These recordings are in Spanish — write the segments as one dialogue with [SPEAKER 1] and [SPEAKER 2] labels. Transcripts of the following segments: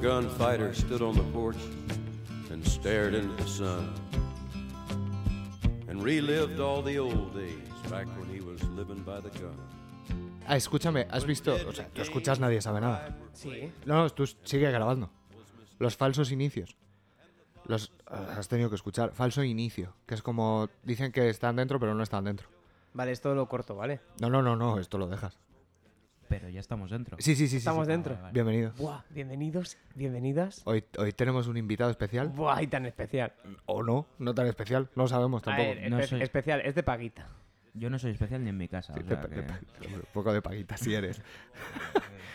[SPEAKER 1] gunfighter stood on the porch and stared into the sun and relived all the old days back when he was living by the gun.
[SPEAKER 2] Ah, escúchame, ¿has visto? O sea, tú escuchas, nadie sabe nada.
[SPEAKER 3] Sí.
[SPEAKER 2] No, no, tú sigue grabando. Los falsos inicios. Los ah, has tenido que escuchar. Falso inicio, que es como dicen que están dentro, pero no están dentro.
[SPEAKER 3] Vale, esto lo corto, ¿vale?
[SPEAKER 2] No, no, no, no, esto lo dejas.
[SPEAKER 4] Pero ya estamos dentro.
[SPEAKER 2] Sí, sí, sí. sí,
[SPEAKER 3] Estamos
[SPEAKER 2] sí.
[SPEAKER 3] dentro.
[SPEAKER 4] vale.
[SPEAKER 2] Bienvenido.
[SPEAKER 3] Buah, bienvenidos, bienvenidas.
[SPEAKER 2] Hoy, hoy tenemos un invitado especial.
[SPEAKER 3] Buah, y tan especial.
[SPEAKER 2] O no, no tan especial. No lo sabemos
[SPEAKER 3] A
[SPEAKER 2] tampoco.
[SPEAKER 3] ver, eh.
[SPEAKER 4] no
[SPEAKER 3] espe-
[SPEAKER 4] soy-
[SPEAKER 3] especial, es de paguita.
[SPEAKER 4] Yo no soy especial ni en mi casa.
[SPEAKER 2] Sí,
[SPEAKER 4] o
[SPEAKER 2] te-
[SPEAKER 4] sea
[SPEAKER 2] te-
[SPEAKER 4] que-
[SPEAKER 2] te- hombre, un poco de paguita si eres.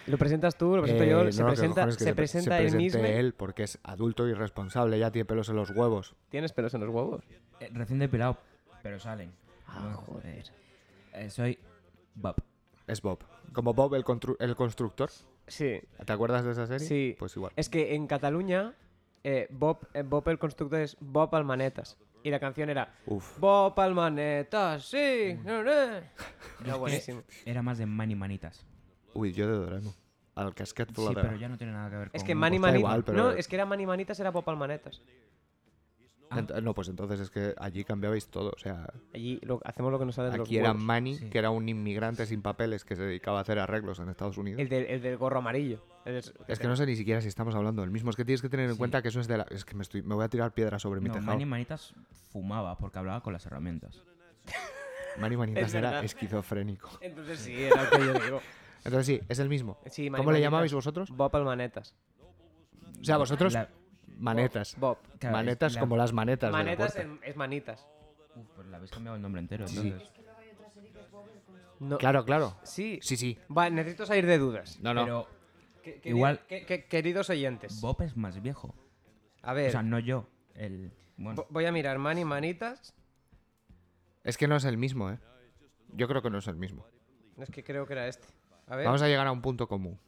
[SPEAKER 3] Lo presentas tú, lo presento
[SPEAKER 2] Eh,
[SPEAKER 3] yo,
[SPEAKER 2] no,
[SPEAKER 3] Pues se,
[SPEAKER 2] lo que
[SPEAKER 3] presenta,
[SPEAKER 2] mejor es que
[SPEAKER 3] se presenta
[SPEAKER 2] se
[SPEAKER 3] él
[SPEAKER 2] presente
[SPEAKER 3] mismo.
[SPEAKER 2] él porque es adulto y responsable, ya tiene pelos en los huevos.
[SPEAKER 3] Tienes pelos en los huevos.
[SPEAKER 4] Eh, recién depilado, pero salen.
[SPEAKER 3] Ah,
[SPEAKER 4] Bueno,
[SPEAKER 3] joder.
[SPEAKER 4] eh, eh, soy Bob.
[SPEAKER 2] Es Bob. Como Bob el, constru- el constructor.
[SPEAKER 3] Sí.
[SPEAKER 2] ¿Te acuerdas de esa serie?
[SPEAKER 3] Sí.
[SPEAKER 2] Pues igual.
[SPEAKER 3] Es que en Cataluña, eh, Bob, eh, Bob el constructor es Bob Almanetas. Y la canción era
[SPEAKER 2] Uf. Mm.
[SPEAKER 3] Bob Almanetas, sí. no, no". Era buenísimo.
[SPEAKER 4] Era más de Manny Manitas.
[SPEAKER 2] Uy, yo de Doraemon. Al casquet
[SPEAKER 4] Sí,
[SPEAKER 2] volador.
[SPEAKER 4] pero ya no tiene nada que ver con...
[SPEAKER 3] Es que Manny Manitas.
[SPEAKER 2] igual, pero-
[SPEAKER 3] No, es que era Manny Manitas, era Bob Almanetas.
[SPEAKER 4] Ah.
[SPEAKER 2] Ent- No, pues entonces es que allí cambiabais todo. O sea,
[SPEAKER 3] Allí lo- hacemos lo que nos sale de los
[SPEAKER 2] aquí era
[SPEAKER 3] huevos.
[SPEAKER 2] Manny,
[SPEAKER 4] Sí.
[SPEAKER 2] que era un inmigrante sin papeles que se dedicaba a hacer arreglos en Estados Unidos.
[SPEAKER 3] El del, el del gorro amarillo. El-
[SPEAKER 2] Es que no sé ni siquiera si estamos hablando del mismo. Es que tienes que tener en
[SPEAKER 4] Sí.
[SPEAKER 2] cuenta que eso es de la. Es que me, estoy... me voy a tirar piedras sobre mi
[SPEAKER 4] No,
[SPEAKER 2] tejado.
[SPEAKER 4] Manny
[SPEAKER 2] Manny,
[SPEAKER 4] Manitas fumaba porque hablaba con las herramientas.
[SPEAKER 2] Manitas
[SPEAKER 3] Es
[SPEAKER 2] era
[SPEAKER 3] verdad.
[SPEAKER 2] esquizofrénico.
[SPEAKER 3] Entonces sí, era lo que yo digo.
[SPEAKER 2] Entonces sí, es el mismo.
[SPEAKER 3] Sí, Manny
[SPEAKER 2] ¿Cómo le
[SPEAKER 3] Manitas.
[SPEAKER 2] llamabais vosotros?
[SPEAKER 3] Bob Almanetas.
[SPEAKER 2] O sea, vosotros.
[SPEAKER 4] La-
[SPEAKER 2] Manetas.
[SPEAKER 3] Bob.
[SPEAKER 4] claro, es
[SPEAKER 2] manetas
[SPEAKER 4] la-
[SPEAKER 2] como las manetas. de la
[SPEAKER 3] Manetas
[SPEAKER 2] puerta.
[SPEAKER 3] en- es manitas.
[SPEAKER 4] Uf, pues le habéis cambiado el nombre entero,
[SPEAKER 2] Sí.
[SPEAKER 4] entonces.
[SPEAKER 3] No-
[SPEAKER 2] Claro, claro.
[SPEAKER 3] Sí.
[SPEAKER 2] Sí, sí.
[SPEAKER 3] Va, necesito salir de dudas.
[SPEAKER 2] No, no.
[SPEAKER 4] Pero
[SPEAKER 3] Que- que-
[SPEAKER 4] Igual-
[SPEAKER 3] que- que- queridos oyentes.
[SPEAKER 4] Bob es más viejo.
[SPEAKER 3] A
[SPEAKER 4] O
[SPEAKER 3] ver.
[SPEAKER 2] Eh,
[SPEAKER 4] sea, no yo. El... Bueno,
[SPEAKER 3] Vo- Voy a mirar Manny Manitas.
[SPEAKER 2] Es que no es el mismo, ¿eh? Yo creo que no es el mismo.
[SPEAKER 3] No es que creo que era este.
[SPEAKER 4] ¿Eh?
[SPEAKER 3] A ver.
[SPEAKER 2] Vamos a llegar a un punto común.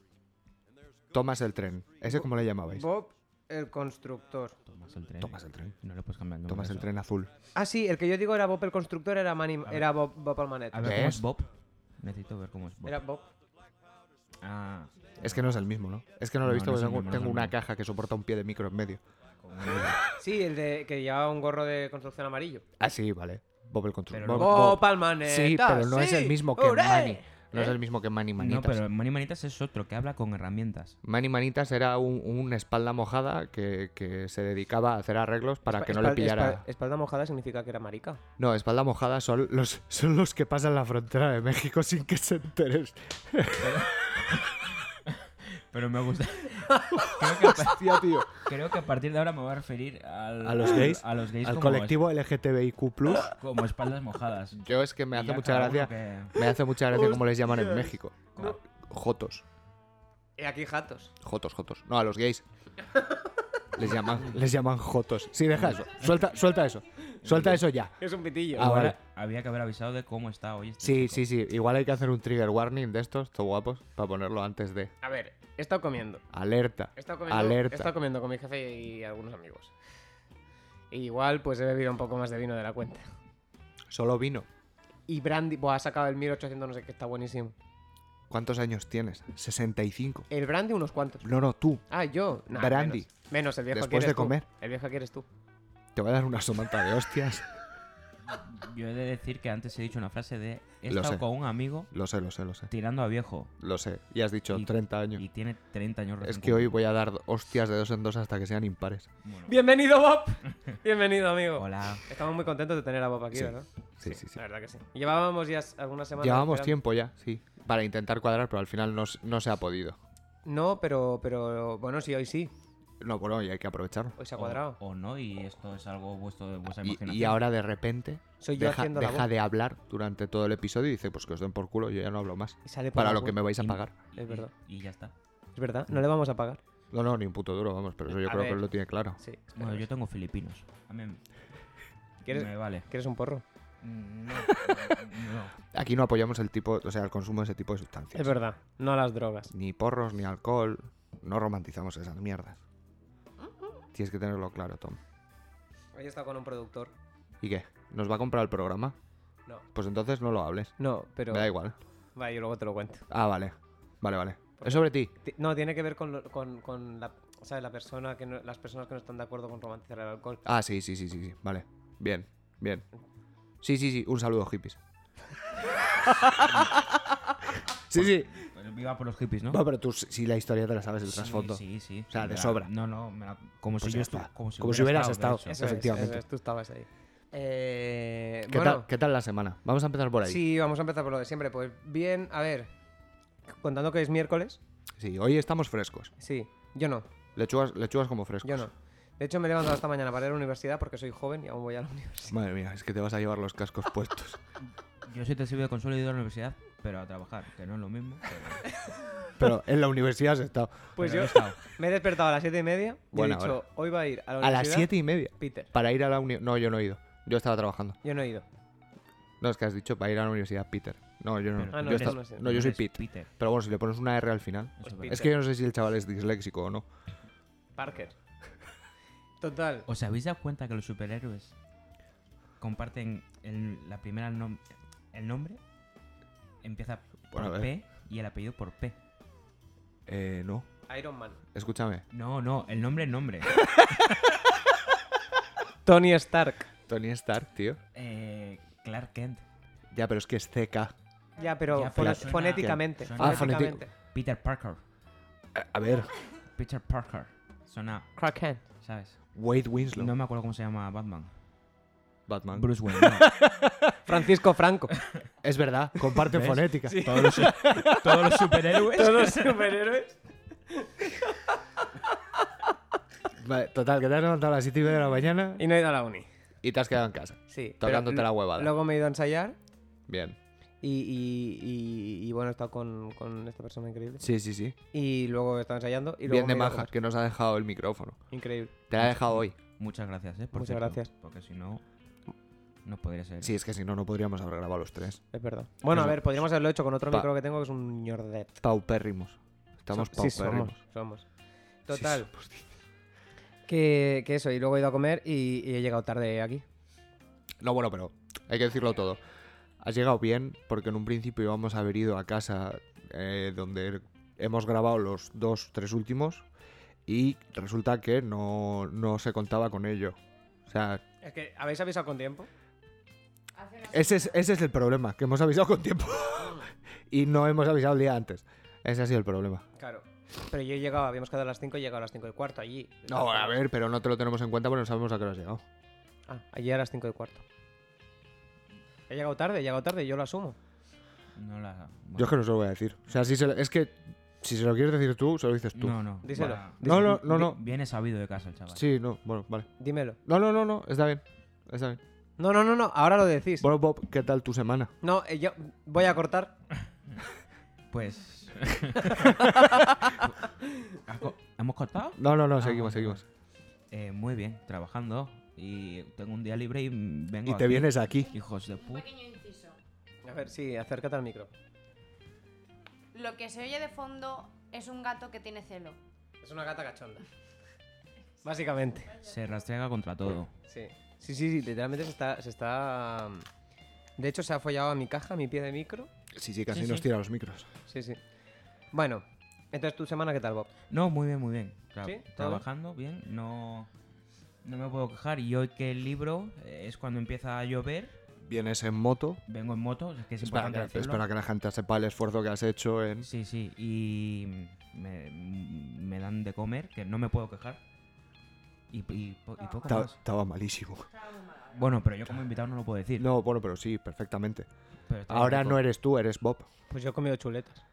[SPEAKER 2] Tomas el tren. ¿Ese cómo le llamabais?
[SPEAKER 3] Bob el constructor.
[SPEAKER 4] Tomás el tren.
[SPEAKER 2] Tomas el tren.
[SPEAKER 4] No le puedes cambiar el nombre.
[SPEAKER 2] Tomas
[SPEAKER 4] a
[SPEAKER 2] el
[SPEAKER 4] eso.
[SPEAKER 2] tren azul.
[SPEAKER 3] Ah, sí, el que yo digo era Bob el constructor, era, Manny,
[SPEAKER 4] ver.
[SPEAKER 3] era Bob, Bob Almaneta.
[SPEAKER 4] A ver
[SPEAKER 2] ¿Qué
[SPEAKER 4] cómo
[SPEAKER 2] es?
[SPEAKER 4] es Bob. Necesito ver cómo es Bob.
[SPEAKER 3] Era Bob.
[SPEAKER 4] Ah,
[SPEAKER 2] Es que no es el mismo, ¿no? Es que no lo he
[SPEAKER 4] No,
[SPEAKER 2] visto
[SPEAKER 4] no es
[SPEAKER 2] porque tengo,
[SPEAKER 4] el mismo, no es el
[SPEAKER 2] tengo una
[SPEAKER 4] mismo.
[SPEAKER 2] caja que soporta un pie de micro en medio.
[SPEAKER 4] como-
[SPEAKER 3] Sí, el de que llevaba un gorro de construcción amarillo.
[SPEAKER 2] Ah, sí, vale. Bob el constructor.
[SPEAKER 4] Pero no-
[SPEAKER 3] Bob Almaneta.
[SPEAKER 2] Sí, pero no es el mismo que
[SPEAKER 3] ¡Huré!
[SPEAKER 2] Manny. No
[SPEAKER 4] ¿Eh?
[SPEAKER 2] es el mismo que Manny
[SPEAKER 4] No,
[SPEAKER 2] Manitas.
[SPEAKER 4] pero Manny Manitas es otro que habla con herramientas.
[SPEAKER 2] Manny Manitas era un, un espalda mojada que, que se dedicaba a hacer arreglos para que no
[SPEAKER 3] Espal-
[SPEAKER 2] le pillara.
[SPEAKER 3] espal- espalda mojada significa que era marica.
[SPEAKER 2] No, espalda mojada son los, son los que pasan la frontera de México sin que se enteres.
[SPEAKER 4] Pero me gusta. creo, que a, pa-
[SPEAKER 2] Hostia, tío.
[SPEAKER 4] creo que a partir de ahora me voy a referir al-
[SPEAKER 2] A los gays,
[SPEAKER 4] a los gays
[SPEAKER 2] Al
[SPEAKER 4] como,
[SPEAKER 2] colectivo LGTBIQ.
[SPEAKER 4] como espaldas mojadas.
[SPEAKER 2] Yo es que me
[SPEAKER 4] Y
[SPEAKER 2] hace
[SPEAKER 4] ya
[SPEAKER 2] mucha
[SPEAKER 4] cada uno
[SPEAKER 2] gracia. Me hace mucha gracia cómo les llaman en México.
[SPEAKER 4] Como-
[SPEAKER 2] A- Jotos.
[SPEAKER 3] Y Eh, aquí jatos.
[SPEAKER 2] Jotos, jotos. No, a los gays. Les llaman, les llaman jotos. Sí, deja eso. Suelta, suelta eso. Suelta eso ya.
[SPEAKER 3] Es un pitillo.
[SPEAKER 2] Ah,
[SPEAKER 4] Ahora
[SPEAKER 2] vale.
[SPEAKER 4] había que haber avisado de cómo está hoy. Este
[SPEAKER 2] Sí,
[SPEAKER 4] chico.
[SPEAKER 2] sí, sí. Igual hay que hacer un trigger warning de estos, todo guapos, para ponerlo antes de.
[SPEAKER 3] A ver, he estado comiendo.
[SPEAKER 2] Alerta.
[SPEAKER 3] He estado comiendo, he
[SPEAKER 2] Alerta.
[SPEAKER 3] estado comiendo con mi jefe y algunos amigos. Y igual, pues he bebido un poco más de vino de la cuenta.
[SPEAKER 2] Solo vino.
[SPEAKER 3] Y Brandy, buah, ha sacado el 1800, no sé qué, está buenísimo.
[SPEAKER 2] ¿Cuántos años tienes? 65.
[SPEAKER 3] El Brandy, unos cuantos.
[SPEAKER 2] No, no, tú.
[SPEAKER 3] Ah, yo. Nah,
[SPEAKER 2] Brandy.
[SPEAKER 3] Menos, Menos, el viejo
[SPEAKER 2] Después
[SPEAKER 3] que
[SPEAKER 2] de
[SPEAKER 3] eres tú.
[SPEAKER 2] comer.
[SPEAKER 3] El viejo que eres tú.
[SPEAKER 2] Te voy a dar una somanta de hostias.
[SPEAKER 4] Yo he de decir que antes he dicho una frase de. He
[SPEAKER 2] Lo sé.
[SPEAKER 4] estado con un amigo
[SPEAKER 2] Lo sé, lo sé, lo sé.
[SPEAKER 4] tirando a viejo.
[SPEAKER 2] Lo sé. Y has dicho
[SPEAKER 4] Y-
[SPEAKER 2] 30 años.
[SPEAKER 4] Y tiene 30 años
[SPEAKER 2] Es
[SPEAKER 4] recién
[SPEAKER 2] que hoy
[SPEAKER 4] cumplidos.
[SPEAKER 2] voy a dar hostias de dos en dos hasta que sean impares.
[SPEAKER 4] Bueno,
[SPEAKER 3] Bienvenido, Bob. Bienvenido, amigo.
[SPEAKER 4] Hola.
[SPEAKER 3] Estamos muy contentos de tener a Bob aquí,
[SPEAKER 2] Sí.
[SPEAKER 3] ¿verdad?
[SPEAKER 2] Sí, sí, sí.
[SPEAKER 3] La verdad que sí. Llevábamos ya s- algunas semanas.
[SPEAKER 2] Llevábamos
[SPEAKER 3] esperando-
[SPEAKER 2] tiempo ya, sí, para intentar cuadrar, pero al final no, s- no se ha podido.
[SPEAKER 3] No, pero, pero bueno, sí, hoy sí.
[SPEAKER 2] No, bueno, y hay que aprovecharlo.
[SPEAKER 3] Hoy se ha
[SPEAKER 2] Oh,
[SPEAKER 4] O-
[SPEAKER 3] cuadrado.
[SPEAKER 4] O, no, y esto es algo vuestro de vuestra
[SPEAKER 2] Y,
[SPEAKER 4] imaginación.
[SPEAKER 2] y ahora de repente
[SPEAKER 3] Soy yo
[SPEAKER 2] deja,
[SPEAKER 3] haciendo la
[SPEAKER 2] deja
[SPEAKER 3] voz.
[SPEAKER 2] de hablar durante todo el episodio y dice, pues que os den por culo, yo ya no hablo más.
[SPEAKER 3] Y sale
[SPEAKER 2] oh.
[SPEAKER 3] por
[SPEAKER 2] Para
[SPEAKER 3] la
[SPEAKER 2] lo
[SPEAKER 3] Mm.
[SPEAKER 2] que
[SPEAKER 3] web.
[SPEAKER 2] me vais a
[SPEAKER 4] Y-
[SPEAKER 2] pagar.
[SPEAKER 4] y-
[SPEAKER 3] Es verdad.
[SPEAKER 4] Y ya está.
[SPEAKER 3] Es verdad, no le vamos a pagar.
[SPEAKER 2] No, no, ni un puto duro, vamos, pero eso yo
[SPEAKER 3] A
[SPEAKER 2] creo que
[SPEAKER 3] ver.
[SPEAKER 2] él lo tiene claro.
[SPEAKER 3] Sí.
[SPEAKER 4] Bueno,
[SPEAKER 3] espera.
[SPEAKER 4] yo tengo filipinos. A mí
[SPEAKER 3] ¿Quieres,
[SPEAKER 4] me vale.
[SPEAKER 3] quieres un porro?
[SPEAKER 4] No, no.
[SPEAKER 2] Aquí no apoyamos el tipo, o sea, el consumo de ese tipo de sustancias.
[SPEAKER 3] Es verdad, no a las drogas.
[SPEAKER 2] Ni porros, ni alcohol. No romantizamos esas mierdas.
[SPEAKER 3] Mm,
[SPEAKER 2] Tienes que tenerlo claro, Tom.
[SPEAKER 3] Hoy he estado con un productor.
[SPEAKER 2] ¿Y qué? ¿Nos va a comprar el programa?
[SPEAKER 3] No.
[SPEAKER 2] Pues entonces no lo hables.
[SPEAKER 3] No, pero.
[SPEAKER 2] Me da igual.
[SPEAKER 3] Vale, yo luego te lo cuento.
[SPEAKER 2] Ah, vale. Vale, vale. Es sobre ti.
[SPEAKER 3] Ti- No, tiene que ver con, lo- con, con la, ¿sabes? La persona que no- las personas que no están de acuerdo con romantizar el alcohol.
[SPEAKER 2] Ah, sí, sí, sí, sí, sí. Vale. Bien, bien. Sí, sí, sí. Un saludo, hippies. sí, sí.
[SPEAKER 3] Pues,
[SPEAKER 4] Bueno, viva por los hippies, ¿no?
[SPEAKER 2] No, pero tú, si la historia te la sabes, el
[SPEAKER 4] Sí,
[SPEAKER 2] trasfondo.
[SPEAKER 4] Sí, sí.
[SPEAKER 2] O sea,
[SPEAKER 4] me
[SPEAKER 2] de
[SPEAKER 4] la-
[SPEAKER 2] sobra.
[SPEAKER 4] No, no, me la- como,
[SPEAKER 2] Pues
[SPEAKER 4] si yo
[SPEAKER 2] ya
[SPEAKER 4] estu-
[SPEAKER 2] está.
[SPEAKER 4] como si
[SPEAKER 2] Como si
[SPEAKER 4] hubiera
[SPEAKER 2] hubieras
[SPEAKER 4] estado.
[SPEAKER 2] estado.
[SPEAKER 4] de hecho.
[SPEAKER 3] Eso es,
[SPEAKER 2] efectivamente.
[SPEAKER 3] eso es, tú estabas ahí. Eh,
[SPEAKER 2] ¿Qué,
[SPEAKER 3] bueno,
[SPEAKER 2] tal, ¿Qué tal la semana? Vamos a empezar por ahí.
[SPEAKER 3] sí, vamos a empezar por lo de siempre. Pues bien, a ver, contando que es miércoles,
[SPEAKER 2] Sí, hoy estamos frescos.
[SPEAKER 3] sí, yo no,
[SPEAKER 2] Lechugas, lechugas como frescos.
[SPEAKER 3] yo no. De hecho, me he levantado esta mañana para ir a la universidad porque soy joven y aún voy a la universidad.
[SPEAKER 2] Madre mía, es que te vas a llevar los cascos puestos.
[SPEAKER 4] Yo soy testigo de consuelo y he ido a la universidad, pero a trabajar, que no es lo mismo. pero-
[SPEAKER 2] Pero en la universidad has estado.
[SPEAKER 3] Pues yo
[SPEAKER 4] pero he estado.
[SPEAKER 3] me he despertado a las siete y media y he
[SPEAKER 2] Buena
[SPEAKER 3] dicho,
[SPEAKER 2] hora.
[SPEAKER 3] hoy va a ir a la
[SPEAKER 2] A
[SPEAKER 3] universidad.
[SPEAKER 2] las siete y media.
[SPEAKER 3] Peter,
[SPEAKER 2] Para ir a la universidad. No, yo no he ido. Yo estaba trabajando.
[SPEAKER 3] yo no he ido.
[SPEAKER 2] No, es que has dicho para ir a la universidad, Peter. No, yo no.
[SPEAKER 4] Pero-
[SPEAKER 3] Ah, no,
[SPEAKER 2] yo,
[SPEAKER 3] eres
[SPEAKER 2] estaba-
[SPEAKER 3] una señora.
[SPEAKER 2] no, yo soy
[SPEAKER 4] Eres
[SPEAKER 2] Pete.
[SPEAKER 4] Peter.
[SPEAKER 2] Pero bueno, si le pones una R al final.
[SPEAKER 4] Eso es verdad.
[SPEAKER 3] Pete.
[SPEAKER 2] Pues Es que yo no sé si el chaval es disléxico o no.
[SPEAKER 3] Parker. Total.
[SPEAKER 4] ¿Os habéis dado cuenta que los superhéroes comparten el- la primera nom- el nombre? Empieza por
[SPEAKER 2] Bueno, a ver.
[SPEAKER 4] P y el apellido por P.
[SPEAKER 2] Eh, no.
[SPEAKER 3] Iron Man.
[SPEAKER 2] Escúchame.
[SPEAKER 4] No, no, el nombre, el nombre.
[SPEAKER 3] Tony Stark.
[SPEAKER 2] Tony Stark, tío.
[SPEAKER 4] Eh, Clark Kent.
[SPEAKER 2] Ya, pero es que es CK.
[SPEAKER 3] Ya, pero,
[SPEAKER 4] Ya, pero
[SPEAKER 3] fon-
[SPEAKER 4] suena-
[SPEAKER 3] fonéticamente.
[SPEAKER 4] Suena- Ah,
[SPEAKER 2] fonético.
[SPEAKER 3] fonéticamente.
[SPEAKER 4] Peter Parker.
[SPEAKER 2] A- A ver,
[SPEAKER 4] Peter Parker. Suena,
[SPEAKER 3] Kraken.
[SPEAKER 4] ¿sabes?
[SPEAKER 2] Wade Winslow.
[SPEAKER 4] No me acuerdo cómo se llama Batman.
[SPEAKER 2] Batman.
[SPEAKER 4] Bruce Wayne. no.
[SPEAKER 3] Francisco Franco.
[SPEAKER 2] Es verdad, comparten
[SPEAKER 4] ¿Ves?
[SPEAKER 2] fonética.
[SPEAKER 4] Todos, los, todos los superhéroes.
[SPEAKER 3] Todos los superhéroes.
[SPEAKER 2] Vale, total, que te has levantado a las 7 y media de la mañana
[SPEAKER 3] Y no he ido a la uni.
[SPEAKER 2] y te has quedado en casa.
[SPEAKER 3] Sí. pero
[SPEAKER 2] Tocándote la
[SPEAKER 3] lu-
[SPEAKER 2] huevada.
[SPEAKER 3] Luego me he ido a ensayar
[SPEAKER 2] Bien.
[SPEAKER 3] y, y- y- y bueno, he estado con, con esta persona increíble.
[SPEAKER 2] Sí, sí, sí.
[SPEAKER 3] Y luego he estado ensayando y
[SPEAKER 2] Bien
[SPEAKER 3] luego me
[SPEAKER 2] de
[SPEAKER 3] Ah, he ido a
[SPEAKER 2] maja,
[SPEAKER 3] comer.
[SPEAKER 2] que nos ha dejado el micrófono.
[SPEAKER 3] Increíble.
[SPEAKER 2] Te la ha dejado hoy.
[SPEAKER 4] Muchas gracias, ¿eh? Por
[SPEAKER 3] Muchas
[SPEAKER 4] cierto,
[SPEAKER 3] gracias.
[SPEAKER 4] Porque si no, no podría ser.
[SPEAKER 2] Sí, es que si no, no podríamos haber grabado los tres.
[SPEAKER 3] Es verdad. Bueno, a
[SPEAKER 2] Eso-
[SPEAKER 3] ver, podríamos haberlo hecho con otro
[SPEAKER 2] Pa-
[SPEAKER 3] micro que tengo que es un ñordet.
[SPEAKER 2] Paupérrimos. Estamos
[SPEAKER 3] So- sí,
[SPEAKER 2] paupérrimos.
[SPEAKER 3] somos, somos.
[SPEAKER 2] Sí,
[SPEAKER 3] Total.
[SPEAKER 2] somos, tío.
[SPEAKER 3] Que, que eso, y luego he ido a comer y, y he llegado tarde aquí.
[SPEAKER 2] No, bueno, pero hay que decirlo todo. Has llegado bien porque en un principio íbamos a haber ido a casa eh, donde hemos grabado los dos, tres últimos y resulta que no, no se contaba con ello. O sea,
[SPEAKER 3] Es que, ¿habéis avisado con tiempo?
[SPEAKER 2] ese es, ese es el problema, que hemos avisado con tiempo y no hemos avisado el día antes. Ese ha sido el problema.
[SPEAKER 3] Claro. Pero yo he llegado, habíamos quedado a las 5 y he llegado a las 5 y cuarto allí.
[SPEAKER 2] No, a ver, pero no te lo tenemos en cuenta porque no sabemos a qué hora has llegado.
[SPEAKER 3] Ah, allí a las 5 y cuarto. He llegado tarde, he llegado tarde, yo lo asumo.
[SPEAKER 4] No la.
[SPEAKER 2] Yo es que no se lo voy a decir. O sea, si se lo- es que si se lo quieres decir tú, se lo dices tú.
[SPEAKER 4] No, no.
[SPEAKER 3] Díselo.
[SPEAKER 4] va-
[SPEAKER 2] No, no, no,
[SPEAKER 4] vi-
[SPEAKER 2] no.
[SPEAKER 4] Viene sabido de casa el chaval.
[SPEAKER 2] Sí, no, bueno, vale.
[SPEAKER 3] Dímelo.
[SPEAKER 2] No, no, no, no, está bien. Está bien.
[SPEAKER 3] No, no, no, no, ahora lo decís.
[SPEAKER 2] Bueno, Bob, ¿qué tal tu semana?
[SPEAKER 3] No, eh, yo voy a cortar.
[SPEAKER 4] Pues. ¿Ha co- ¿Hemos cortado?
[SPEAKER 2] No, no, no,
[SPEAKER 4] Ah,
[SPEAKER 2] seguimos,
[SPEAKER 4] vale,
[SPEAKER 2] seguimos.
[SPEAKER 4] Eh, muy bien, trabajando. Y tengo un día libre y vengo.
[SPEAKER 2] Y te
[SPEAKER 4] aquí.
[SPEAKER 2] vienes aquí.
[SPEAKER 4] Hijos de
[SPEAKER 5] Un
[SPEAKER 4] puta.
[SPEAKER 5] pequeño inciso.
[SPEAKER 3] A ver, sí, acércate al micro.
[SPEAKER 5] Lo que se oye de fondo es un gato que tiene celo.
[SPEAKER 3] Es una gata cachonda. Básicamente.
[SPEAKER 4] Se rastrega contra todo.
[SPEAKER 3] Sí. Sí, sí, sí, literalmente se está, se está... mm, De hecho, se ha follado a mi caja, a mi pie de micro.
[SPEAKER 2] Sí, sí, casi
[SPEAKER 4] Sí,
[SPEAKER 2] nos
[SPEAKER 4] sí.
[SPEAKER 2] tira los micros.
[SPEAKER 3] Sí, sí. Bueno, entonces tu semana, ¿qué tal, Bob?
[SPEAKER 4] No, muy bien, muy bien. Tra-
[SPEAKER 3] ¿Sí? ¿Todo bien?
[SPEAKER 4] Trabajando bien, no. No me puedo quejar. Y hoy que el libro eh, es cuando empieza a llover,
[SPEAKER 2] Vienes en moto.
[SPEAKER 4] vengo en moto, es que es
[SPEAKER 2] Espera
[SPEAKER 4] importante
[SPEAKER 2] que,
[SPEAKER 4] decirlo.
[SPEAKER 2] espera que la gente sepa el esfuerzo que has hecho en...
[SPEAKER 4] Sí, sí, y me, me dan de comer, que no me puedo quejar. Y, y, po- y poco
[SPEAKER 2] Ta-
[SPEAKER 4] más.
[SPEAKER 2] Estaba malísimo.
[SPEAKER 4] Bueno, pero yo como invitado no lo puedo decir.
[SPEAKER 2] No, bueno, pero sí, perfectamente.
[SPEAKER 4] pero está
[SPEAKER 2] Ahora
[SPEAKER 4] rico.
[SPEAKER 2] no eres tú, eres Bob.
[SPEAKER 3] Pues yo he comido chuletas.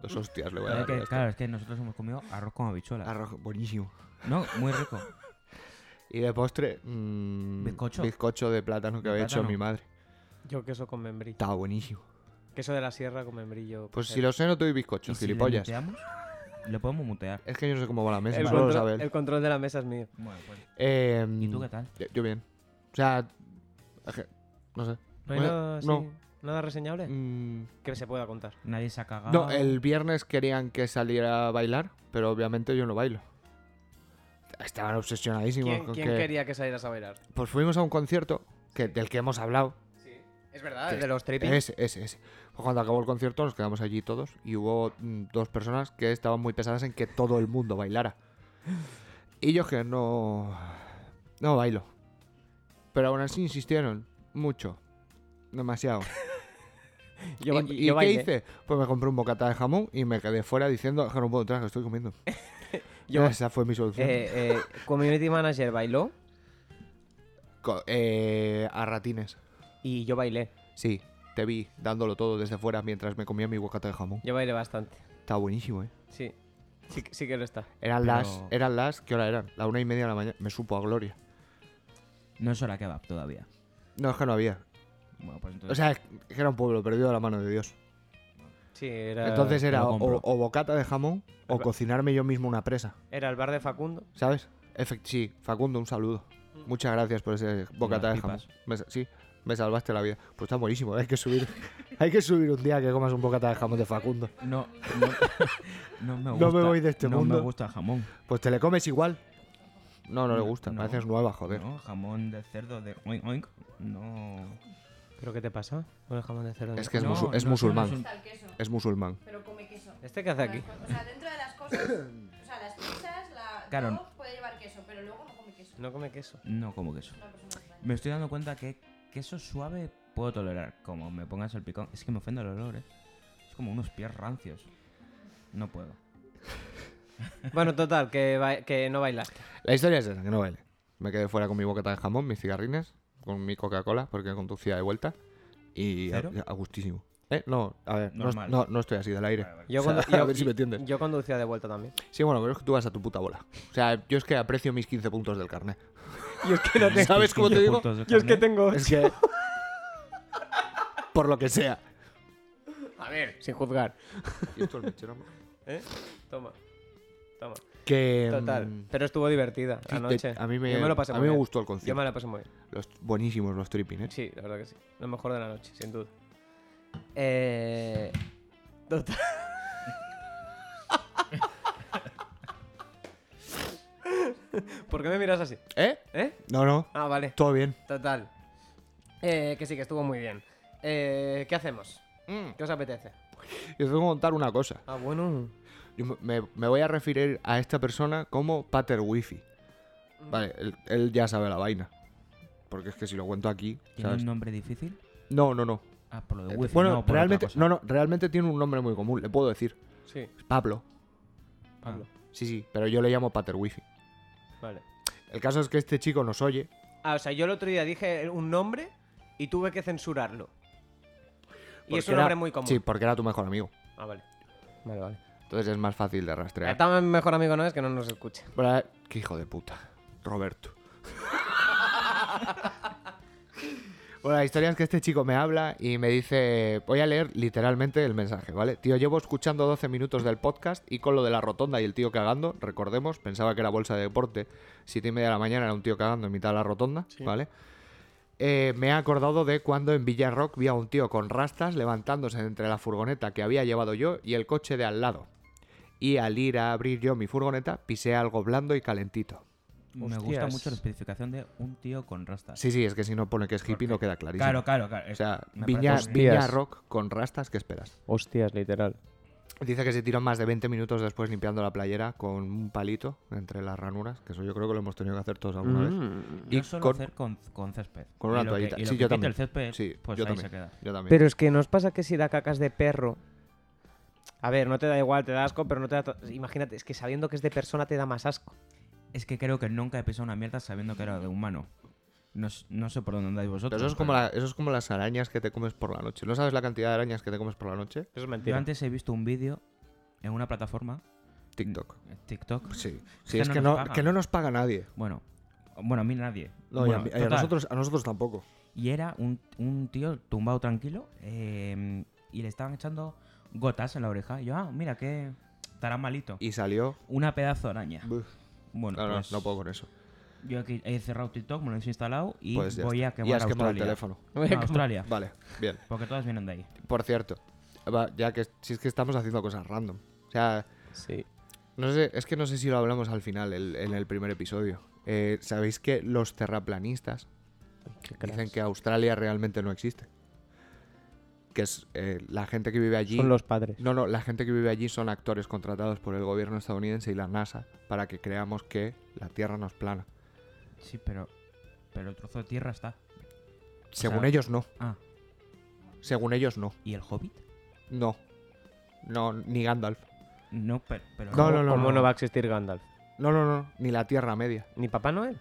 [SPEAKER 2] Dos hostias le voy a dar.
[SPEAKER 4] Claro, que-
[SPEAKER 2] a esto.
[SPEAKER 4] claro, es que nosotros hemos comido arroz con habichuelas.
[SPEAKER 2] Arroz, buenísimo.
[SPEAKER 4] No, muy rico.
[SPEAKER 2] Y de postre... mm,
[SPEAKER 4] Bizcocho.
[SPEAKER 2] Bizcocho de plátano que
[SPEAKER 4] De
[SPEAKER 2] había hecho
[SPEAKER 4] plátano.
[SPEAKER 2] mi madre.
[SPEAKER 3] Yo queso con membrillo.
[SPEAKER 2] Estaba buenísimo.
[SPEAKER 3] Queso de la sierra con membrillo. Eh,
[SPEAKER 2] Pues
[SPEAKER 3] casero.
[SPEAKER 2] si lo sé, no te doy bizcocho,
[SPEAKER 4] ¿Y si le
[SPEAKER 2] gilipollas.
[SPEAKER 4] muteamos? Le podemos mutear.
[SPEAKER 2] es que yo no sé cómo va la mesa,
[SPEAKER 3] el,
[SPEAKER 2] solo lo
[SPEAKER 3] control,
[SPEAKER 2] sabe él.
[SPEAKER 3] el control de la mesa es mío.
[SPEAKER 4] Bueno, pues.
[SPEAKER 2] Eh,
[SPEAKER 4] ¿Y tú qué tal?
[SPEAKER 2] Yo, yo bien. O sea, aje- no sé.
[SPEAKER 3] ¿No hay
[SPEAKER 2] Bueno,
[SPEAKER 3] nada, así-
[SPEAKER 2] no.
[SPEAKER 3] nada reseñable
[SPEAKER 2] Mm,
[SPEAKER 3] que se pueda contar?
[SPEAKER 4] Nadie se ha cagado.
[SPEAKER 2] no, el viernes querían que saliera a bailar, pero obviamente yo no bailo. Estaban obsesionadísimos
[SPEAKER 3] ¿Quién,
[SPEAKER 2] con
[SPEAKER 3] quién
[SPEAKER 2] que...
[SPEAKER 3] quería que salieras a bailar?
[SPEAKER 2] Pues fuimos a un concierto que, del que hemos hablado,
[SPEAKER 3] Sí. Es verdad,
[SPEAKER 2] Que
[SPEAKER 3] el de los tripping.
[SPEAKER 2] Ese, ese, ese. Pues cuando acabó el concierto nos quedamos allí todos y hubo mm, dos personas que estaban muy pesadas en que todo el mundo bailara. Y yo que no... No bailo. Pero aún así insistieron mucho. Demasiado.
[SPEAKER 3] Yo, ba-
[SPEAKER 2] ¿Y-
[SPEAKER 3] yo
[SPEAKER 2] ¿Y, qué
[SPEAKER 3] bailé.
[SPEAKER 2] hice? Pues me compré un bocata de jamón y me quedé fuera diciendo que no puedo entrar, que estoy comiendo.
[SPEAKER 3] Yo-
[SPEAKER 2] Esa fue mi solución.
[SPEAKER 3] Eh, eh, community manager bailó
[SPEAKER 2] Co- eh, a ratines.
[SPEAKER 3] y yo bailé.
[SPEAKER 2] Sí, te vi dándolo todo desde fuera mientras me comía mi bocata de jamón.
[SPEAKER 3] Yo bailé bastante.
[SPEAKER 2] Está buenísimo, ¿eh?
[SPEAKER 3] Sí. Sí, que- sí que lo está.
[SPEAKER 2] Eran
[SPEAKER 4] Pero-
[SPEAKER 2] las, eran las, ¿qué hora eran? La una y media de la mañana. Me supo a Gloria.
[SPEAKER 4] No es hora kebab todavía.
[SPEAKER 2] No, es que no había.
[SPEAKER 4] Bueno, pues entonces.
[SPEAKER 2] O sea, es que era un pueblo perdido de la mano de Dios.
[SPEAKER 3] Sí, era,
[SPEAKER 2] Entonces era
[SPEAKER 4] lo compro.
[SPEAKER 2] o, o bocata de jamón o
[SPEAKER 3] Espera.
[SPEAKER 2] cocinarme yo mismo una presa,
[SPEAKER 3] era el bar de Facundo.
[SPEAKER 2] ¿sabes? Efect sí, Facundo, un saludo.
[SPEAKER 4] Mm.
[SPEAKER 2] Muchas gracias por ese bocata
[SPEAKER 4] las
[SPEAKER 2] de jamón.
[SPEAKER 4] pipas.
[SPEAKER 2] Me sa- sí, me salvaste la vida. Pues está buenísimo, hay que subir. Hay que subir un día que comas un bocata de jamón de Facundo.
[SPEAKER 4] no, no, no me
[SPEAKER 2] No
[SPEAKER 4] gusta.
[SPEAKER 2] me voy de este
[SPEAKER 4] no
[SPEAKER 2] mundo.
[SPEAKER 4] me gusta el jamón.
[SPEAKER 2] Pues te le comes igual. No, no le gusta,
[SPEAKER 4] no.
[SPEAKER 2] me haces nueva, joder.
[SPEAKER 4] No, jamón de cerdo de oink oink. No.
[SPEAKER 3] ¿Pero qué te pasa? Con el jamón de cerdo.
[SPEAKER 2] Es que es,
[SPEAKER 4] No,
[SPEAKER 2] musu- es
[SPEAKER 4] no, no,
[SPEAKER 2] musulmán.
[SPEAKER 4] no, no.
[SPEAKER 5] Está el queso,
[SPEAKER 2] Es musulmán.
[SPEAKER 5] pero come queso.
[SPEAKER 3] ¿Este qué hace aquí?
[SPEAKER 5] O sea, dentro de las cosas, o sea, las pizzas, la
[SPEAKER 4] Claro.
[SPEAKER 5] todo puede llevar queso, pero luego no come queso.
[SPEAKER 3] No come queso.
[SPEAKER 4] No como queso.
[SPEAKER 5] Una persona extraña.
[SPEAKER 4] Me estoy dando cuenta que queso suave puedo tolerar. Como me pongas el picón. Es que me ofende el olor, eh. Es como unos pies rancios. No puedo.
[SPEAKER 3] Bueno, total, que, ba- que no bailaste.
[SPEAKER 2] La historia es esa, que no vale. Me quedé fuera con mi bocata de jamón, mis cigarrines, con mi Coca-Cola, porque conducía de vuelta. Y a,
[SPEAKER 4] ¿Cero?
[SPEAKER 2] a gustísimo. ¿Eh? No, a ver, no, es-
[SPEAKER 4] Normal.
[SPEAKER 2] no, no estoy así del aire.
[SPEAKER 4] Vale, vale.
[SPEAKER 3] Yo,
[SPEAKER 2] O sea,
[SPEAKER 3] condu- yo-
[SPEAKER 2] a ver si me entiendes.
[SPEAKER 3] yo conducía de vuelta también.
[SPEAKER 2] Sí, bueno, pero es que tú vas a tu puta bola. O sea, yo es que aprecio mis 15 puntos del carnet.
[SPEAKER 3] Yo es que no tengo.
[SPEAKER 2] ¿Sabes cómo te digo?
[SPEAKER 4] Puntos de
[SPEAKER 3] Yo es que
[SPEAKER 4] carne.
[SPEAKER 3] tengo.
[SPEAKER 2] Es que... Por lo que sea.
[SPEAKER 3] A ver, sin juzgar. Toma. Toma.
[SPEAKER 2] Que...
[SPEAKER 3] Total.
[SPEAKER 2] mm,
[SPEAKER 3] Pero estuvo divertida
[SPEAKER 2] sí,
[SPEAKER 3] la noche.
[SPEAKER 2] te- a mí me,
[SPEAKER 3] Yo me lo pasé
[SPEAKER 2] a
[SPEAKER 3] muy
[SPEAKER 2] mí me
[SPEAKER 3] bien.
[SPEAKER 2] gustó el
[SPEAKER 3] Yo me
[SPEAKER 2] concierto.
[SPEAKER 3] la pasé muy bien.
[SPEAKER 2] Los, buenísimos los tripping, ¿eh?
[SPEAKER 3] Sí, la verdad que sí. Lo mejor de la noche, sin duda. Eh. Total. ¿Por qué me miras así?
[SPEAKER 2] ¿Eh?
[SPEAKER 3] ¿Eh?
[SPEAKER 2] No, no.
[SPEAKER 3] Ah, vale.
[SPEAKER 2] Todo bien.
[SPEAKER 3] Total. Eh, que sí, que estuvo muy bien. Eh, ¿Qué hacemos? ¿Qué os apetece?
[SPEAKER 2] Yo Mm. tengo que contar una cosa.
[SPEAKER 3] Ah, bueno.
[SPEAKER 2] Yo me- me, me voy a referir a esta persona como Pater Wifi.
[SPEAKER 3] Mm.
[SPEAKER 2] Vale, él, él ya sabe la vaina. Porque es que si lo cuento aquí,
[SPEAKER 4] ¿Tiene
[SPEAKER 2] ¿sabes?
[SPEAKER 4] un nombre difícil?
[SPEAKER 2] No, no, no.
[SPEAKER 4] Ah, por lo de
[SPEAKER 2] Eh,
[SPEAKER 4] wifi.
[SPEAKER 2] bueno,
[SPEAKER 4] no, por
[SPEAKER 2] realmente,
[SPEAKER 4] otra cosa.
[SPEAKER 2] no, no, realmente tiene un nombre muy común, le puedo decir.
[SPEAKER 3] Sí,
[SPEAKER 2] Es Pablo.
[SPEAKER 3] Pablo.
[SPEAKER 2] Sí, sí, pero yo le llamo Pater Wifi.
[SPEAKER 3] Vale.
[SPEAKER 2] El caso es que este chico nos oye.
[SPEAKER 3] Ah, o sea, yo el otro día dije un nombre y tuve que censurarlo. Y
[SPEAKER 2] porque
[SPEAKER 3] es un
[SPEAKER 2] era-
[SPEAKER 3] nombre muy común.
[SPEAKER 2] Sí, porque era tu mejor amigo.
[SPEAKER 3] Ah, vale. Vale, vale.
[SPEAKER 2] Entonces es más fácil de rastrear.
[SPEAKER 3] Está mejor amigo no es que no nos escuche.
[SPEAKER 2] Pero, eh, Qué hijo de puta. Roberto. Bueno, la historia es que este chico me habla y me dice, voy a leer literalmente el mensaje, ¿vale? Tío, llevo escuchando 12 minutos del podcast y con lo de la rotonda y el tío cagando, recordemos, pensaba que era bolsa de deporte, 7 y media de la mañana era un tío cagando en mitad de la rotonda, ¿vale? Eh, me he acordado de cuando en Villarrock vi a un tío con rastas levantándose entre la furgoneta que había llevado yo y el coche de al lado. Y al ir a abrir yo mi furgoneta, pisé algo blando y calentito.
[SPEAKER 4] Me gusta
[SPEAKER 3] Hostias.
[SPEAKER 4] mucho la especificación de un tío con rastas.
[SPEAKER 2] Sí, sí, es que si no pone que es hippie
[SPEAKER 4] Porque-
[SPEAKER 2] no queda clarísimo.
[SPEAKER 4] Claro, claro, claro.
[SPEAKER 2] O sea,
[SPEAKER 4] Me
[SPEAKER 2] Viña,
[SPEAKER 4] parece muy
[SPEAKER 3] bien.
[SPEAKER 2] Viña
[SPEAKER 3] Hostias.
[SPEAKER 2] Rock con rastas, ¿qué esperas?
[SPEAKER 3] Hostias, literal.
[SPEAKER 2] Dice que se tiró más de 20 minutos después limpiando la playera con un palito entre las ranuras, que eso yo creo que lo hemos tenido que hacer todos alguna
[SPEAKER 3] Mm.
[SPEAKER 2] vez.
[SPEAKER 4] Yo
[SPEAKER 2] Y
[SPEAKER 4] suelo
[SPEAKER 2] con-
[SPEAKER 4] hacer con, con césped.
[SPEAKER 2] con una
[SPEAKER 4] Y lo que-
[SPEAKER 2] toallita.
[SPEAKER 4] y lo
[SPEAKER 2] Sí,
[SPEAKER 4] que
[SPEAKER 2] yo
[SPEAKER 4] quite
[SPEAKER 2] también.
[SPEAKER 4] el césped,
[SPEAKER 2] Sí,
[SPEAKER 4] pues
[SPEAKER 2] yo
[SPEAKER 4] ahí
[SPEAKER 2] también.
[SPEAKER 4] se queda.
[SPEAKER 2] Yo también.
[SPEAKER 3] Pero es que nos pasa que si da cacas de perro. A ver, no te da igual, te da asco, pero no te da. to- Imagínate, es que sabiendo que es de persona te da más asco.
[SPEAKER 4] Es que creo que nunca he pisado una mierda sabiendo que era de humano. No, s- no sé por dónde andáis
[SPEAKER 2] Pero
[SPEAKER 4] vosotros.
[SPEAKER 2] eso es, como
[SPEAKER 4] pero
[SPEAKER 2] la- eso es como las arañas que te comes por la noche. ¿No sabes la cantidad de arañas que te comes por la noche?
[SPEAKER 3] Eso es
[SPEAKER 4] Yo antes he visto un vídeo en una plataforma,
[SPEAKER 2] TikTok.
[SPEAKER 4] eh, TikTok.
[SPEAKER 2] Sí.
[SPEAKER 4] Es
[SPEAKER 2] Sí,
[SPEAKER 4] que
[SPEAKER 2] es
[SPEAKER 4] no
[SPEAKER 2] que
[SPEAKER 4] nos
[SPEAKER 2] no,
[SPEAKER 4] pagan.
[SPEAKER 2] que no nos paga nadie.
[SPEAKER 4] Bueno, bueno, a mí nadie.
[SPEAKER 2] No, y
[SPEAKER 4] Bueno,
[SPEAKER 2] a mí- y a,
[SPEAKER 4] total.
[SPEAKER 2] nosotros, a nosotros tampoco.
[SPEAKER 4] Y era un, un tío tumbado tranquilo eh, y le estaban echando gotas en la oreja. Y yo, ah, mira, que estará malito.
[SPEAKER 2] Y salió.
[SPEAKER 4] Una pedazo de araña.
[SPEAKER 2] Buf.
[SPEAKER 4] Bueno,
[SPEAKER 2] no, no,
[SPEAKER 4] pues,
[SPEAKER 2] no puedo con eso.
[SPEAKER 4] Yo aquí he cerrado TikTok, me lo he instalado y
[SPEAKER 2] Pues ya
[SPEAKER 4] voy
[SPEAKER 2] está.
[SPEAKER 4] a quemar
[SPEAKER 2] y has quemado el
[SPEAKER 4] Australia.
[SPEAKER 2] teléfono.
[SPEAKER 4] No, Australia,
[SPEAKER 2] Vale, bien.
[SPEAKER 4] porque todas vienen de ahí.
[SPEAKER 2] Por cierto, va, ya que si es que estamos haciendo cosas random. O sea,
[SPEAKER 3] Sí.
[SPEAKER 2] no sé, es que no sé si lo hablamos al final, el- en el primer episodio. Eh, Sabéis que los terraplanistas dicen que Australia realmente no existe. que es eh, la gente que vive allí.
[SPEAKER 3] Son los padres.
[SPEAKER 2] No, no, la gente que vive allí son actores contratados por el gobierno estadounidense y la NASA para que creamos que la Tierra no es plana.
[SPEAKER 4] Sí, pero. Pero el trozo de tierra está.
[SPEAKER 2] Según
[SPEAKER 4] sea-
[SPEAKER 2] ellos no,
[SPEAKER 4] Ah,
[SPEAKER 2] según ellos no,
[SPEAKER 4] ¿y el hobbit?
[SPEAKER 2] no, no, ni Gandalf,
[SPEAKER 4] No, pero. pero
[SPEAKER 2] No, no, no,
[SPEAKER 3] ¿Cómo
[SPEAKER 2] no.
[SPEAKER 3] no va a existir Gandalf?
[SPEAKER 2] no, no, no, ni la Tierra Media.
[SPEAKER 3] ¿Ni Papá Noel?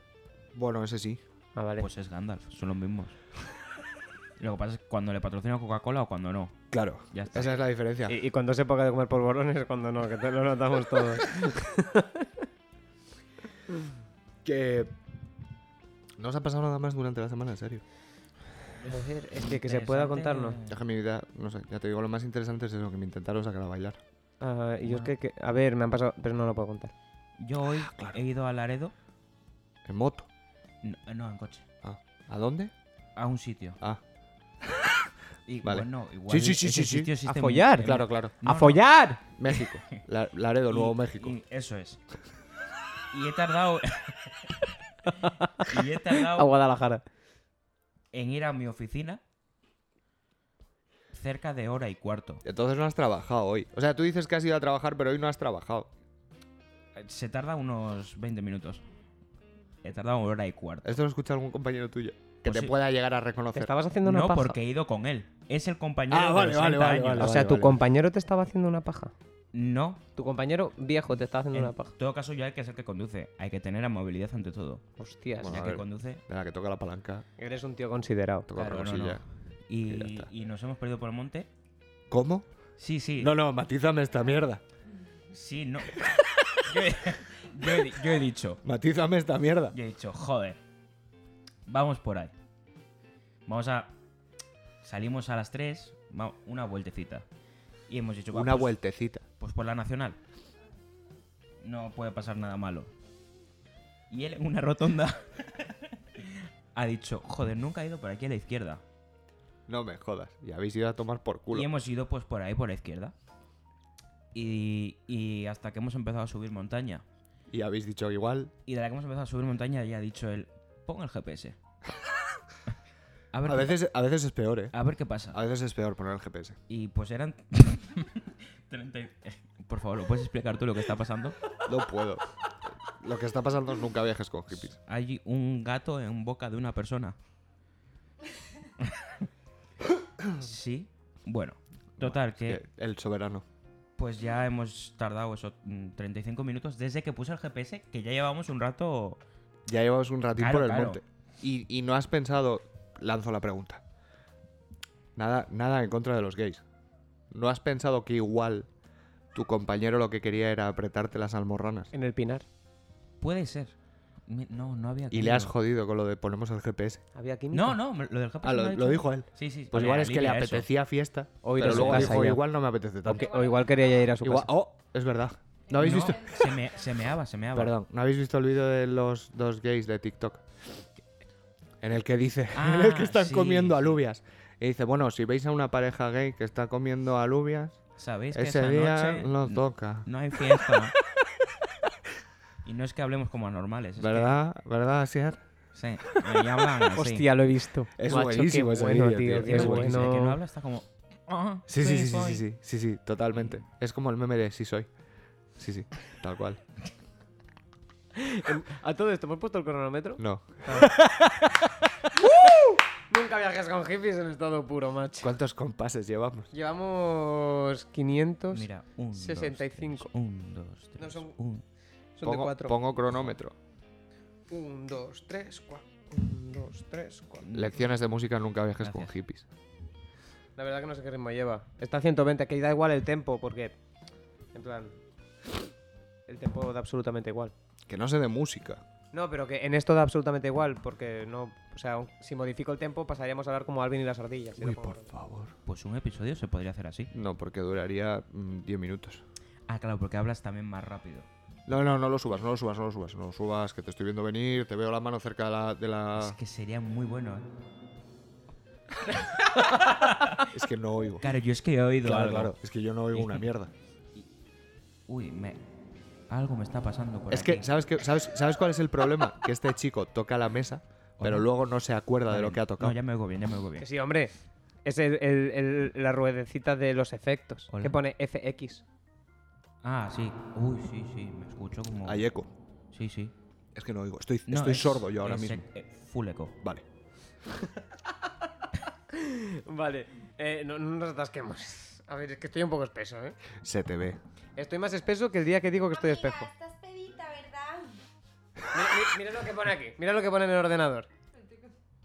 [SPEAKER 2] Bueno, ese sí.
[SPEAKER 3] Ah, vale.
[SPEAKER 4] Pues es Gandalf, son los mismos. Lo que pasa es que cuando le patrocina Coca-Cola o cuando no.
[SPEAKER 2] Claro.
[SPEAKER 4] Ya está. Eh.
[SPEAKER 2] Esa es la diferencia.
[SPEAKER 3] y, y cuando es época de comer polvorones, cuando no, que te lo notamos todos.
[SPEAKER 2] Que... No os ha pasado nada más durante la semana, en serio.
[SPEAKER 3] es que, que se pueda contar, no.
[SPEAKER 4] Interesante.
[SPEAKER 2] Déjame mi vida, no sé, ya te digo, lo más interesante es eso, que me intentaron sacar a bailar.
[SPEAKER 3] Ah, y yo es que, que- A ver, me han pasado... Pero no lo puedo contar.
[SPEAKER 4] Yo hoy
[SPEAKER 2] Ah, claro.
[SPEAKER 4] he ido a Laredo.
[SPEAKER 2] En moto.
[SPEAKER 4] No, no, en coche.
[SPEAKER 2] Ah. ¿A dónde?
[SPEAKER 4] A un sitio.
[SPEAKER 2] Ah.
[SPEAKER 4] Y
[SPEAKER 2] Vale.
[SPEAKER 4] bueno, igual.
[SPEAKER 2] Sí, sí, sí, sí,
[SPEAKER 4] ese
[SPEAKER 2] sí.
[SPEAKER 4] sitio existe
[SPEAKER 3] ¡A
[SPEAKER 4] en-
[SPEAKER 3] follar!
[SPEAKER 4] en-
[SPEAKER 2] Claro, claro.
[SPEAKER 4] No,
[SPEAKER 3] ¡A
[SPEAKER 4] no.
[SPEAKER 3] follar!
[SPEAKER 2] México. La- Laredo, Nuevo
[SPEAKER 4] Y-
[SPEAKER 2] México.
[SPEAKER 4] y- eso es. Y he tardado. y he
[SPEAKER 3] A
[SPEAKER 4] tardado
[SPEAKER 3] Guadalajara.
[SPEAKER 4] en ir a mi oficina cerca de hora y cuarto.
[SPEAKER 2] Entonces no has trabajado hoy. O sea, tú dices que has ido a trabajar, pero hoy no has trabajado.
[SPEAKER 4] Se tarda unos 20 minutos. He tardado una hora y cuarto.
[SPEAKER 2] Esto lo escucha algún compañero tuyo. Que
[SPEAKER 4] Pues
[SPEAKER 2] te
[SPEAKER 4] sí.
[SPEAKER 2] pueda llegar a
[SPEAKER 3] ¿Te
[SPEAKER 2] reconocer.
[SPEAKER 3] estabas haciendo una
[SPEAKER 4] No,
[SPEAKER 3] paja?
[SPEAKER 4] porque he ido con él. Es el compañero.
[SPEAKER 2] Ah,
[SPEAKER 4] de
[SPEAKER 2] vale,
[SPEAKER 4] los
[SPEAKER 2] vale,
[SPEAKER 4] 60
[SPEAKER 2] vale,
[SPEAKER 4] años.
[SPEAKER 2] vale,
[SPEAKER 3] O sea,
[SPEAKER 2] vale,
[SPEAKER 3] tu
[SPEAKER 2] vale.
[SPEAKER 3] compañero te estaba haciendo una paja.
[SPEAKER 4] No,
[SPEAKER 3] Tu compañero viejo te estaba haciendo
[SPEAKER 4] en
[SPEAKER 3] una paja.
[SPEAKER 4] todo caso, ya que es el que conduce. Hay que tener amabilidad ante todo.
[SPEAKER 3] Hostias.
[SPEAKER 2] Bueno,
[SPEAKER 4] ya
[SPEAKER 2] a
[SPEAKER 4] que
[SPEAKER 2] ver.
[SPEAKER 4] conduce.
[SPEAKER 2] De la que toca la palanca,
[SPEAKER 3] Eres un tío considerado.
[SPEAKER 2] toca
[SPEAKER 4] Claro,
[SPEAKER 2] otra
[SPEAKER 4] no,
[SPEAKER 2] cosilla. Y ya
[SPEAKER 4] Y,
[SPEAKER 2] está.
[SPEAKER 4] y nos hemos perdido por el monte.
[SPEAKER 2] ¿Cómo?
[SPEAKER 4] Sí, sí.
[SPEAKER 2] No, no, matízame esta mierda.
[SPEAKER 4] Sí, no. yo, he, yo he di- yo he dicho.
[SPEAKER 2] Matízame esta mierda.
[SPEAKER 4] Yo he dicho, joder. Vamos por ahí. Vamos a. Salimos a las 3, va- una vueltecita. Y hemos dicho, va,
[SPEAKER 2] Una
[SPEAKER 4] pues-
[SPEAKER 2] vueltecita.
[SPEAKER 4] Pues por la nacional. No puede pasar nada malo. Y él en una rotonda ha dicho, joder, nunca he ido por aquí a la izquierda.
[SPEAKER 2] No me jodas. Y habéis ido a tomar por culo.
[SPEAKER 4] Y hemos ido pues por ahí, por la izquierda. Y, y hasta que hemos empezado a subir montaña.
[SPEAKER 2] Y habéis dicho igual.
[SPEAKER 4] Y de la que hemos empezado a subir montaña ya ha dicho él, pon el GPS. a, ver
[SPEAKER 2] A
[SPEAKER 4] qué-
[SPEAKER 2] veces, a veces es peor, ¿eh?
[SPEAKER 4] a ver qué pasa.
[SPEAKER 2] A veces es peor poner el GPS.
[SPEAKER 4] Y pues eran... 30 y- Por favor, ¿lo puedes explicar tú lo que está pasando?
[SPEAKER 2] No puedo. Lo que está pasando es nunca viajes con hippies.
[SPEAKER 4] Hay un gato en boca de una persona. sí. Bueno, total, que
[SPEAKER 2] Eh, El soberano.
[SPEAKER 4] pues ya hemos tardado eso mm, 35 minutos desde que puse el GPS, que ya llevamos un rato...
[SPEAKER 2] Ya llevamos un ratín
[SPEAKER 4] Claro,
[SPEAKER 2] por el
[SPEAKER 4] claro.
[SPEAKER 2] monte. Y, y no has pensado, lanzo la pregunta. Nada, nada en contra de los gays. ¿No has pensado que igual tu compañero lo que quería era apretarte las almorranas?
[SPEAKER 3] En el Pinar.
[SPEAKER 4] Puede ser. Mi- No, no había...
[SPEAKER 2] Y le has
[SPEAKER 4] caído.
[SPEAKER 2] jodido con lo de ponemos el GPS.
[SPEAKER 3] Había química.
[SPEAKER 4] No, no, me- lo del GPS
[SPEAKER 2] Ah,
[SPEAKER 4] me
[SPEAKER 2] lo,
[SPEAKER 4] ha
[SPEAKER 2] lo
[SPEAKER 4] dicho-
[SPEAKER 2] dijo él.
[SPEAKER 4] Sí, sí.
[SPEAKER 2] Pues
[SPEAKER 4] le
[SPEAKER 2] igual es que le
[SPEAKER 4] alivia eso.
[SPEAKER 2] apetecía fiesta.
[SPEAKER 3] O ir
[SPEAKER 2] pero
[SPEAKER 3] a su
[SPEAKER 2] luego
[SPEAKER 3] casa
[SPEAKER 2] dijo,
[SPEAKER 3] ya.
[SPEAKER 2] igual no me apetece
[SPEAKER 3] O,
[SPEAKER 2] tanto.
[SPEAKER 3] que- o igual quería ya ir a su
[SPEAKER 2] Igual-
[SPEAKER 3] casa.
[SPEAKER 2] oh, es verdad. ¿No habéis
[SPEAKER 4] No,
[SPEAKER 2] visto?
[SPEAKER 4] Se, me, se meaba, se meaba.
[SPEAKER 2] oh, Perdón, ¿no habéis visto el vídeo de los dos gays de TikTok? En el que dice,
[SPEAKER 4] Ah,
[SPEAKER 2] en el que están
[SPEAKER 4] sí,
[SPEAKER 2] comiendo
[SPEAKER 4] sí.
[SPEAKER 2] alubias. Y dice, bueno, si veis a una pareja gay que está comiendo alubias,
[SPEAKER 4] ¿Sabéis que
[SPEAKER 2] ese
[SPEAKER 4] esa
[SPEAKER 2] día
[SPEAKER 4] noche
[SPEAKER 2] no
[SPEAKER 4] n-
[SPEAKER 2] toca.
[SPEAKER 4] No hay fiesta. y no es que hablemos como anormales. Es que-
[SPEAKER 2] ¿Verdad? ¿Verdad, Asier?
[SPEAKER 4] sí, me llaman así.
[SPEAKER 3] Hostia, lo he visto.
[SPEAKER 2] Es
[SPEAKER 3] Macho,
[SPEAKER 2] buenísimo
[SPEAKER 3] qué
[SPEAKER 2] ese
[SPEAKER 3] bueno,
[SPEAKER 2] vídeo, tío,
[SPEAKER 3] Qué
[SPEAKER 4] Es
[SPEAKER 2] es
[SPEAKER 4] bueno.
[SPEAKER 2] buenísimo.
[SPEAKER 4] El que no
[SPEAKER 3] bueno.
[SPEAKER 4] habla está como... "Ah,
[SPEAKER 2] Sí, sí, sí, sí,
[SPEAKER 4] soy".
[SPEAKER 2] sí, sí, sí, sí, totalmente. Es como el meme de sí soy. Sí, sí, tal cual.
[SPEAKER 3] A todo esto, ¿hemos puesto el cronómetro?
[SPEAKER 2] No.
[SPEAKER 3] Nunca viajes con hippies en estado puro, macho.
[SPEAKER 2] ¿Cuántos compases llevamos?
[SPEAKER 3] Llevamos 500.
[SPEAKER 4] Mira, un,
[SPEAKER 3] 65.
[SPEAKER 4] Dos, tres, un, dos, tres,
[SPEAKER 3] No, son-
[SPEAKER 4] un.
[SPEAKER 3] son de
[SPEAKER 2] Pongo,
[SPEAKER 3] 4.
[SPEAKER 2] pongo cronómetro.
[SPEAKER 3] 1, 2, 3, 4. 1, 2, 3, 4.
[SPEAKER 2] Lecciones de música nunca viajes con
[SPEAKER 4] Gracias.
[SPEAKER 2] hippies.
[SPEAKER 3] La verdad que no sé qué ritmo lleva. Está a 120, que da igual el tempo, porque. En plan. El tempo da absolutamente igual.
[SPEAKER 2] Que no sé de música.
[SPEAKER 3] No, pero que en esto da absolutamente igual, porque no. O sea, si modifico el tiempo, pasaríamos a hablar como Alvin y las ardillas. si
[SPEAKER 2] Uy,
[SPEAKER 3] lo pongo.
[SPEAKER 2] por favor.
[SPEAKER 4] Pues un episodio se podría hacer así.
[SPEAKER 2] No, porque duraría mm, 10 minutos.
[SPEAKER 4] Ah, claro, porque hablas también más rápido.
[SPEAKER 2] No, no, no lo subas, no lo subas, no lo subas, no lo subas, que te estoy viendo venir, te veo la mano cerca de la... de la-
[SPEAKER 4] Es que sería muy bueno, ¿eh?
[SPEAKER 2] Es que no oigo.
[SPEAKER 4] Claro, yo es que he oído
[SPEAKER 2] Claro,
[SPEAKER 4] algo.
[SPEAKER 2] claro, es que yo no oigo una mierda.
[SPEAKER 4] Uy, me... Algo me está pasando por
[SPEAKER 2] Es
[SPEAKER 4] aquí.
[SPEAKER 2] que, ¿sabes, qué, sabes, ¿sabes cuál es el problema? Que este chico toca la mesa, pero
[SPEAKER 4] Oye.
[SPEAKER 2] luego no se acuerda
[SPEAKER 4] Vale,
[SPEAKER 2] de lo que ha tocado.
[SPEAKER 4] No, ya me oigo bien, ya me oigo bien.
[SPEAKER 3] Que sí, hombre. Es el- el- el- la ruedecita de los efectos.
[SPEAKER 4] Hola.
[SPEAKER 3] Que pone FX.
[SPEAKER 4] Ah, sí. Uy, sí, sí. Me escucho como.
[SPEAKER 2] Hay eco.
[SPEAKER 4] Sí, sí.
[SPEAKER 2] Es que no oigo. Estoy,
[SPEAKER 4] No,
[SPEAKER 2] estoy
[SPEAKER 4] es-
[SPEAKER 2] sordo yo ahora
[SPEAKER 4] es,
[SPEAKER 2] mismo.
[SPEAKER 4] eh, full eco.
[SPEAKER 2] Vale.
[SPEAKER 3] Vale. eh, no, no nos atasquemos. A ver, es que estoy un poco espeso, ¿eh?
[SPEAKER 2] Se te ve.
[SPEAKER 3] Estoy más espeso que el día que digo que estoy espejo.
[SPEAKER 5] Mira, estás pedita, ¿verdad?
[SPEAKER 3] Mira, mira- mira lo que pone aquí. Mira lo que pone en el ordenador.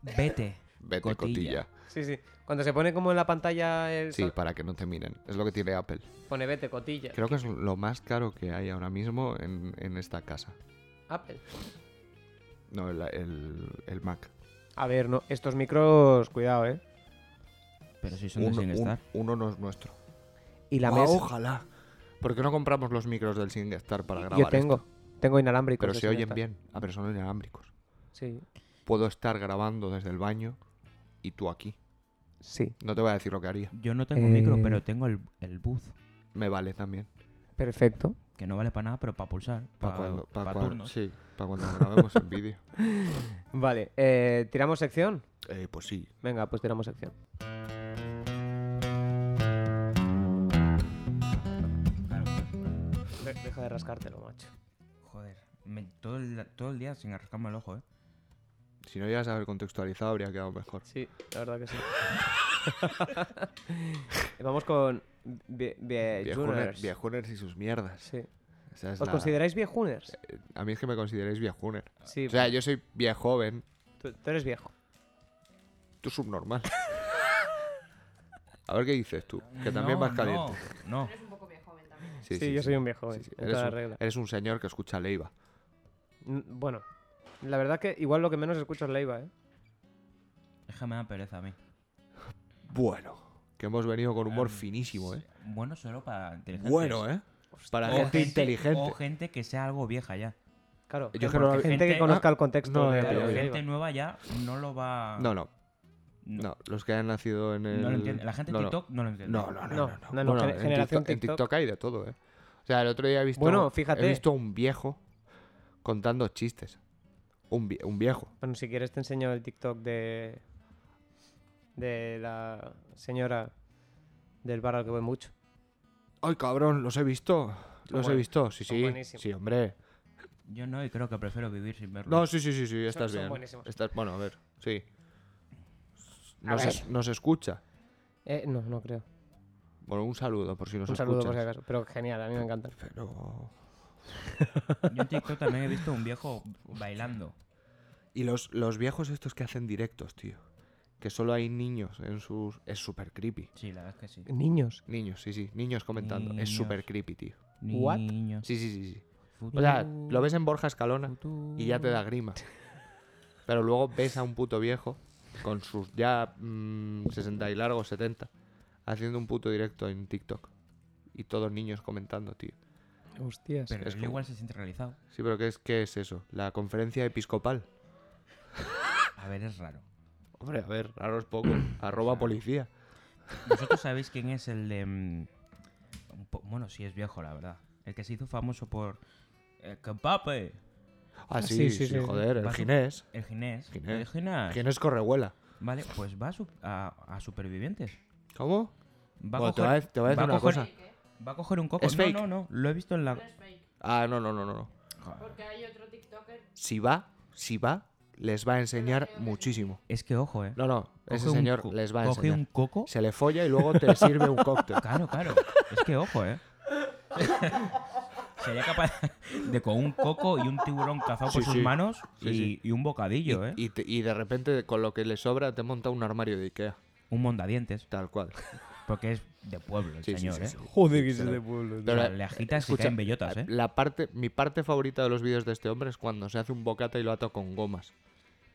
[SPEAKER 4] Vete.
[SPEAKER 2] Vete, cotilla.
[SPEAKER 4] Cotilla.
[SPEAKER 3] Sí, sí. Cuando se pone como en la pantalla el
[SPEAKER 2] Sí,
[SPEAKER 3] sol,
[SPEAKER 2] para que no te miren. Es lo que tiene Apple.
[SPEAKER 3] pone vete, cotilla.
[SPEAKER 2] Creo que es lo más caro que hay ahora mismo en, en esta casa.
[SPEAKER 3] Apple.
[SPEAKER 2] No, el, el- el Mac.
[SPEAKER 3] A ver, no, estos micros, cuidado, eh.
[SPEAKER 4] Pero si son de
[SPEAKER 2] Uno,
[SPEAKER 4] sin
[SPEAKER 2] un-
[SPEAKER 4] estar.
[SPEAKER 2] uno no es nuestro.
[SPEAKER 3] Y la
[SPEAKER 2] Ah,
[SPEAKER 3] mesa.
[SPEAKER 2] Ojalá. ¿Por qué no compramos los micros del SingStar para grabar?
[SPEAKER 3] Yo tengo.
[SPEAKER 2] esto?
[SPEAKER 3] Tengo inalámbricos.
[SPEAKER 2] Pero
[SPEAKER 3] de
[SPEAKER 2] se oyen
[SPEAKER 3] Sinesta.
[SPEAKER 2] bien. Ah, pero son inalámbricos.
[SPEAKER 3] Sí.
[SPEAKER 2] Puedo estar grabando desde el baño y tú aquí.
[SPEAKER 3] Sí.
[SPEAKER 2] No te voy a decir lo que haría.
[SPEAKER 4] Yo no tengo micro,
[SPEAKER 3] Eh.
[SPEAKER 4] pero tengo el, el booth.
[SPEAKER 2] Me vale también.
[SPEAKER 3] Perfecto.
[SPEAKER 4] Que no vale para nada, pero para pulsar.
[SPEAKER 2] Para
[SPEAKER 4] Para
[SPEAKER 2] cuando, pa'
[SPEAKER 4] pa
[SPEAKER 2] cuan-
[SPEAKER 4] turnos.
[SPEAKER 2] sí, pa' cuando grabemos el vídeo.
[SPEAKER 3] Vale, eh, ¿tiramos sección?
[SPEAKER 2] Eh, pues sí.
[SPEAKER 3] Venga, pues tiramos sección.
[SPEAKER 4] Claro.
[SPEAKER 3] De- Deja de rascártelo, macho.
[SPEAKER 4] Joder. me- todo, el, todo el día sin arrancarme el ojo, ¿eh?
[SPEAKER 2] Si no llegas a haber contextualizado, habría quedado mejor.
[SPEAKER 3] Sí, la verdad que sí. Vamos con vie- vie-
[SPEAKER 2] Viejuner,
[SPEAKER 3] Juners.
[SPEAKER 2] viejuners y sus mierdas.
[SPEAKER 3] Sí.
[SPEAKER 2] Esa es
[SPEAKER 3] ¿Os
[SPEAKER 2] la-
[SPEAKER 3] consideráis viejuners?
[SPEAKER 2] A mí es que me consideréis viejuner.
[SPEAKER 3] Sí, pues.
[SPEAKER 2] O sea, yo soy viejoven,
[SPEAKER 3] tú, tú eres viejo.
[SPEAKER 2] tú subnormal. a ver qué dices tú, que también vas caliente.
[SPEAKER 4] No, no.
[SPEAKER 5] Eres un poco viejo joven también.
[SPEAKER 3] Sí, yo soy un viejo,
[SPEAKER 2] Sí,
[SPEAKER 3] en
[SPEAKER 2] sí,
[SPEAKER 3] en
[SPEAKER 2] Eres,
[SPEAKER 3] toda
[SPEAKER 2] un,
[SPEAKER 3] regla.
[SPEAKER 2] eres un señor que escucha Leiva.
[SPEAKER 3] Mm, Bueno, la verdad que igual lo que menos escucho es Leiva, ¿eh?
[SPEAKER 4] Es que me da pereza a mí.
[SPEAKER 2] Bueno, que hemos venido con humor
[SPEAKER 4] Em,
[SPEAKER 2] finísimo, ¿eh?
[SPEAKER 4] Bueno, solo para inteligentes.
[SPEAKER 2] Bueno, ¿eh? Para
[SPEAKER 3] Oh,
[SPEAKER 4] O
[SPEAKER 2] gente inteligente.
[SPEAKER 4] O gente que sea algo vieja ya.
[SPEAKER 3] Claro. eh,
[SPEAKER 2] Yo creo
[SPEAKER 3] gente,
[SPEAKER 2] que-
[SPEAKER 3] que
[SPEAKER 4] gente-
[SPEAKER 3] conozca
[SPEAKER 2] ah,
[SPEAKER 3] el contexto
[SPEAKER 2] no,
[SPEAKER 3] de,
[SPEAKER 2] ya,
[SPEAKER 4] Claro,
[SPEAKER 2] ya,
[SPEAKER 3] de
[SPEAKER 2] ya.
[SPEAKER 4] gente
[SPEAKER 3] Leiva.
[SPEAKER 4] nueva ya no lo va.
[SPEAKER 2] No, no,
[SPEAKER 4] no.
[SPEAKER 2] no. Los que hayan nacido en el...
[SPEAKER 4] No lo entiende. La gente de
[SPEAKER 2] no, no.
[SPEAKER 4] TikTok no lo entiende.
[SPEAKER 2] No, no, no.
[SPEAKER 3] No,
[SPEAKER 2] no,
[SPEAKER 3] no, no,
[SPEAKER 2] Bueno,
[SPEAKER 3] gen- generación
[SPEAKER 2] en TikTok, en
[SPEAKER 3] TikTok.
[SPEAKER 2] TikTok hay de todo, ¿eh? O sea, el otro día he visto,
[SPEAKER 3] Bueno, fíjate.
[SPEAKER 2] he visto un viejo contando chistes. Un, vie- un viejo.
[SPEAKER 3] Bueno, si quieres te enseño el TikTok de. de la señora del bar al que voy mucho.
[SPEAKER 2] Ay, cabrón, los he visto.
[SPEAKER 3] Son
[SPEAKER 2] Los he
[SPEAKER 3] buen-
[SPEAKER 2] visto, sí,
[SPEAKER 3] son
[SPEAKER 2] sí.
[SPEAKER 3] buenísimos.
[SPEAKER 2] Sí, hombre.
[SPEAKER 4] Yo no, y creo que prefiero vivir sin verlo.
[SPEAKER 2] No, sí, sí, sí, sí, estás
[SPEAKER 3] son
[SPEAKER 2] bien.
[SPEAKER 3] buenísimos.
[SPEAKER 2] Estás, bueno, a ver, sí.
[SPEAKER 3] A
[SPEAKER 2] Nos,
[SPEAKER 3] ver.
[SPEAKER 2] es- nos escucha.
[SPEAKER 3] Eh, no, no creo.
[SPEAKER 2] Bueno, un saludo por si nos
[SPEAKER 3] Un saludo por si
[SPEAKER 2] escuchas.
[SPEAKER 3] acaso. Pero genial, a mí me encanta.
[SPEAKER 2] Pero...
[SPEAKER 4] Yo en TikTok también he visto un viejo bailando.
[SPEAKER 2] Y los, los viejos estos que hacen directos, tío. Que solo hay niños en sus... Es súper creepy.
[SPEAKER 4] Sí, la verdad es que sí.
[SPEAKER 3] Niños.
[SPEAKER 2] Niños, sí, sí. Niños comentando. Es
[SPEAKER 4] Niños.
[SPEAKER 2] súper creepy, tío.
[SPEAKER 3] What?
[SPEAKER 4] Niños.
[SPEAKER 2] Sí, sí, sí, sí. O sea, lo ves en Borja Escalona y ya te da grima. Pero luego ves a un puto viejo con sus ya mm, 60 y largos, 70, haciendo un puto directo en TikTok. Y todos niños comentando, tío.
[SPEAKER 3] Hostias.
[SPEAKER 4] Pero
[SPEAKER 2] es
[SPEAKER 4] él
[SPEAKER 2] como-
[SPEAKER 4] igual se siente realizado.
[SPEAKER 2] Sí, pero ¿qué es, qué es eso? ¿La conferencia episcopal?
[SPEAKER 4] A ver, es raro.
[SPEAKER 2] Hombre, a ver, raros poco. Arroba policía.
[SPEAKER 4] ¿Vosotros sabéis quién es el de. mm, un po- Bueno, sí es viejo, la verdad. El que se hizo famoso por. El Kempape,
[SPEAKER 2] Ah, sí,
[SPEAKER 3] sí,
[SPEAKER 2] sí,
[SPEAKER 3] sí, sí.
[SPEAKER 2] joder, el
[SPEAKER 4] Vas-
[SPEAKER 2] Ginés.
[SPEAKER 4] El Ginés.
[SPEAKER 2] Ginés.
[SPEAKER 4] El Ginés.
[SPEAKER 2] Ginés Correhuela.
[SPEAKER 4] Vale, pues va a, su- a- a supervivientes.
[SPEAKER 2] ¿Cómo?
[SPEAKER 4] Va
[SPEAKER 2] Bueno, te voy a dec- te voy a
[SPEAKER 4] va
[SPEAKER 2] decir una
[SPEAKER 4] coger-
[SPEAKER 2] cosa.
[SPEAKER 5] Fake, ¿eh?
[SPEAKER 4] Va a coger un coco.
[SPEAKER 2] Es
[SPEAKER 4] no,
[SPEAKER 2] fake.
[SPEAKER 4] no, no. Lo he visto en la.
[SPEAKER 5] No es fake.
[SPEAKER 2] Ah, no, no, no, no. no.
[SPEAKER 5] Porque hay otro TikToker.
[SPEAKER 2] Si va, si va, les va a enseñar muchísimo.
[SPEAKER 4] Es que ojo, eh.
[SPEAKER 2] No, no, ese
[SPEAKER 4] Coge un
[SPEAKER 2] señor
[SPEAKER 4] co-
[SPEAKER 2] les va a
[SPEAKER 4] Coge
[SPEAKER 2] enseñar.
[SPEAKER 4] un coco.
[SPEAKER 2] Se le folla y luego te sirve un cóctel.
[SPEAKER 4] Claro, claro. Es que ojo, eh. Sería capaz de con un coco y un tiburón cazado por
[SPEAKER 2] Sí,
[SPEAKER 4] sus
[SPEAKER 2] sí.
[SPEAKER 4] manos
[SPEAKER 2] Sí,
[SPEAKER 4] y,
[SPEAKER 2] sí.
[SPEAKER 4] y un bocadillo, eh.
[SPEAKER 2] Y, te- y de repente, con lo que le sobra, te monta un armario de Ikea.
[SPEAKER 4] Un mondadientes.
[SPEAKER 2] Tal cual.
[SPEAKER 4] Porque es de pueblo el
[SPEAKER 2] Sí, sí,
[SPEAKER 4] señor,
[SPEAKER 2] sí,
[SPEAKER 4] eh.
[SPEAKER 2] sí.
[SPEAKER 3] Joder,
[SPEAKER 2] que se le
[SPEAKER 3] pueblo.
[SPEAKER 4] O sea,
[SPEAKER 2] Pero, eh,
[SPEAKER 4] le agitas y
[SPEAKER 2] escucha,
[SPEAKER 4] caen bellotas, eh.
[SPEAKER 2] La parte, mi parte favorita de los vídeos de este hombre es cuando se hace un bocata y lo ata con gomas.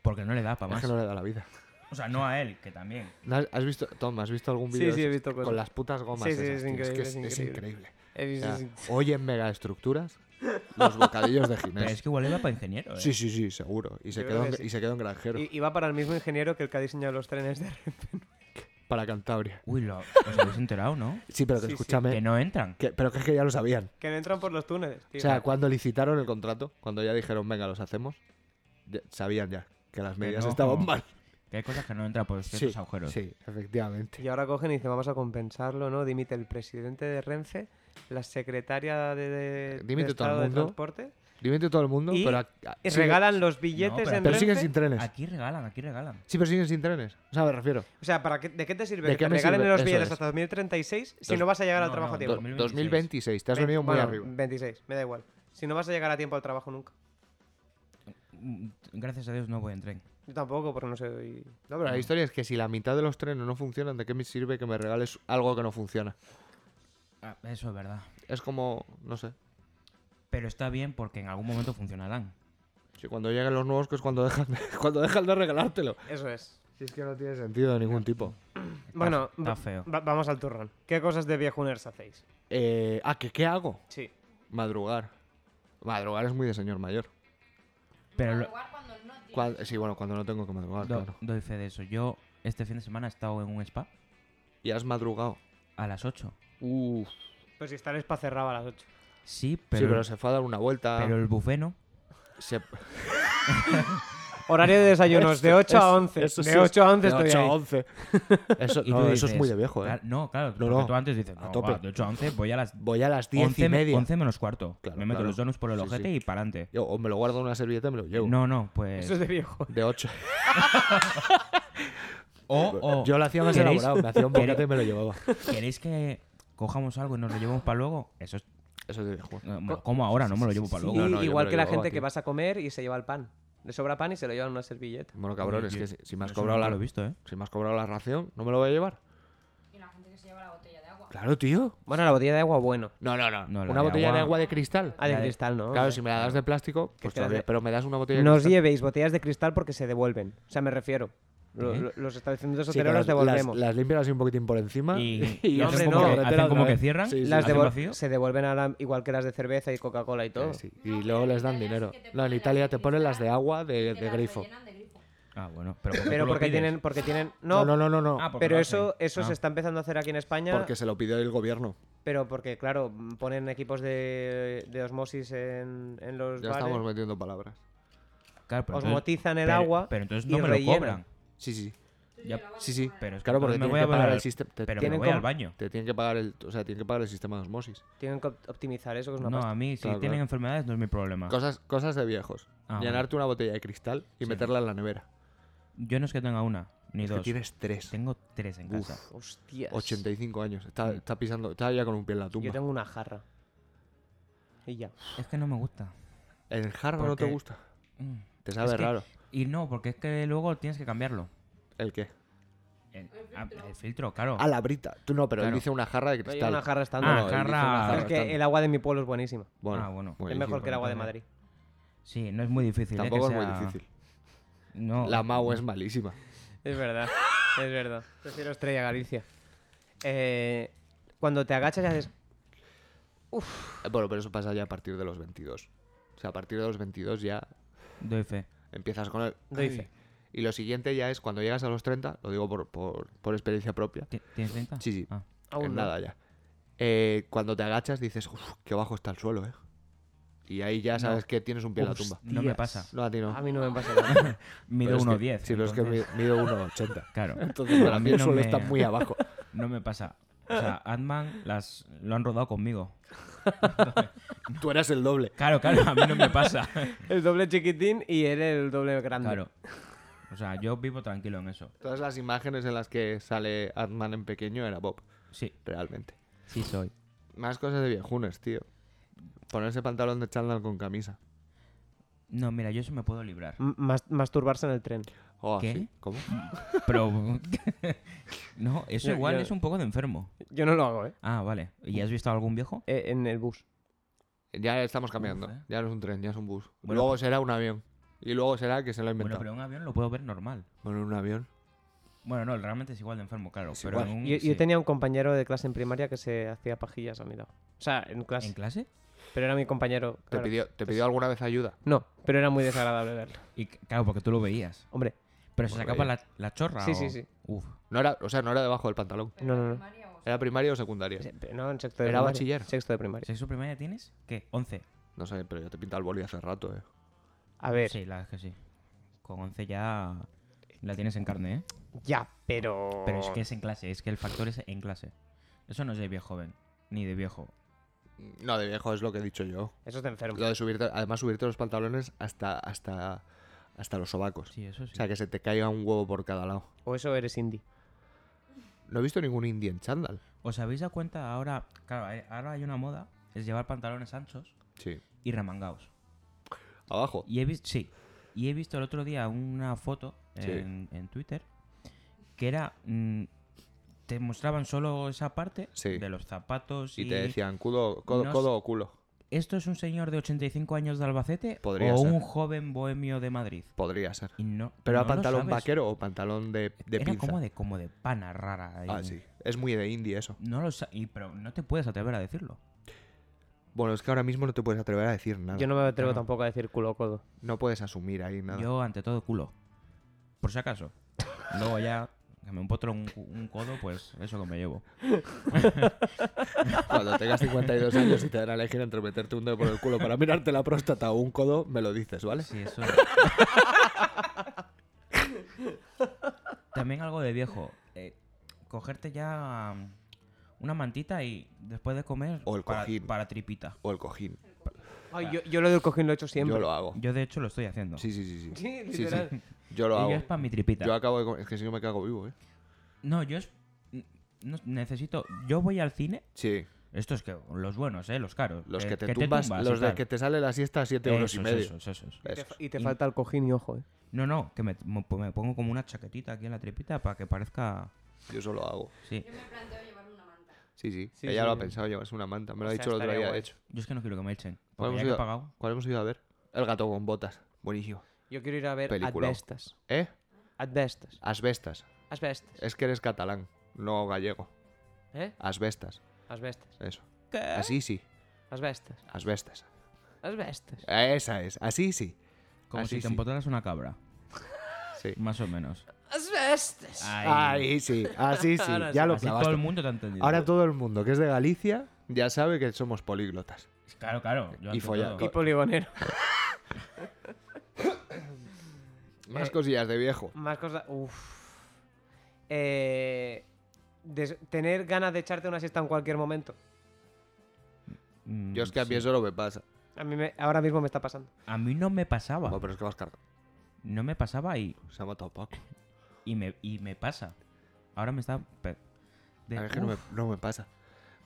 [SPEAKER 4] Porque no le da para
[SPEAKER 2] Es
[SPEAKER 4] más.
[SPEAKER 2] que no le da la vida.
[SPEAKER 4] O sea, no a él, que también.
[SPEAKER 2] ¿No has- ¿Has visto, Tom, has visto algún
[SPEAKER 3] Sí,
[SPEAKER 2] vídeo de
[SPEAKER 3] sí, he
[SPEAKER 2] esos?
[SPEAKER 3] visto cosas.
[SPEAKER 2] con las putas gomas?
[SPEAKER 3] Sí, sí,
[SPEAKER 2] esas,
[SPEAKER 3] es
[SPEAKER 2] tío,
[SPEAKER 3] increíble,
[SPEAKER 2] que es,
[SPEAKER 3] es
[SPEAKER 2] es
[SPEAKER 3] increíble.
[SPEAKER 2] increíble.
[SPEAKER 3] Eh,
[SPEAKER 2] O sea, hoy en megaestructuras, los bocadillos de
[SPEAKER 4] Pero
[SPEAKER 2] Ginés.
[SPEAKER 4] es que igual iba para ingeniero, eh.
[SPEAKER 2] Sí, sí, sí, seguro. Y se,
[SPEAKER 3] Yo
[SPEAKER 2] quedó
[SPEAKER 3] creo
[SPEAKER 2] en,
[SPEAKER 3] que sí.
[SPEAKER 2] y se quedó en granjero
[SPEAKER 3] Y, y va para el mismo ingeniero que el que ha diseñado los trenes de
[SPEAKER 2] para Cantabria.
[SPEAKER 4] Uy, lo, os habéis enterado, ¿no?
[SPEAKER 2] Sí, pero que
[SPEAKER 3] Sí, sí.
[SPEAKER 2] escúchame.
[SPEAKER 4] Que no entran.
[SPEAKER 2] que- pero que es que ya lo sabían.
[SPEAKER 3] que no entran por los túneles, tío.
[SPEAKER 2] O sea, cuando licitaron el contrato, cuando ya dijeron, venga, los hacemos, ya- sabían ya que las medidas
[SPEAKER 4] no.
[SPEAKER 2] estaban mal.
[SPEAKER 4] Que hay cosas que no entran por ciertos
[SPEAKER 2] Sí,
[SPEAKER 4] agujeros.
[SPEAKER 2] sí, efectivamente.
[SPEAKER 3] Y ahora cogen y dicen, vamos a compensarlo, ¿no? Dimite el presidente de Renfe, la secretaria de, de- de
[SPEAKER 2] Dimite todo el
[SPEAKER 3] Estado de
[SPEAKER 2] mundo.
[SPEAKER 3] Transporte,
[SPEAKER 2] Límite todo el mundo,
[SPEAKER 3] Y-
[SPEAKER 2] pero... a- a-
[SPEAKER 3] y
[SPEAKER 2] sigue-
[SPEAKER 3] regalan los billetes
[SPEAKER 4] pero-
[SPEAKER 3] en
[SPEAKER 2] Pero siguen
[SPEAKER 3] Renfe.
[SPEAKER 2] sin trenes.
[SPEAKER 4] Aquí regalan, aquí regalan.
[SPEAKER 2] Sí, pero siguen sin trenes. O sea, me refiero.
[SPEAKER 3] O sea, ¿para qué- ¿de qué te sirve
[SPEAKER 2] ¿De
[SPEAKER 3] que
[SPEAKER 2] qué
[SPEAKER 3] te
[SPEAKER 2] me
[SPEAKER 3] regalen
[SPEAKER 2] sirve?
[SPEAKER 3] los
[SPEAKER 2] Eso
[SPEAKER 3] billetes
[SPEAKER 2] es.
[SPEAKER 3] hasta 2036 si
[SPEAKER 2] Dos-
[SPEAKER 3] no vas a llegar al
[SPEAKER 4] no,
[SPEAKER 3] trabajo
[SPEAKER 4] no,
[SPEAKER 3] a tiempo?
[SPEAKER 4] dos mil-
[SPEAKER 2] 2026, te has
[SPEAKER 3] Ve-
[SPEAKER 2] venido muy
[SPEAKER 3] bueno,
[SPEAKER 2] arriba.
[SPEAKER 3] 26, me da igual. Si no vas a llegar a tiempo al trabajo nunca.
[SPEAKER 4] Mm, Gracias a Dios no voy en tren.
[SPEAKER 3] Yo tampoco, porque no soy...
[SPEAKER 2] No, pero la historia es que si la mitad de los trenes no funcionan, ¿de qué me sirve que me regales algo que no funciona?
[SPEAKER 4] Ah, eso es verdad.
[SPEAKER 2] Es como, no sé.
[SPEAKER 4] Pero está bien porque en algún momento funcionarán.
[SPEAKER 2] Si cuando lleguen los nuevos, que es cuando dejan de, cuando dejan de regalártelo.
[SPEAKER 3] Eso es.
[SPEAKER 2] Si es que no tiene sentido de ningún tipo.
[SPEAKER 4] Está-
[SPEAKER 3] Bueno,
[SPEAKER 4] está
[SPEAKER 3] va-
[SPEAKER 4] feo.
[SPEAKER 3] va- vamos al turrón. ¿Qué cosas de viejuners hacéis?
[SPEAKER 2] Eh, ah, ¿que ¿qué hago?
[SPEAKER 3] Sí.
[SPEAKER 2] Madrugar. Madrugar es muy de señor mayor.
[SPEAKER 4] Pero lo-
[SPEAKER 5] Madrugar cuando no tienes.
[SPEAKER 2] Cuan- sí, bueno, cuando no tengo que madrugar,
[SPEAKER 4] do-
[SPEAKER 2] Ah, claro.
[SPEAKER 4] doy fe de eso. Yo este fin de semana he estado en un spa
[SPEAKER 2] Y has madrugado.
[SPEAKER 4] a las 8.
[SPEAKER 2] Uff.
[SPEAKER 3] Pues si está el spa cerrado a las 8.
[SPEAKER 4] Sí,
[SPEAKER 2] sí,
[SPEAKER 4] pero,
[SPEAKER 2] pero se fue a dar una vuelta.
[SPEAKER 4] pero el buffet no.
[SPEAKER 2] se-
[SPEAKER 3] Horario de desayunos, de 8 a
[SPEAKER 2] Eso-
[SPEAKER 3] 11.
[SPEAKER 2] eso sí
[SPEAKER 3] de
[SPEAKER 2] es-
[SPEAKER 3] 8 a 11
[SPEAKER 2] de
[SPEAKER 3] estoy
[SPEAKER 2] 8 a
[SPEAKER 3] ahí.
[SPEAKER 2] 11. Eso,
[SPEAKER 4] Y
[SPEAKER 2] no,
[SPEAKER 4] tú
[SPEAKER 2] eso es
[SPEAKER 4] dices,
[SPEAKER 2] muy de viejo, ¿eh?
[SPEAKER 4] "Claro, No, claro.
[SPEAKER 2] No,
[SPEAKER 4] porque
[SPEAKER 2] no,
[SPEAKER 4] tú antes dices,
[SPEAKER 2] a
[SPEAKER 4] no,
[SPEAKER 2] tope.
[SPEAKER 4] va, de 8 a 11 voy a las
[SPEAKER 2] Voy a las 10
[SPEAKER 4] 11,
[SPEAKER 2] y media.
[SPEAKER 4] 11 menos cuarto.
[SPEAKER 2] Claro,
[SPEAKER 4] me meto
[SPEAKER 2] claro.
[SPEAKER 4] los donuts por el
[SPEAKER 2] Sí,
[SPEAKER 4] ojete
[SPEAKER 2] sí.
[SPEAKER 4] y para adelante.
[SPEAKER 2] Yo, o me lo guardo en una servilleta y me lo llevo.
[SPEAKER 4] No, no, pues.
[SPEAKER 3] Eso es de viejo.
[SPEAKER 2] De 8.
[SPEAKER 4] O, o,
[SPEAKER 2] Yo lo hacía más
[SPEAKER 4] ¿queréis-
[SPEAKER 2] elaborado. Me hacía un
[SPEAKER 4] queréis-
[SPEAKER 2] bocata y me lo llevaba.
[SPEAKER 4] ¿Queréis que cojamos algo y nos lo llevemos para luego? Eso es.
[SPEAKER 2] Eso es de viejo.
[SPEAKER 4] no, me lo como ahora? No me lo llevo para
[SPEAKER 3] Y
[SPEAKER 4] luego.
[SPEAKER 2] no, yo
[SPEAKER 3] igual
[SPEAKER 2] me
[SPEAKER 3] que
[SPEAKER 2] lo
[SPEAKER 3] la
[SPEAKER 2] llevaba,
[SPEAKER 3] gente que
[SPEAKER 2] tío.
[SPEAKER 3] vas a comer y se lleva el pan. Le sobra pan y se lo llevan en una servilleta.
[SPEAKER 2] Bueno, cabrón,
[SPEAKER 4] Oye,
[SPEAKER 2] es
[SPEAKER 4] yo-
[SPEAKER 2] que si, si me has
[SPEAKER 4] Eso
[SPEAKER 2] cobrado
[SPEAKER 4] nunca
[SPEAKER 2] la,
[SPEAKER 4] lo he visto, ¿eh?
[SPEAKER 2] si me has cobrado la ración, ¿no me lo voy a llevar?
[SPEAKER 5] Y la gente que se lleva la botella de agua.
[SPEAKER 2] Claro, tío.
[SPEAKER 3] Bueno, la botella de agua, bueno.
[SPEAKER 2] No, no, no.
[SPEAKER 4] No, la
[SPEAKER 2] una
[SPEAKER 4] de
[SPEAKER 2] botella de
[SPEAKER 4] agua-
[SPEAKER 2] agua de cristal.
[SPEAKER 3] Ah, de
[SPEAKER 4] La de-
[SPEAKER 3] cristal, ¿no?
[SPEAKER 2] claro, si me la das de plástico, pues
[SPEAKER 3] que la
[SPEAKER 2] todavía,
[SPEAKER 3] de-
[SPEAKER 2] pero me das una botella de
[SPEAKER 3] No os
[SPEAKER 2] cristal.
[SPEAKER 3] llevéis botellas de cristal porque se devuelven. O sea, me refiero. Lo-
[SPEAKER 4] ¿Eh?
[SPEAKER 3] lo- los establecimientos
[SPEAKER 2] Sí, que
[SPEAKER 3] hoteleros
[SPEAKER 2] las,
[SPEAKER 3] devolvemos.
[SPEAKER 2] las, las limpias así un poquitín por encima
[SPEAKER 4] Y-
[SPEAKER 2] y,
[SPEAKER 4] y
[SPEAKER 2] os
[SPEAKER 3] hombre,
[SPEAKER 2] hacen
[SPEAKER 3] no,
[SPEAKER 2] como
[SPEAKER 3] hacen
[SPEAKER 2] carretera
[SPEAKER 4] como
[SPEAKER 2] otra
[SPEAKER 4] que
[SPEAKER 2] vez.
[SPEAKER 4] cierran,
[SPEAKER 2] Sí, sí,
[SPEAKER 3] Las
[SPEAKER 2] sí.
[SPEAKER 4] hacen
[SPEAKER 3] devol-
[SPEAKER 4] vacío.
[SPEAKER 3] se devuelven a la- igual que las de cerveza y Coca-Cola y todo.
[SPEAKER 2] Sí, sí. Y luego les dan dinero. No, en Italia te ponen las de agua de, de
[SPEAKER 5] las
[SPEAKER 2] grifo.
[SPEAKER 5] rellenan de grifo.
[SPEAKER 4] Ah, bueno. Pero porque,
[SPEAKER 3] Pero
[SPEAKER 4] tú lo
[SPEAKER 3] porque
[SPEAKER 4] pides.
[SPEAKER 3] tienen, porque tienen. No,
[SPEAKER 2] No, no, no, no. no.
[SPEAKER 4] Ah, porque
[SPEAKER 3] pero
[SPEAKER 4] lo
[SPEAKER 3] eso,
[SPEAKER 4] hacen.
[SPEAKER 3] eso
[SPEAKER 4] Ah.
[SPEAKER 3] se está empezando a hacer aquí en España.
[SPEAKER 2] Porque se lo pidió el gobierno.
[SPEAKER 3] Pero porque, claro, mm, ponen equipos de, de osmosis en, en los
[SPEAKER 2] Ya
[SPEAKER 3] bares,
[SPEAKER 2] estamos metiendo palabras.
[SPEAKER 4] Claro, pero entonces-
[SPEAKER 3] osmotizan el
[SPEAKER 4] pero-
[SPEAKER 3] agua.
[SPEAKER 4] Pero entonces
[SPEAKER 3] y
[SPEAKER 4] no me lo
[SPEAKER 3] rellenan.
[SPEAKER 4] cobran.
[SPEAKER 2] Sí, sí.
[SPEAKER 4] Ya-
[SPEAKER 2] Sí, sí.
[SPEAKER 4] Pero es que
[SPEAKER 2] Claro, porque tienen
[SPEAKER 4] entonces me voy
[SPEAKER 2] que
[SPEAKER 4] a
[SPEAKER 2] pagar
[SPEAKER 4] beber-
[SPEAKER 2] el sistema. Te,
[SPEAKER 4] Pero me
[SPEAKER 2] tienen
[SPEAKER 4] voy al
[SPEAKER 2] como-
[SPEAKER 4] baño.
[SPEAKER 2] te tienen que pagar el, o sea, tienen que pagar el sistema de osmosis.
[SPEAKER 3] Tienen que op- optimizar eso, que es una
[SPEAKER 4] No,
[SPEAKER 3] pasta.
[SPEAKER 4] a mí, si
[SPEAKER 2] Claro,
[SPEAKER 4] tienen
[SPEAKER 2] claro.
[SPEAKER 4] enfermedades, no es mi problema.
[SPEAKER 2] Cosas, cosas de viejos.
[SPEAKER 4] Ah, vale.
[SPEAKER 2] Llenarte una botella de cristal y
[SPEAKER 4] Sí.
[SPEAKER 2] meterla en la nevera.
[SPEAKER 4] Yo no es que tenga una, ni
[SPEAKER 2] Es que
[SPEAKER 4] dos.
[SPEAKER 2] tienes tres.
[SPEAKER 4] Tengo tres en
[SPEAKER 2] Uf.
[SPEAKER 4] casa.
[SPEAKER 3] Hostias.
[SPEAKER 2] 85 años.
[SPEAKER 4] Mm.
[SPEAKER 2] Está, está pisando, está ya con un pie en la tumba.
[SPEAKER 3] Yo tengo una jarra. Y ya.
[SPEAKER 4] Es que no me gusta.
[SPEAKER 2] El jarro no te
[SPEAKER 4] Porque-
[SPEAKER 2] gusta.
[SPEAKER 4] Mm.
[SPEAKER 2] Te sabe
[SPEAKER 4] Es que-
[SPEAKER 2] raro.
[SPEAKER 4] Y no, porque es que luego tienes que cambiarlo.
[SPEAKER 2] ¿El qué?
[SPEAKER 4] El, ah, el filtro. claro.
[SPEAKER 2] Ah, la brita. Tú no, pero él
[SPEAKER 4] Claro.
[SPEAKER 2] dice una jarra de
[SPEAKER 3] Yo
[SPEAKER 2] cristal.
[SPEAKER 3] tengo una jarra
[SPEAKER 4] Ah,
[SPEAKER 3] estándar.
[SPEAKER 2] él dice una
[SPEAKER 4] jarra-
[SPEAKER 3] Pero
[SPEAKER 2] jarra
[SPEAKER 3] es que
[SPEAKER 2] estándar.
[SPEAKER 3] el agua de mi pueblo es buenísima.
[SPEAKER 2] Bueno,
[SPEAKER 4] Ah, bueno. Es
[SPEAKER 3] Es
[SPEAKER 2] buenísimo.
[SPEAKER 3] mejor que el agua de
[SPEAKER 4] entonces-
[SPEAKER 3] Madrid.
[SPEAKER 4] Sí, no es muy difícil. eh, que
[SPEAKER 2] Tampoco es muy
[SPEAKER 4] sea-
[SPEAKER 2] difícil.
[SPEAKER 4] No.
[SPEAKER 2] La Mau es malísima.
[SPEAKER 3] Es verdad, es verdad. Prefiero Estrella Galicia. Eh, cuando te agachas y haces...
[SPEAKER 2] Eh, Bueno, pero eso pasa ya a partir de los 22. O sea, a partir de los 22 ya
[SPEAKER 4] Doy fe.
[SPEAKER 2] empiezas con el...
[SPEAKER 3] Doy
[SPEAKER 2] Ay.
[SPEAKER 3] fe.
[SPEAKER 2] Y lo siguiente ya es cuando llegas a los 30, lo digo por, por, por experiencia propia.
[SPEAKER 4] ¿Ti- ¿Tienes 30?
[SPEAKER 2] Sí, sí.
[SPEAKER 4] Ah.
[SPEAKER 3] Aún
[SPEAKER 2] en
[SPEAKER 3] no.
[SPEAKER 2] nada ya. Eh, cuando te agachas dices, uff, qué bajo está el suelo, ¿eh? Y ahí ya sabes que tienes un pie en la tumba.
[SPEAKER 4] No me pasa.
[SPEAKER 2] No, a ti no.
[SPEAKER 3] A mí no me pasa nada.
[SPEAKER 4] Mido
[SPEAKER 2] Pero es que-
[SPEAKER 4] 1,10.
[SPEAKER 2] Sí, pero es que
[SPEAKER 4] entonces-
[SPEAKER 2] mi- mido 1,80.
[SPEAKER 4] Claro.
[SPEAKER 2] Entonces, para
[SPEAKER 4] A
[SPEAKER 2] mí
[SPEAKER 4] mí
[SPEAKER 2] el
[SPEAKER 4] no
[SPEAKER 2] suelo
[SPEAKER 4] me-
[SPEAKER 2] está muy abajo.
[SPEAKER 4] No me pasa. O sea, Ant-Man las... lo han rodado conmigo.
[SPEAKER 2] Tú eras el doble.
[SPEAKER 4] Claro, claro, a mí no me pasa.
[SPEAKER 3] el doble chiquitín y él el doble grande.
[SPEAKER 4] Claro. O sea, yo vivo tranquilo en eso.
[SPEAKER 2] Todas las imágenes en las que sale Ant-Man en pequeño era Bob,
[SPEAKER 4] Sí,
[SPEAKER 2] realmente.
[SPEAKER 4] sí soy.
[SPEAKER 2] Más cosas de viejunes, tío. Ponerse pantalón de chándal con camisa.
[SPEAKER 4] No, mira, yo eso me puedo librar.
[SPEAKER 3] M- mas- masturbarse en el tren.
[SPEAKER 2] O
[SPEAKER 4] ¿Qué?
[SPEAKER 2] así. ¿Cómo?
[SPEAKER 4] Pero. no, eso
[SPEAKER 3] Yo-
[SPEAKER 4] igual
[SPEAKER 3] yo-
[SPEAKER 4] es un poco de enfermo.
[SPEAKER 3] Yo no lo hago, ¿eh?
[SPEAKER 4] Ah, vale. ¿Y has visto a algún viejo?
[SPEAKER 3] Eh, En el bus.
[SPEAKER 2] Ya estamos cambiando.
[SPEAKER 4] Uf, eh.
[SPEAKER 2] Ya no es un tren, ya es un bus.
[SPEAKER 4] Bueno,
[SPEAKER 2] luego será un avión. Y luego será que se lo ha
[SPEAKER 4] Bueno,
[SPEAKER 2] inventado.
[SPEAKER 4] pero en un avión lo puedo ver normal.
[SPEAKER 2] Bueno, un avión.
[SPEAKER 4] Bueno, no, realmente es igual de enfermo, claro.
[SPEAKER 2] Es
[SPEAKER 4] pero
[SPEAKER 2] igual.
[SPEAKER 4] en un-
[SPEAKER 3] Yo, yo
[SPEAKER 4] Mm, sí.
[SPEAKER 3] tenía un compañero de clase en primaria que se hacía pajillas a mi lado. O sea, en clase.
[SPEAKER 4] ¿En clase?
[SPEAKER 3] Pero era mi compañero.
[SPEAKER 2] ¿Te
[SPEAKER 3] claro.
[SPEAKER 2] pidió, te
[SPEAKER 4] Pues
[SPEAKER 2] pidió alguna vez ayuda?
[SPEAKER 3] No, pero era muy desagradable verlo.
[SPEAKER 4] Y c- claro, porque tú lo veías.
[SPEAKER 3] Hombre,
[SPEAKER 4] Pero se
[SPEAKER 2] Bueno,
[SPEAKER 4] sacaba la, la chorra.
[SPEAKER 3] Sí, sí,
[SPEAKER 4] o-
[SPEAKER 3] sí.
[SPEAKER 4] Uf.
[SPEAKER 2] No era, o sea, no era debajo del pantalón.
[SPEAKER 3] no, no, no.
[SPEAKER 5] María, o sea,
[SPEAKER 2] Era primaria o secundaria.
[SPEAKER 3] Se- pero No, en sexto de
[SPEAKER 2] Era
[SPEAKER 3] primaria.
[SPEAKER 2] bachiller.
[SPEAKER 3] Sexto de primaria.
[SPEAKER 4] ¿Sexo primaria tienes? ¿Qué? ¿11?
[SPEAKER 2] No sé, pero yo te pinta el boli hace rato, eh.
[SPEAKER 3] A ver,
[SPEAKER 4] Sí, la verdad es que sí. Con 11 ya. La tienes en carne, ¿eh?
[SPEAKER 3] Ya, pero.
[SPEAKER 4] Pero es que es en clase, es que el factor es en clase. Eso no es de viejo joven, ni de viejo.
[SPEAKER 2] No, de viejo es lo que he dicho yo.
[SPEAKER 3] Eso está enfermo.
[SPEAKER 2] Lo de subirte, además subirte los pantalones hasta, hasta, hasta los sobacos.
[SPEAKER 4] Sí, eso sí.
[SPEAKER 2] O sea, que se te caiga un huevo por cada lado.
[SPEAKER 3] O eso eres indie.
[SPEAKER 2] No he visto ningún indie en chándal.
[SPEAKER 4] ¿Os habéis dado cuenta ahora? Claro, eh, ahora hay una moda, es llevar pantalones anchos
[SPEAKER 2] Sí.
[SPEAKER 4] y remangados.
[SPEAKER 2] Abajo.
[SPEAKER 4] Y he visto, sí, y he visto el otro día una foto
[SPEAKER 2] Sí.
[SPEAKER 4] en, en Twitter que era... mm, te mostraban solo esa parte
[SPEAKER 2] Sí.
[SPEAKER 4] de los zapatos y,
[SPEAKER 2] Y te decían culo, codo,
[SPEAKER 4] No
[SPEAKER 2] codo o culo.
[SPEAKER 4] ¿Esto es un señor de 85 años de Albacete
[SPEAKER 2] Podría
[SPEAKER 4] o
[SPEAKER 2] ser.
[SPEAKER 4] un joven bohemio de Madrid?
[SPEAKER 2] Podría ser.
[SPEAKER 4] Y no,
[SPEAKER 2] ¿Pero
[SPEAKER 4] no
[SPEAKER 2] a
[SPEAKER 4] lo
[SPEAKER 2] pantalón
[SPEAKER 4] sabes.
[SPEAKER 2] vaquero o pantalón de, de
[SPEAKER 4] Era
[SPEAKER 2] pinza?
[SPEAKER 4] como de, como de pana rara. y-
[SPEAKER 2] Ah, sí. Es muy de indie eso.
[SPEAKER 4] No lo sa- y, pero no te puedes atrever a decirlo.
[SPEAKER 2] Bueno, es que ahora mismo no te puedes atrever a decir nada.
[SPEAKER 3] Yo no me atrevo
[SPEAKER 4] Claro.
[SPEAKER 3] tampoco a decir culo o codo.
[SPEAKER 2] No puedes asumir ahí nada.
[SPEAKER 4] Yo, ante todo, culo. Por si acaso. Luego ya, que me empotro un, un codo, pues eso que me llevo.
[SPEAKER 2] Cuando tengas 52 años y te dan a elegir entre meterte un dedo por el culo para mirarte la próstata o un codo, me lo dices, ¿vale?
[SPEAKER 4] Sí, eso. También algo de viejo. eh, cogerte ya mm, una mantita y después de comer
[SPEAKER 2] O el
[SPEAKER 4] para,
[SPEAKER 2] cojín.
[SPEAKER 4] para tripita.
[SPEAKER 2] O el cojín.
[SPEAKER 3] yo, yo lo del cojín lo he hecho siempre.
[SPEAKER 2] Yo lo hago.
[SPEAKER 4] Yo, de hecho, lo estoy haciendo.
[SPEAKER 2] Sí, sí, sí, sí.
[SPEAKER 3] Sí,
[SPEAKER 2] Sí, sí.
[SPEAKER 3] literal.
[SPEAKER 2] Yo lo
[SPEAKER 4] Y
[SPEAKER 2] hago.
[SPEAKER 4] yo es para mi tripita.
[SPEAKER 2] Yo acabo de... com- Es que si no me cago vivo, ¿eh?
[SPEAKER 4] No, yo es... no, necesito... Yo voy al cine...
[SPEAKER 2] Sí.
[SPEAKER 4] Estos que... Los buenos, ¿eh? Los caros.
[SPEAKER 2] Los que, te, tumbas,
[SPEAKER 4] y
[SPEAKER 2] los de
[SPEAKER 4] tal.
[SPEAKER 2] que te sale la siesta a 7 euros y
[SPEAKER 4] Esos,
[SPEAKER 2] medio. Pues,
[SPEAKER 4] esos, esos.
[SPEAKER 3] Y te,
[SPEAKER 2] Esos.
[SPEAKER 3] y te
[SPEAKER 4] Y-
[SPEAKER 3] falta el cojín y ojo, eh.
[SPEAKER 4] No, no, que me, pues me pongo como una chaquetita aquí en la tripita para que parezca...
[SPEAKER 2] Yo eso lo hago.
[SPEAKER 4] Sí.
[SPEAKER 5] Yo me planteo llevar una manta.
[SPEAKER 2] Sí, sí.
[SPEAKER 3] Sí,
[SPEAKER 2] Ella
[SPEAKER 3] sí,
[SPEAKER 2] lo ha
[SPEAKER 3] sí.
[SPEAKER 2] pensado, llevarse una manta. Me lo
[SPEAKER 3] O
[SPEAKER 2] ha
[SPEAKER 3] sea,
[SPEAKER 2] dicho el otro
[SPEAKER 3] estaría
[SPEAKER 2] día, de
[SPEAKER 3] guay.
[SPEAKER 2] hecho.
[SPEAKER 4] Yo es que no quiero que me echen.
[SPEAKER 2] ¿Cuál
[SPEAKER 4] Porque
[SPEAKER 2] hemos,
[SPEAKER 4] ya que he
[SPEAKER 2] ido,
[SPEAKER 4] pagado...
[SPEAKER 2] cuál hemos ido a ver? El gato con botas. Buenísimo.
[SPEAKER 3] Yo quiero ir a ver
[SPEAKER 2] Película.
[SPEAKER 3] Asbestas.
[SPEAKER 2] ¿Eh?
[SPEAKER 3] Asbestas.
[SPEAKER 2] Asbestas.
[SPEAKER 3] Asbestas.
[SPEAKER 2] Es que eres catalán, no gallego.
[SPEAKER 3] ¿Eh?
[SPEAKER 2] Asbestas.
[SPEAKER 3] Asbestas.
[SPEAKER 2] Eso.
[SPEAKER 4] ¿Qué?
[SPEAKER 2] Así sí.
[SPEAKER 3] Asbestas.
[SPEAKER 2] Asbestas.
[SPEAKER 3] Asbestas.
[SPEAKER 2] Esa es. Así sí.
[SPEAKER 4] Como
[SPEAKER 2] Así
[SPEAKER 4] si te
[SPEAKER 2] Ah, sí.
[SPEAKER 4] empotraras una cabra.
[SPEAKER 2] Sí.
[SPEAKER 4] Más o menos.
[SPEAKER 3] Asbestas.
[SPEAKER 4] Ahí.
[SPEAKER 2] Ahí sí. Así sí.
[SPEAKER 3] Ahora
[SPEAKER 2] ya
[SPEAKER 3] sí.
[SPEAKER 2] lo
[SPEAKER 4] Así todo el
[SPEAKER 2] clavaste.
[SPEAKER 4] mundo te ha entendido.
[SPEAKER 2] Ahora todo el mundo que es de Galicia ya sabe que somos políglotas.
[SPEAKER 4] Claro, claro. yo
[SPEAKER 2] Y
[SPEAKER 4] ante
[SPEAKER 2] follar.
[SPEAKER 4] todo.
[SPEAKER 3] Y poligonero.
[SPEAKER 2] Más
[SPEAKER 3] Eh,
[SPEAKER 2] cosillas de viejo.
[SPEAKER 3] Más cosas. Uff. Eh, des- tener ganas de echarte una siesta en cualquier momento.
[SPEAKER 4] Mm,
[SPEAKER 2] Yo es que a mí
[SPEAKER 4] sí.
[SPEAKER 2] eso no me pasa.
[SPEAKER 3] A mí me- ahora mismo me está pasando.
[SPEAKER 4] A mí no me pasaba.
[SPEAKER 2] Bueno, pero es que vas cargado.
[SPEAKER 4] No me pasaba y...
[SPEAKER 2] Se ha matado Paco.
[SPEAKER 4] Y me, y me pasa. Ahora me está. pe- De,
[SPEAKER 2] A mí es que no me,
[SPEAKER 4] uf,
[SPEAKER 2] no me pasa.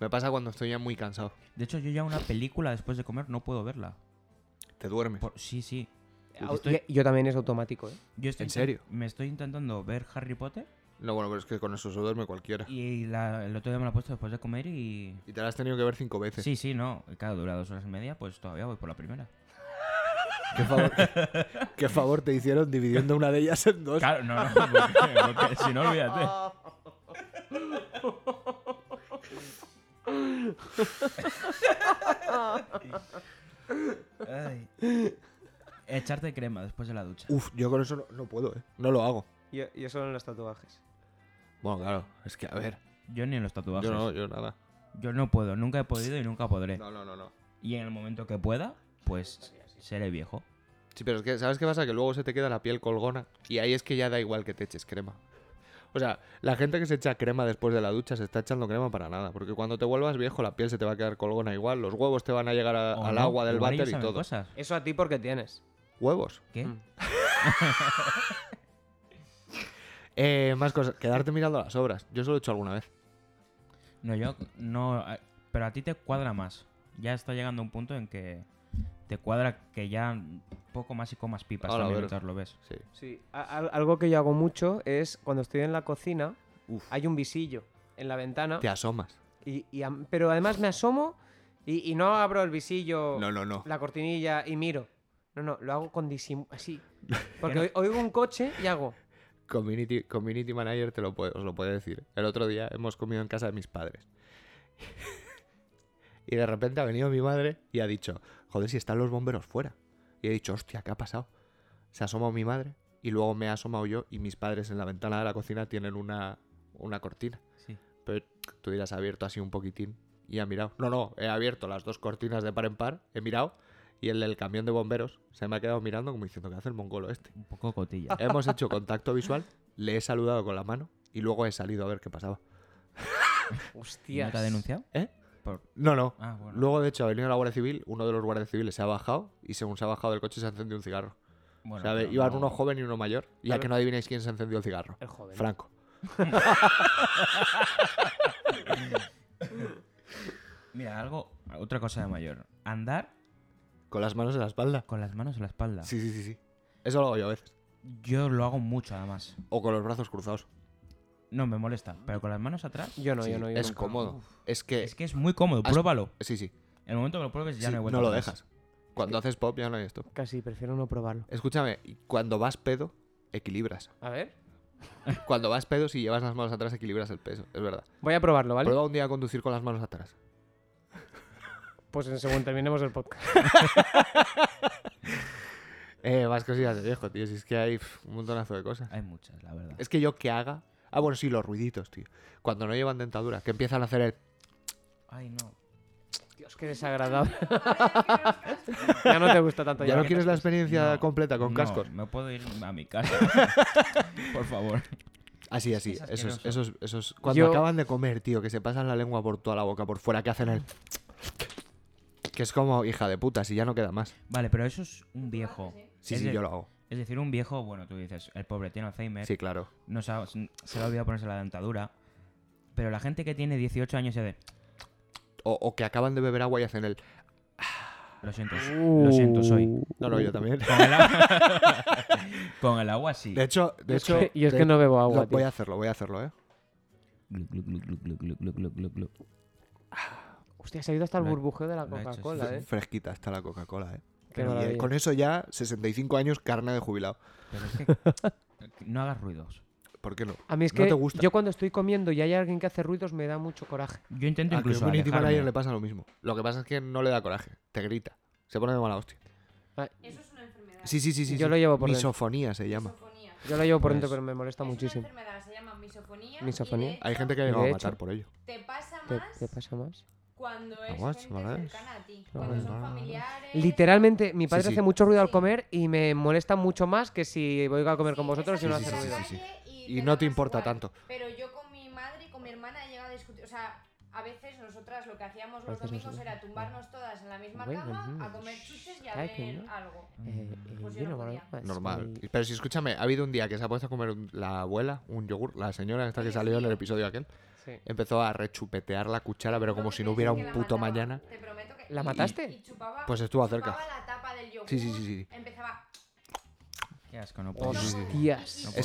[SPEAKER 2] Me pasa cuando estoy ya muy cansado.
[SPEAKER 4] de hecho, yo ya una película después de comer no puedo verla.
[SPEAKER 2] Te duermes.
[SPEAKER 4] Por- sí, sí.
[SPEAKER 3] Au-
[SPEAKER 4] estoy-
[SPEAKER 3] y- Yo también es automático, ¿eh?
[SPEAKER 4] Yo estoy
[SPEAKER 2] ¿En
[SPEAKER 4] inten-
[SPEAKER 2] serio?
[SPEAKER 4] Me estoy intentando ver Harry Potter
[SPEAKER 2] No, bueno, pero es que con eso se duerme cualquiera.
[SPEAKER 4] y la- el otro día me la he puesto después de comer y.
[SPEAKER 2] Y te la has tenido que ver cinco veces.
[SPEAKER 4] Sí, sí, no. Claro, dura dos horas y media, pues todavía voy por la primera.
[SPEAKER 2] ¿Qué favor, qué favor te hicieron dividiendo una de ellas en dos?
[SPEAKER 4] Claro, no, no. Porque, porque si no, olvídate. Ay. Echarte crema después de la ducha.
[SPEAKER 2] Uf, yo con eso no, no puedo, ¿eh? No lo hago.
[SPEAKER 3] Yo, yo solo en los tatuajes.
[SPEAKER 2] Bueno, claro, es que a ver.
[SPEAKER 4] Yo ni en los tatuajes.
[SPEAKER 2] Yo no, yo nada.
[SPEAKER 4] Yo no puedo, nunca he podido y nunca podré.
[SPEAKER 2] No, no, no, no.
[SPEAKER 4] Y en el momento que pueda, pues seré viejo.
[SPEAKER 2] Sí, pero es que, ¿sabes qué pasa? Que luego se te queda la piel colgona y ahí es que ya da igual que te eches crema. O sea, la gente que se echa crema después de la ducha se está echando crema para nada, porque cuando te vuelvas viejo la piel se te va a quedar colgona igual, los huevos te van a llegar a-
[SPEAKER 4] O
[SPEAKER 2] al
[SPEAKER 4] no,
[SPEAKER 2] agua del
[SPEAKER 4] igual
[SPEAKER 2] váter
[SPEAKER 4] ellos
[SPEAKER 2] y
[SPEAKER 4] saben
[SPEAKER 2] todo.
[SPEAKER 4] cosas.
[SPEAKER 3] Eso a ti porque tienes.
[SPEAKER 2] ¿Huevos?
[SPEAKER 4] ¿Qué?
[SPEAKER 3] Mm.
[SPEAKER 2] Eh, más cosas, quedarte mirando las obras. Yo eso lo he hecho alguna vez.
[SPEAKER 4] No, yo no. a- Pero a ti te cuadra más. Ya está llegando un punto en que te cuadra que ya poco más y comas pipas
[SPEAKER 2] Ahora,
[SPEAKER 4] también
[SPEAKER 2] a ver.
[SPEAKER 4] mientras lo ves.
[SPEAKER 2] Sí.
[SPEAKER 3] Sí. A- al- algo que yo hago mucho es cuando estoy en la cocina,
[SPEAKER 2] Uf.
[SPEAKER 3] hay un visillo en la ventana.
[SPEAKER 2] Te asomas.
[SPEAKER 3] Y, y am- pero además me asomo y, y no abro el visillo,
[SPEAKER 2] No, no, no.
[SPEAKER 3] la cortinilla y miro. No, no, lo hago con disimulo. Así. Porque oi- oigo un coche y hago.
[SPEAKER 2] Community, community manager te lo puede, os lo puede decir. El otro día hemos comido en casa de mis padres. y de repente ha venido mi madre y ha dicho, joder, si están los bomberos fuera. Y he dicho, hostia, ¿qué ha pasado? Se ha asomado mi madre y luego me ha asomado yo y mis padres en la ventana de la cocina tienen una, una cortina.
[SPEAKER 4] Sí.
[SPEAKER 2] Pero tú dirás, ha abierto así un poquitín y ha mirado. No, no, he abierto las dos cortinas de par en par, he mirado Y el del camión de bomberos se me ha quedado mirando como diciendo, ¿qué hace el mongolo este?
[SPEAKER 4] Un poco cotilla.
[SPEAKER 2] Hemos hecho contacto visual, le he saludado con la mano y luego he salido a ver qué pasaba.
[SPEAKER 4] ¿No
[SPEAKER 3] Hostias.
[SPEAKER 4] te ha denunciado?
[SPEAKER 2] ¿Eh?
[SPEAKER 4] Por-
[SPEAKER 2] No, no.
[SPEAKER 4] Ah, bueno.
[SPEAKER 2] Luego, de hecho, ha venido la Guardia Civil, uno de los guardias civiles se ha bajado y según se ha bajado del coche se ha encendido un cigarro. o
[SPEAKER 4] Bueno,
[SPEAKER 2] sea,
[SPEAKER 4] pero
[SPEAKER 2] iban
[SPEAKER 4] no-
[SPEAKER 2] uno joven y uno mayor. Y a que no adivináis quién se encendió el cigarro.
[SPEAKER 3] El joven.
[SPEAKER 2] Franco.
[SPEAKER 4] Mira, algo, otra cosa de mayor. Andar
[SPEAKER 2] Con las manos en la espalda.
[SPEAKER 4] con las manos en la espalda.
[SPEAKER 2] Sí, sí, sí, sí. Eso lo hago yo a veces.
[SPEAKER 4] Yo lo hago mucho, además.
[SPEAKER 2] O con los brazos cruzados.
[SPEAKER 4] No, me molesta. Pero con las manos atrás.
[SPEAKER 3] Yo no,
[SPEAKER 2] Sí,
[SPEAKER 3] yo no. Yo
[SPEAKER 2] es
[SPEAKER 3] nunca.
[SPEAKER 2] cómodo. Es que,
[SPEAKER 4] Es que es muy cómodo.
[SPEAKER 2] Eh, Has-
[SPEAKER 4] Pruébalo.
[SPEAKER 2] Sí, sí.
[SPEAKER 4] El momento que lo pruebes ya
[SPEAKER 2] Sí,
[SPEAKER 4] no hay
[SPEAKER 2] no
[SPEAKER 4] vuelta
[SPEAKER 2] lo
[SPEAKER 4] atrás.
[SPEAKER 2] dejas. Cuando haces pop ya no hay esto.
[SPEAKER 3] Casi, prefiero no probarlo.
[SPEAKER 2] Escúchame, y cuando vas pedo, equilibras.
[SPEAKER 3] A ver.
[SPEAKER 2] Cuando vas pedo, si llevas las manos atrás, equilibras el peso. Es verdad.
[SPEAKER 3] Voy a probarlo, ¿vale?
[SPEAKER 2] Prueba un día a conducir con las manos atrás.
[SPEAKER 3] Pues en según terminemos el podcast.
[SPEAKER 2] Eh, más cosillas de viejo, tío. Si es que hay pf, un montonazo de cosas.
[SPEAKER 4] Hay muchas, la verdad.
[SPEAKER 2] Es que yo que haga. Ah, bueno, sí, los ruiditos, tío. Cuando no llevan dentadura, que empiezan a hacer el.
[SPEAKER 4] Ay, no.
[SPEAKER 3] Dios, qué desagradable. ya no te gusta tanto
[SPEAKER 2] ¿Ya no
[SPEAKER 3] llevar-
[SPEAKER 2] quieres la experiencia
[SPEAKER 4] No,
[SPEAKER 2] completa con
[SPEAKER 4] no,
[SPEAKER 2] cascos?
[SPEAKER 4] Me puedo ir a mi casa. Por favor.
[SPEAKER 2] Así, así.
[SPEAKER 4] es
[SPEAKER 2] esos,
[SPEAKER 4] asqueroso.
[SPEAKER 2] esos, esos. Cuando
[SPEAKER 3] Yo-
[SPEAKER 2] acaban de comer, tío, que se pasan la lengua por toda la boca, por fuera, que hacen el. Que es como, hija de puta, si ya no queda más.
[SPEAKER 4] Vale, pero eso es un viejo.
[SPEAKER 2] Sí,
[SPEAKER 4] es
[SPEAKER 2] sí,
[SPEAKER 4] de-
[SPEAKER 2] yo lo hago.
[SPEAKER 4] Es decir, un viejo, bueno, tú dices, el pobre tiene Alzheimer.
[SPEAKER 2] Sí, claro.
[SPEAKER 4] No se, ha- se le ha olvidado ponerse la dentadura. Pero la gente que tiene 18 años ya de.
[SPEAKER 2] O, o que acaban de beber agua y hacen el.
[SPEAKER 4] Lo siento, lo
[SPEAKER 2] Uh.
[SPEAKER 4] siento, soy.
[SPEAKER 2] No, no, yo también.
[SPEAKER 4] Con el agua, Con el agua sí.
[SPEAKER 2] De hecho, de
[SPEAKER 3] Es
[SPEAKER 2] hecho.
[SPEAKER 3] que- y es
[SPEAKER 2] de-
[SPEAKER 3] que no bebo
[SPEAKER 2] lo-
[SPEAKER 3] agua, tío.
[SPEAKER 2] voy a hacerlo, voy a hacerlo, ¿eh?
[SPEAKER 4] Gluc, gluc, gluc, gluc, gluc, gluc, gluc, gluc, gluc, gluc.
[SPEAKER 3] Hostia, se ha ido hasta el
[SPEAKER 4] Lo he-
[SPEAKER 3] burbujeo de la
[SPEAKER 4] lo he hecho, sí,
[SPEAKER 3] Coca-Cola,
[SPEAKER 4] sí.
[SPEAKER 3] ¿eh?
[SPEAKER 2] Fresquita está la Coca-Cola, ¿eh?
[SPEAKER 3] Qué
[SPEAKER 2] Y, eh,
[SPEAKER 3] maravilla.
[SPEAKER 2] con eso ya, 65 años, carne de jubilado.
[SPEAKER 4] Pero es que. No hagas ruidos.
[SPEAKER 2] ¿Por qué no?
[SPEAKER 3] A mí es
[SPEAKER 2] ¿No
[SPEAKER 3] que
[SPEAKER 2] te gusta?
[SPEAKER 3] yo cuando estoy comiendo y hay alguien que hace ruidos me da mucho coraje.
[SPEAKER 4] Yo intento
[SPEAKER 2] A Ah, que un
[SPEAKER 4] incluso.
[SPEAKER 2] community
[SPEAKER 4] alejarme.
[SPEAKER 2] manager le pasa lo mismo. Lo que pasa es que no le da coraje, te grita, se pone de mala hostia.
[SPEAKER 5] Eso es una enfermedad.
[SPEAKER 2] Sí, sí, sí, sí.
[SPEAKER 3] Yo
[SPEAKER 2] sí.
[SPEAKER 3] lo llevo por dentro.
[SPEAKER 2] Misofonía se llama.
[SPEAKER 5] Misofonía.
[SPEAKER 3] Yo lo llevo por dentro,
[SPEAKER 4] Pues-
[SPEAKER 3] pero me molesta
[SPEAKER 5] Es
[SPEAKER 3] muchísimo.
[SPEAKER 5] una enfermedad, se llama misofonía.
[SPEAKER 3] Misofonía.
[SPEAKER 5] Y de hecho,
[SPEAKER 2] Hay gente que ha
[SPEAKER 3] De
[SPEAKER 2] llegado a
[SPEAKER 3] hecho.
[SPEAKER 2] matar por ello.
[SPEAKER 5] Te pasa
[SPEAKER 3] ¿Te,
[SPEAKER 5] más Eh,
[SPEAKER 3] te pasa más?
[SPEAKER 5] cuando es
[SPEAKER 2] Aguas,
[SPEAKER 5] gente
[SPEAKER 2] Ah, ¿vale?
[SPEAKER 5] cercana a ti. Cuando son familiares.
[SPEAKER 3] Literalmente, mi padre
[SPEAKER 2] sí.
[SPEAKER 3] hace mucho ruido al
[SPEAKER 5] Sí.
[SPEAKER 3] comer y me molesta mucho más que si voy a comer con
[SPEAKER 5] Sí,
[SPEAKER 3] vosotros y
[SPEAKER 5] es
[SPEAKER 3] no
[SPEAKER 5] salir
[SPEAKER 3] hace
[SPEAKER 5] a la
[SPEAKER 3] ruido.
[SPEAKER 2] sí, sí.
[SPEAKER 5] calle
[SPEAKER 2] Y
[SPEAKER 5] te
[SPEAKER 2] no
[SPEAKER 5] da
[SPEAKER 2] te
[SPEAKER 5] más
[SPEAKER 2] importa
[SPEAKER 5] igual.
[SPEAKER 2] tanto.
[SPEAKER 5] Pero yo con mi madre y con mi hermana he llegado a discutir. O sea, a veces nosotras lo que
[SPEAKER 2] Ah,
[SPEAKER 5] hacíamos los
[SPEAKER 3] veces
[SPEAKER 5] domingos
[SPEAKER 3] nosotras.
[SPEAKER 5] era tumbarnos todas en la misma
[SPEAKER 3] Bueno, mm,
[SPEAKER 5] cama a comer chuches y a
[SPEAKER 3] ay, que
[SPEAKER 5] ver
[SPEAKER 3] no.
[SPEAKER 5] algo.
[SPEAKER 3] Eh, eh,
[SPEAKER 5] Pues yo
[SPEAKER 3] yo
[SPEAKER 5] no
[SPEAKER 3] no
[SPEAKER 5] podía.
[SPEAKER 3] conozco, es
[SPEAKER 2] Normal.
[SPEAKER 3] muy-
[SPEAKER 2] Pero si escúchame, ha habido un día que se ha puesto a comer un- la abuela un yogur, la señora esta que salió en el episodio aquel.
[SPEAKER 4] Eh,
[SPEAKER 3] Sí.
[SPEAKER 2] Empezó a rechupetear la cuchara, pero como
[SPEAKER 5] Porque
[SPEAKER 2] si no
[SPEAKER 5] te
[SPEAKER 2] hubiera
[SPEAKER 5] dicen que
[SPEAKER 2] un
[SPEAKER 5] la
[SPEAKER 2] puto
[SPEAKER 5] mataba.
[SPEAKER 2] mañana.
[SPEAKER 5] Te prometo que-
[SPEAKER 3] ¿La
[SPEAKER 5] y-
[SPEAKER 3] mataste?
[SPEAKER 5] y chupaba-
[SPEAKER 2] Pues estuvo cerca.
[SPEAKER 5] chupaba la tapa del yogur,
[SPEAKER 2] Sí, sí, sí, sí.
[SPEAKER 5] Empezaba.
[SPEAKER 4] Qué asco,
[SPEAKER 2] Oh,
[SPEAKER 4] no puedo.
[SPEAKER 3] Hostias.
[SPEAKER 4] No
[SPEAKER 5] chupar
[SPEAKER 4] puedo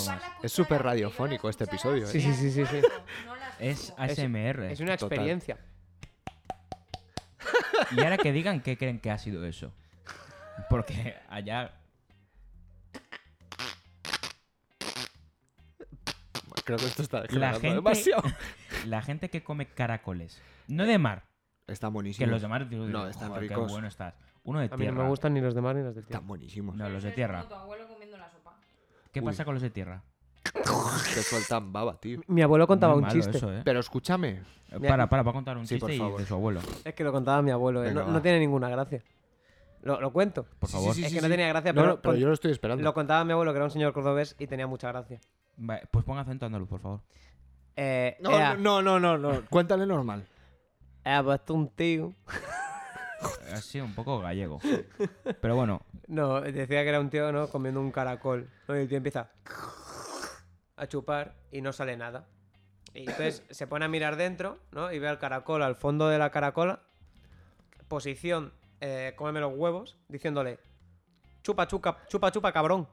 [SPEAKER 5] la
[SPEAKER 4] más.
[SPEAKER 5] cuchara,
[SPEAKER 2] Es súper
[SPEAKER 5] que yo la
[SPEAKER 2] radiofónico este
[SPEAKER 5] cuchara
[SPEAKER 2] episodio,
[SPEAKER 5] la
[SPEAKER 2] ¿eh?
[SPEAKER 3] Sí, sí, sí, sí, sí.
[SPEAKER 5] guardo, no la
[SPEAKER 4] Es
[SPEAKER 5] chupo.
[SPEAKER 4] ASMR.
[SPEAKER 3] Es una
[SPEAKER 2] Total.
[SPEAKER 3] experiencia.
[SPEAKER 4] Y ahora que digan qué creen que ha sido eso. Porque allá.
[SPEAKER 2] Creo que esto está
[SPEAKER 4] La
[SPEAKER 2] degenerando
[SPEAKER 4] gente,
[SPEAKER 2] demasiado.
[SPEAKER 4] la gente que come caracoles. No de mar.
[SPEAKER 2] Están
[SPEAKER 4] Que
[SPEAKER 2] buenísimos.
[SPEAKER 4] los de mar. digo,
[SPEAKER 2] No, están
[SPEAKER 4] "Joder, qué
[SPEAKER 2] ricos".
[SPEAKER 4] bueno estás. Uno de
[SPEAKER 3] A
[SPEAKER 4] tierra.
[SPEAKER 3] mí no me gustan ni los de mar ni los del tío.
[SPEAKER 2] Están buenísimos.
[SPEAKER 4] No, los
[SPEAKER 5] Eso
[SPEAKER 4] de
[SPEAKER 5] es
[SPEAKER 4] tierra.
[SPEAKER 5] como tu abuelo comiendo la sopa.
[SPEAKER 4] ¿Qué
[SPEAKER 2] Uy.
[SPEAKER 4] pasa con los de tierra?
[SPEAKER 2] Te sueltan baba, tío.
[SPEAKER 3] Mi abuelo contaba
[SPEAKER 4] Muy
[SPEAKER 3] un
[SPEAKER 4] malo
[SPEAKER 3] chiste.
[SPEAKER 4] eso, ¿eh?
[SPEAKER 2] Pero escúchame,
[SPEAKER 4] Eh, Para, para, va a contar un
[SPEAKER 2] Sí, por
[SPEAKER 4] chiste y
[SPEAKER 2] favor.
[SPEAKER 4] de su abuelo.
[SPEAKER 3] Es que lo contaba mi abuelo, ¿eh?
[SPEAKER 2] Venga,
[SPEAKER 3] no,
[SPEAKER 2] va.
[SPEAKER 3] no tiene ninguna gracia. Lo, lo cuento.
[SPEAKER 4] Por
[SPEAKER 2] Sí,
[SPEAKER 4] favor.
[SPEAKER 2] sí, sí,
[SPEAKER 3] es
[SPEAKER 2] sí,
[SPEAKER 3] que no
[SPEAKER 2] sí.
[SPEAKER 3] tenía gracia,
[SPEAKER 2] No,
[SPEAKER 3] pero,
[SPEAKER 2] no, pero yo lo estoy esperando.
[SPEAKER 3] lo contaba mi abuelo, que era un señor cordobés y tenía mucha gracia.
[SPEAKER 4] Va, pues pon acento andaluz, por favor.
[SPEAKER 3] Eh,
[SPEAKER 2] No,
[SPEAKER 3] ea,
[SPEAKER 2] no, no, no, no, Cuéntale normal.
[SPEAKER 3] ea, pues tú un tío.
[SPEAKER 4] Ha sido un poco gallego. Pero bueno,
[SPEAKER 3] No, decía que era un tío, ¿no? Comiendo un caracol. ¿no? Y el tío empieza a chupar y no sale nada. Y entonces se pone a mirar dentro, ¿no? Y ve al caracol, al fondo de la caracola. Posición, eh, cómeme los huevos, diciéndole, chupa, chupa, chupa, chupa, cabrón.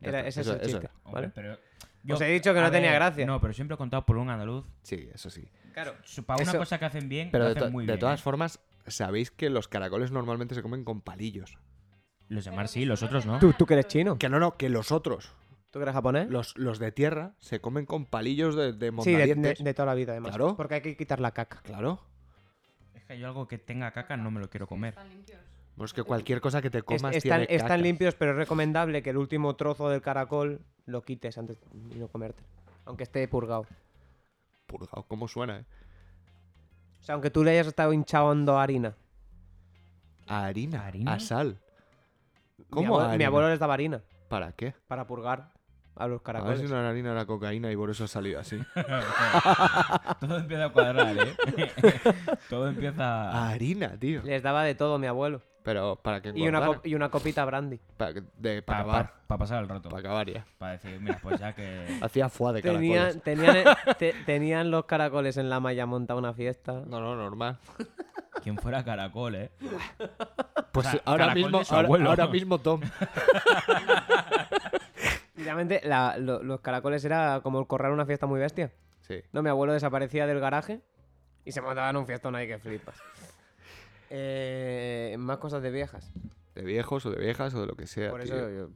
[SPEAKER 2] Ya
[SPEAKER 3] Era-
[SPEAKER 2] está,
[SPEAKER 3] ese
[SPEAKER 2] eso-
[SPEAKER 3] es el
[SPEAKER 2] eso
[SPEAKER 3] chiste,
[SPEAKER 4] hombre,
[SPEAKER 3] ¿vale?
[SPEAKER 4] pero.
[SPEAKER 3] Os he dicho que
[SPEAKER 4] a
[SPEAKER 3] no tenía gracia.
[SPEAKER 4] No, pero siempre he contado por un andaluz.
[SPEAKER 2] Sí, eso sí.
[SPEAKER 3] Claro.
[SPEAKER 4] Su- Para una
[SPEAKER 3] Eso-
[SPEAKER 4] cosa que hacen bien,
[SPEAKER 2] Pero
[SPEAKER 4] lo
[SPEAKER 2] de,
[SPEAKER 4] hacen
[SPEAKER 2] to-
[SPEAKER 4] muy
[SPEAKER 2] de
[SPEAKER 4] bien.
[SPEAKER 2] todas
[SPEAKER 4] ¿eh?
[SPEAKER 2] formas, sabéis que los caracoles normalmente se comen con palillos.
[SPEAKER 4] Los de
[SPEAKER 5] Pero
[SPEAKER 4] mar
[SPEAKER 5] que
[SPEAKER 4] sí,
[SPEAKER 5] son
[SPEAKER 4] los otros no.
[SPEAKER 5] de
[SPEAKER 3] ¿Tú,
[SPEAKER 5] mar,
[SPEAKER 3] tú que eres
[SPEAKER 5] pero-
[SPEAKER 3] chino?
[SPEAKER 2] Que no, no, que los otros,
[SPEAKER 3] ¿Tú que eres japonés?
[SPEAKER 2] los, los de tierra, se comen con palillos de, de
[SPEAKER 3] Sí, de, de-
[SPEAKER 2] mondadientes.
[SPEAKER 3] de toda la vida, además.
[SPEAKER 2] Claro.
[SPEAKER 3] Porque hay que quitar la caca.
[SPEAKER 2] Claro.
[SPEAKER 4] Es que yo algo que tenga caca no me lo quiero comer.
[SPEAKER 5] Están limpios.
[SPEAKER 2] Bueno, es que cualquier cosa que te
[SPEAKER 3] Es-
[SPEAKER 2] comas
[SPEAKER 3] están,
[SPEAKER 2] tiene
[SPEAKER 3] están
[SPEAKER 2] caca.
[SPEAKER 3] limpios, pero es recomendable que el último trozo del caracol lo quites antes de no comerte. Aunque esté purgado.
[SPEAKER 2] Purgao, ¿cómo suena, eh?
[SPEAKER 3] O sea, aunque tú le hayas estado hinchando harina.
[SPEAKER 2] A harina,
[SPEAKER 4] ¿Harina?
[SPEAKER 2] a sal. ¿Cómo
[SPEAKER 3] mi, abuelo,
[SPEAKER 2] harina? Ah,
[SPEAKER 3] mi abuelo les daba harina
[SPEAKER 2] ¿Para qué?
[SPEAKER 3] para purgar a los
[SPEAKER 2] A ver
[SPEAKER 3] caracoles.
[SPEAKER 2] si no era harina, era cocaína y por eso ha salido así.
[SPEAKER 4] Todo empieza a cuadrar, ¿eh? Todo
[SPEAKER 2] Ah,
[SPEAKER 4] empieza...
[SPEAKER 2] harina, tío.
[SPEAKER 3] Les daba de todo mi abuelo.
[SPEAKER 2] Pero para que
[SPEAKER 3] Y una,
[SPEAKER 2] engordara.
[SPEAKER 3] co- y una copita brandy.
[SPEAKER 2] Para, que- de- para
[SPEAKER 4] Para
[SPEAKER 2] acabar.
[SPEAKER 4] pasar el rato.
[SPEAKER 2] Para acabar ya.
[SPEAKER 4] Para decir, mira, pues ya que...
[SPEAKER 2] Hacía fuá de caracoles.
[SPEAKER 3] Tenían, tenían, te- tenían los caracoles en la malla montada una fiesta.
[SPEAKER 2] No, no, normal.
[SPEAKER 4] Quien fuera caracol, ¿eh?
[SPEAKER 2] Pues
[SPEAKER 4] Ca-
[SPEAKER 2] ahora,
[SPEAKER 4] caracol
[SPEAKER 2] mismo,
[SPEAKER 4] de su
[SPEAKER 2] ahora,
[SPEAKER 4] abuelo.
[SPEAKER 2] ahora mismo Tom.
[SPEAKER 3] Literalmente, la- lo- los caracoles era como el corral una fiesta muy bestia.
[SPEAKER 2] Sí.
[SPEAKER 3] No, mi abuelo desaparecía del garaje y se montaba en un fiestón ahí que flipas. Eh, más cosas de viejas.
[SPEAKER 2] De viejos o de viejas o de lo que sea.
[SPEAKER 3] Por
[SPEAKER 2] tío.
[SPEAKER 3] eso
[SPEAKER 2] yo...
[SPEAKER 3] yo-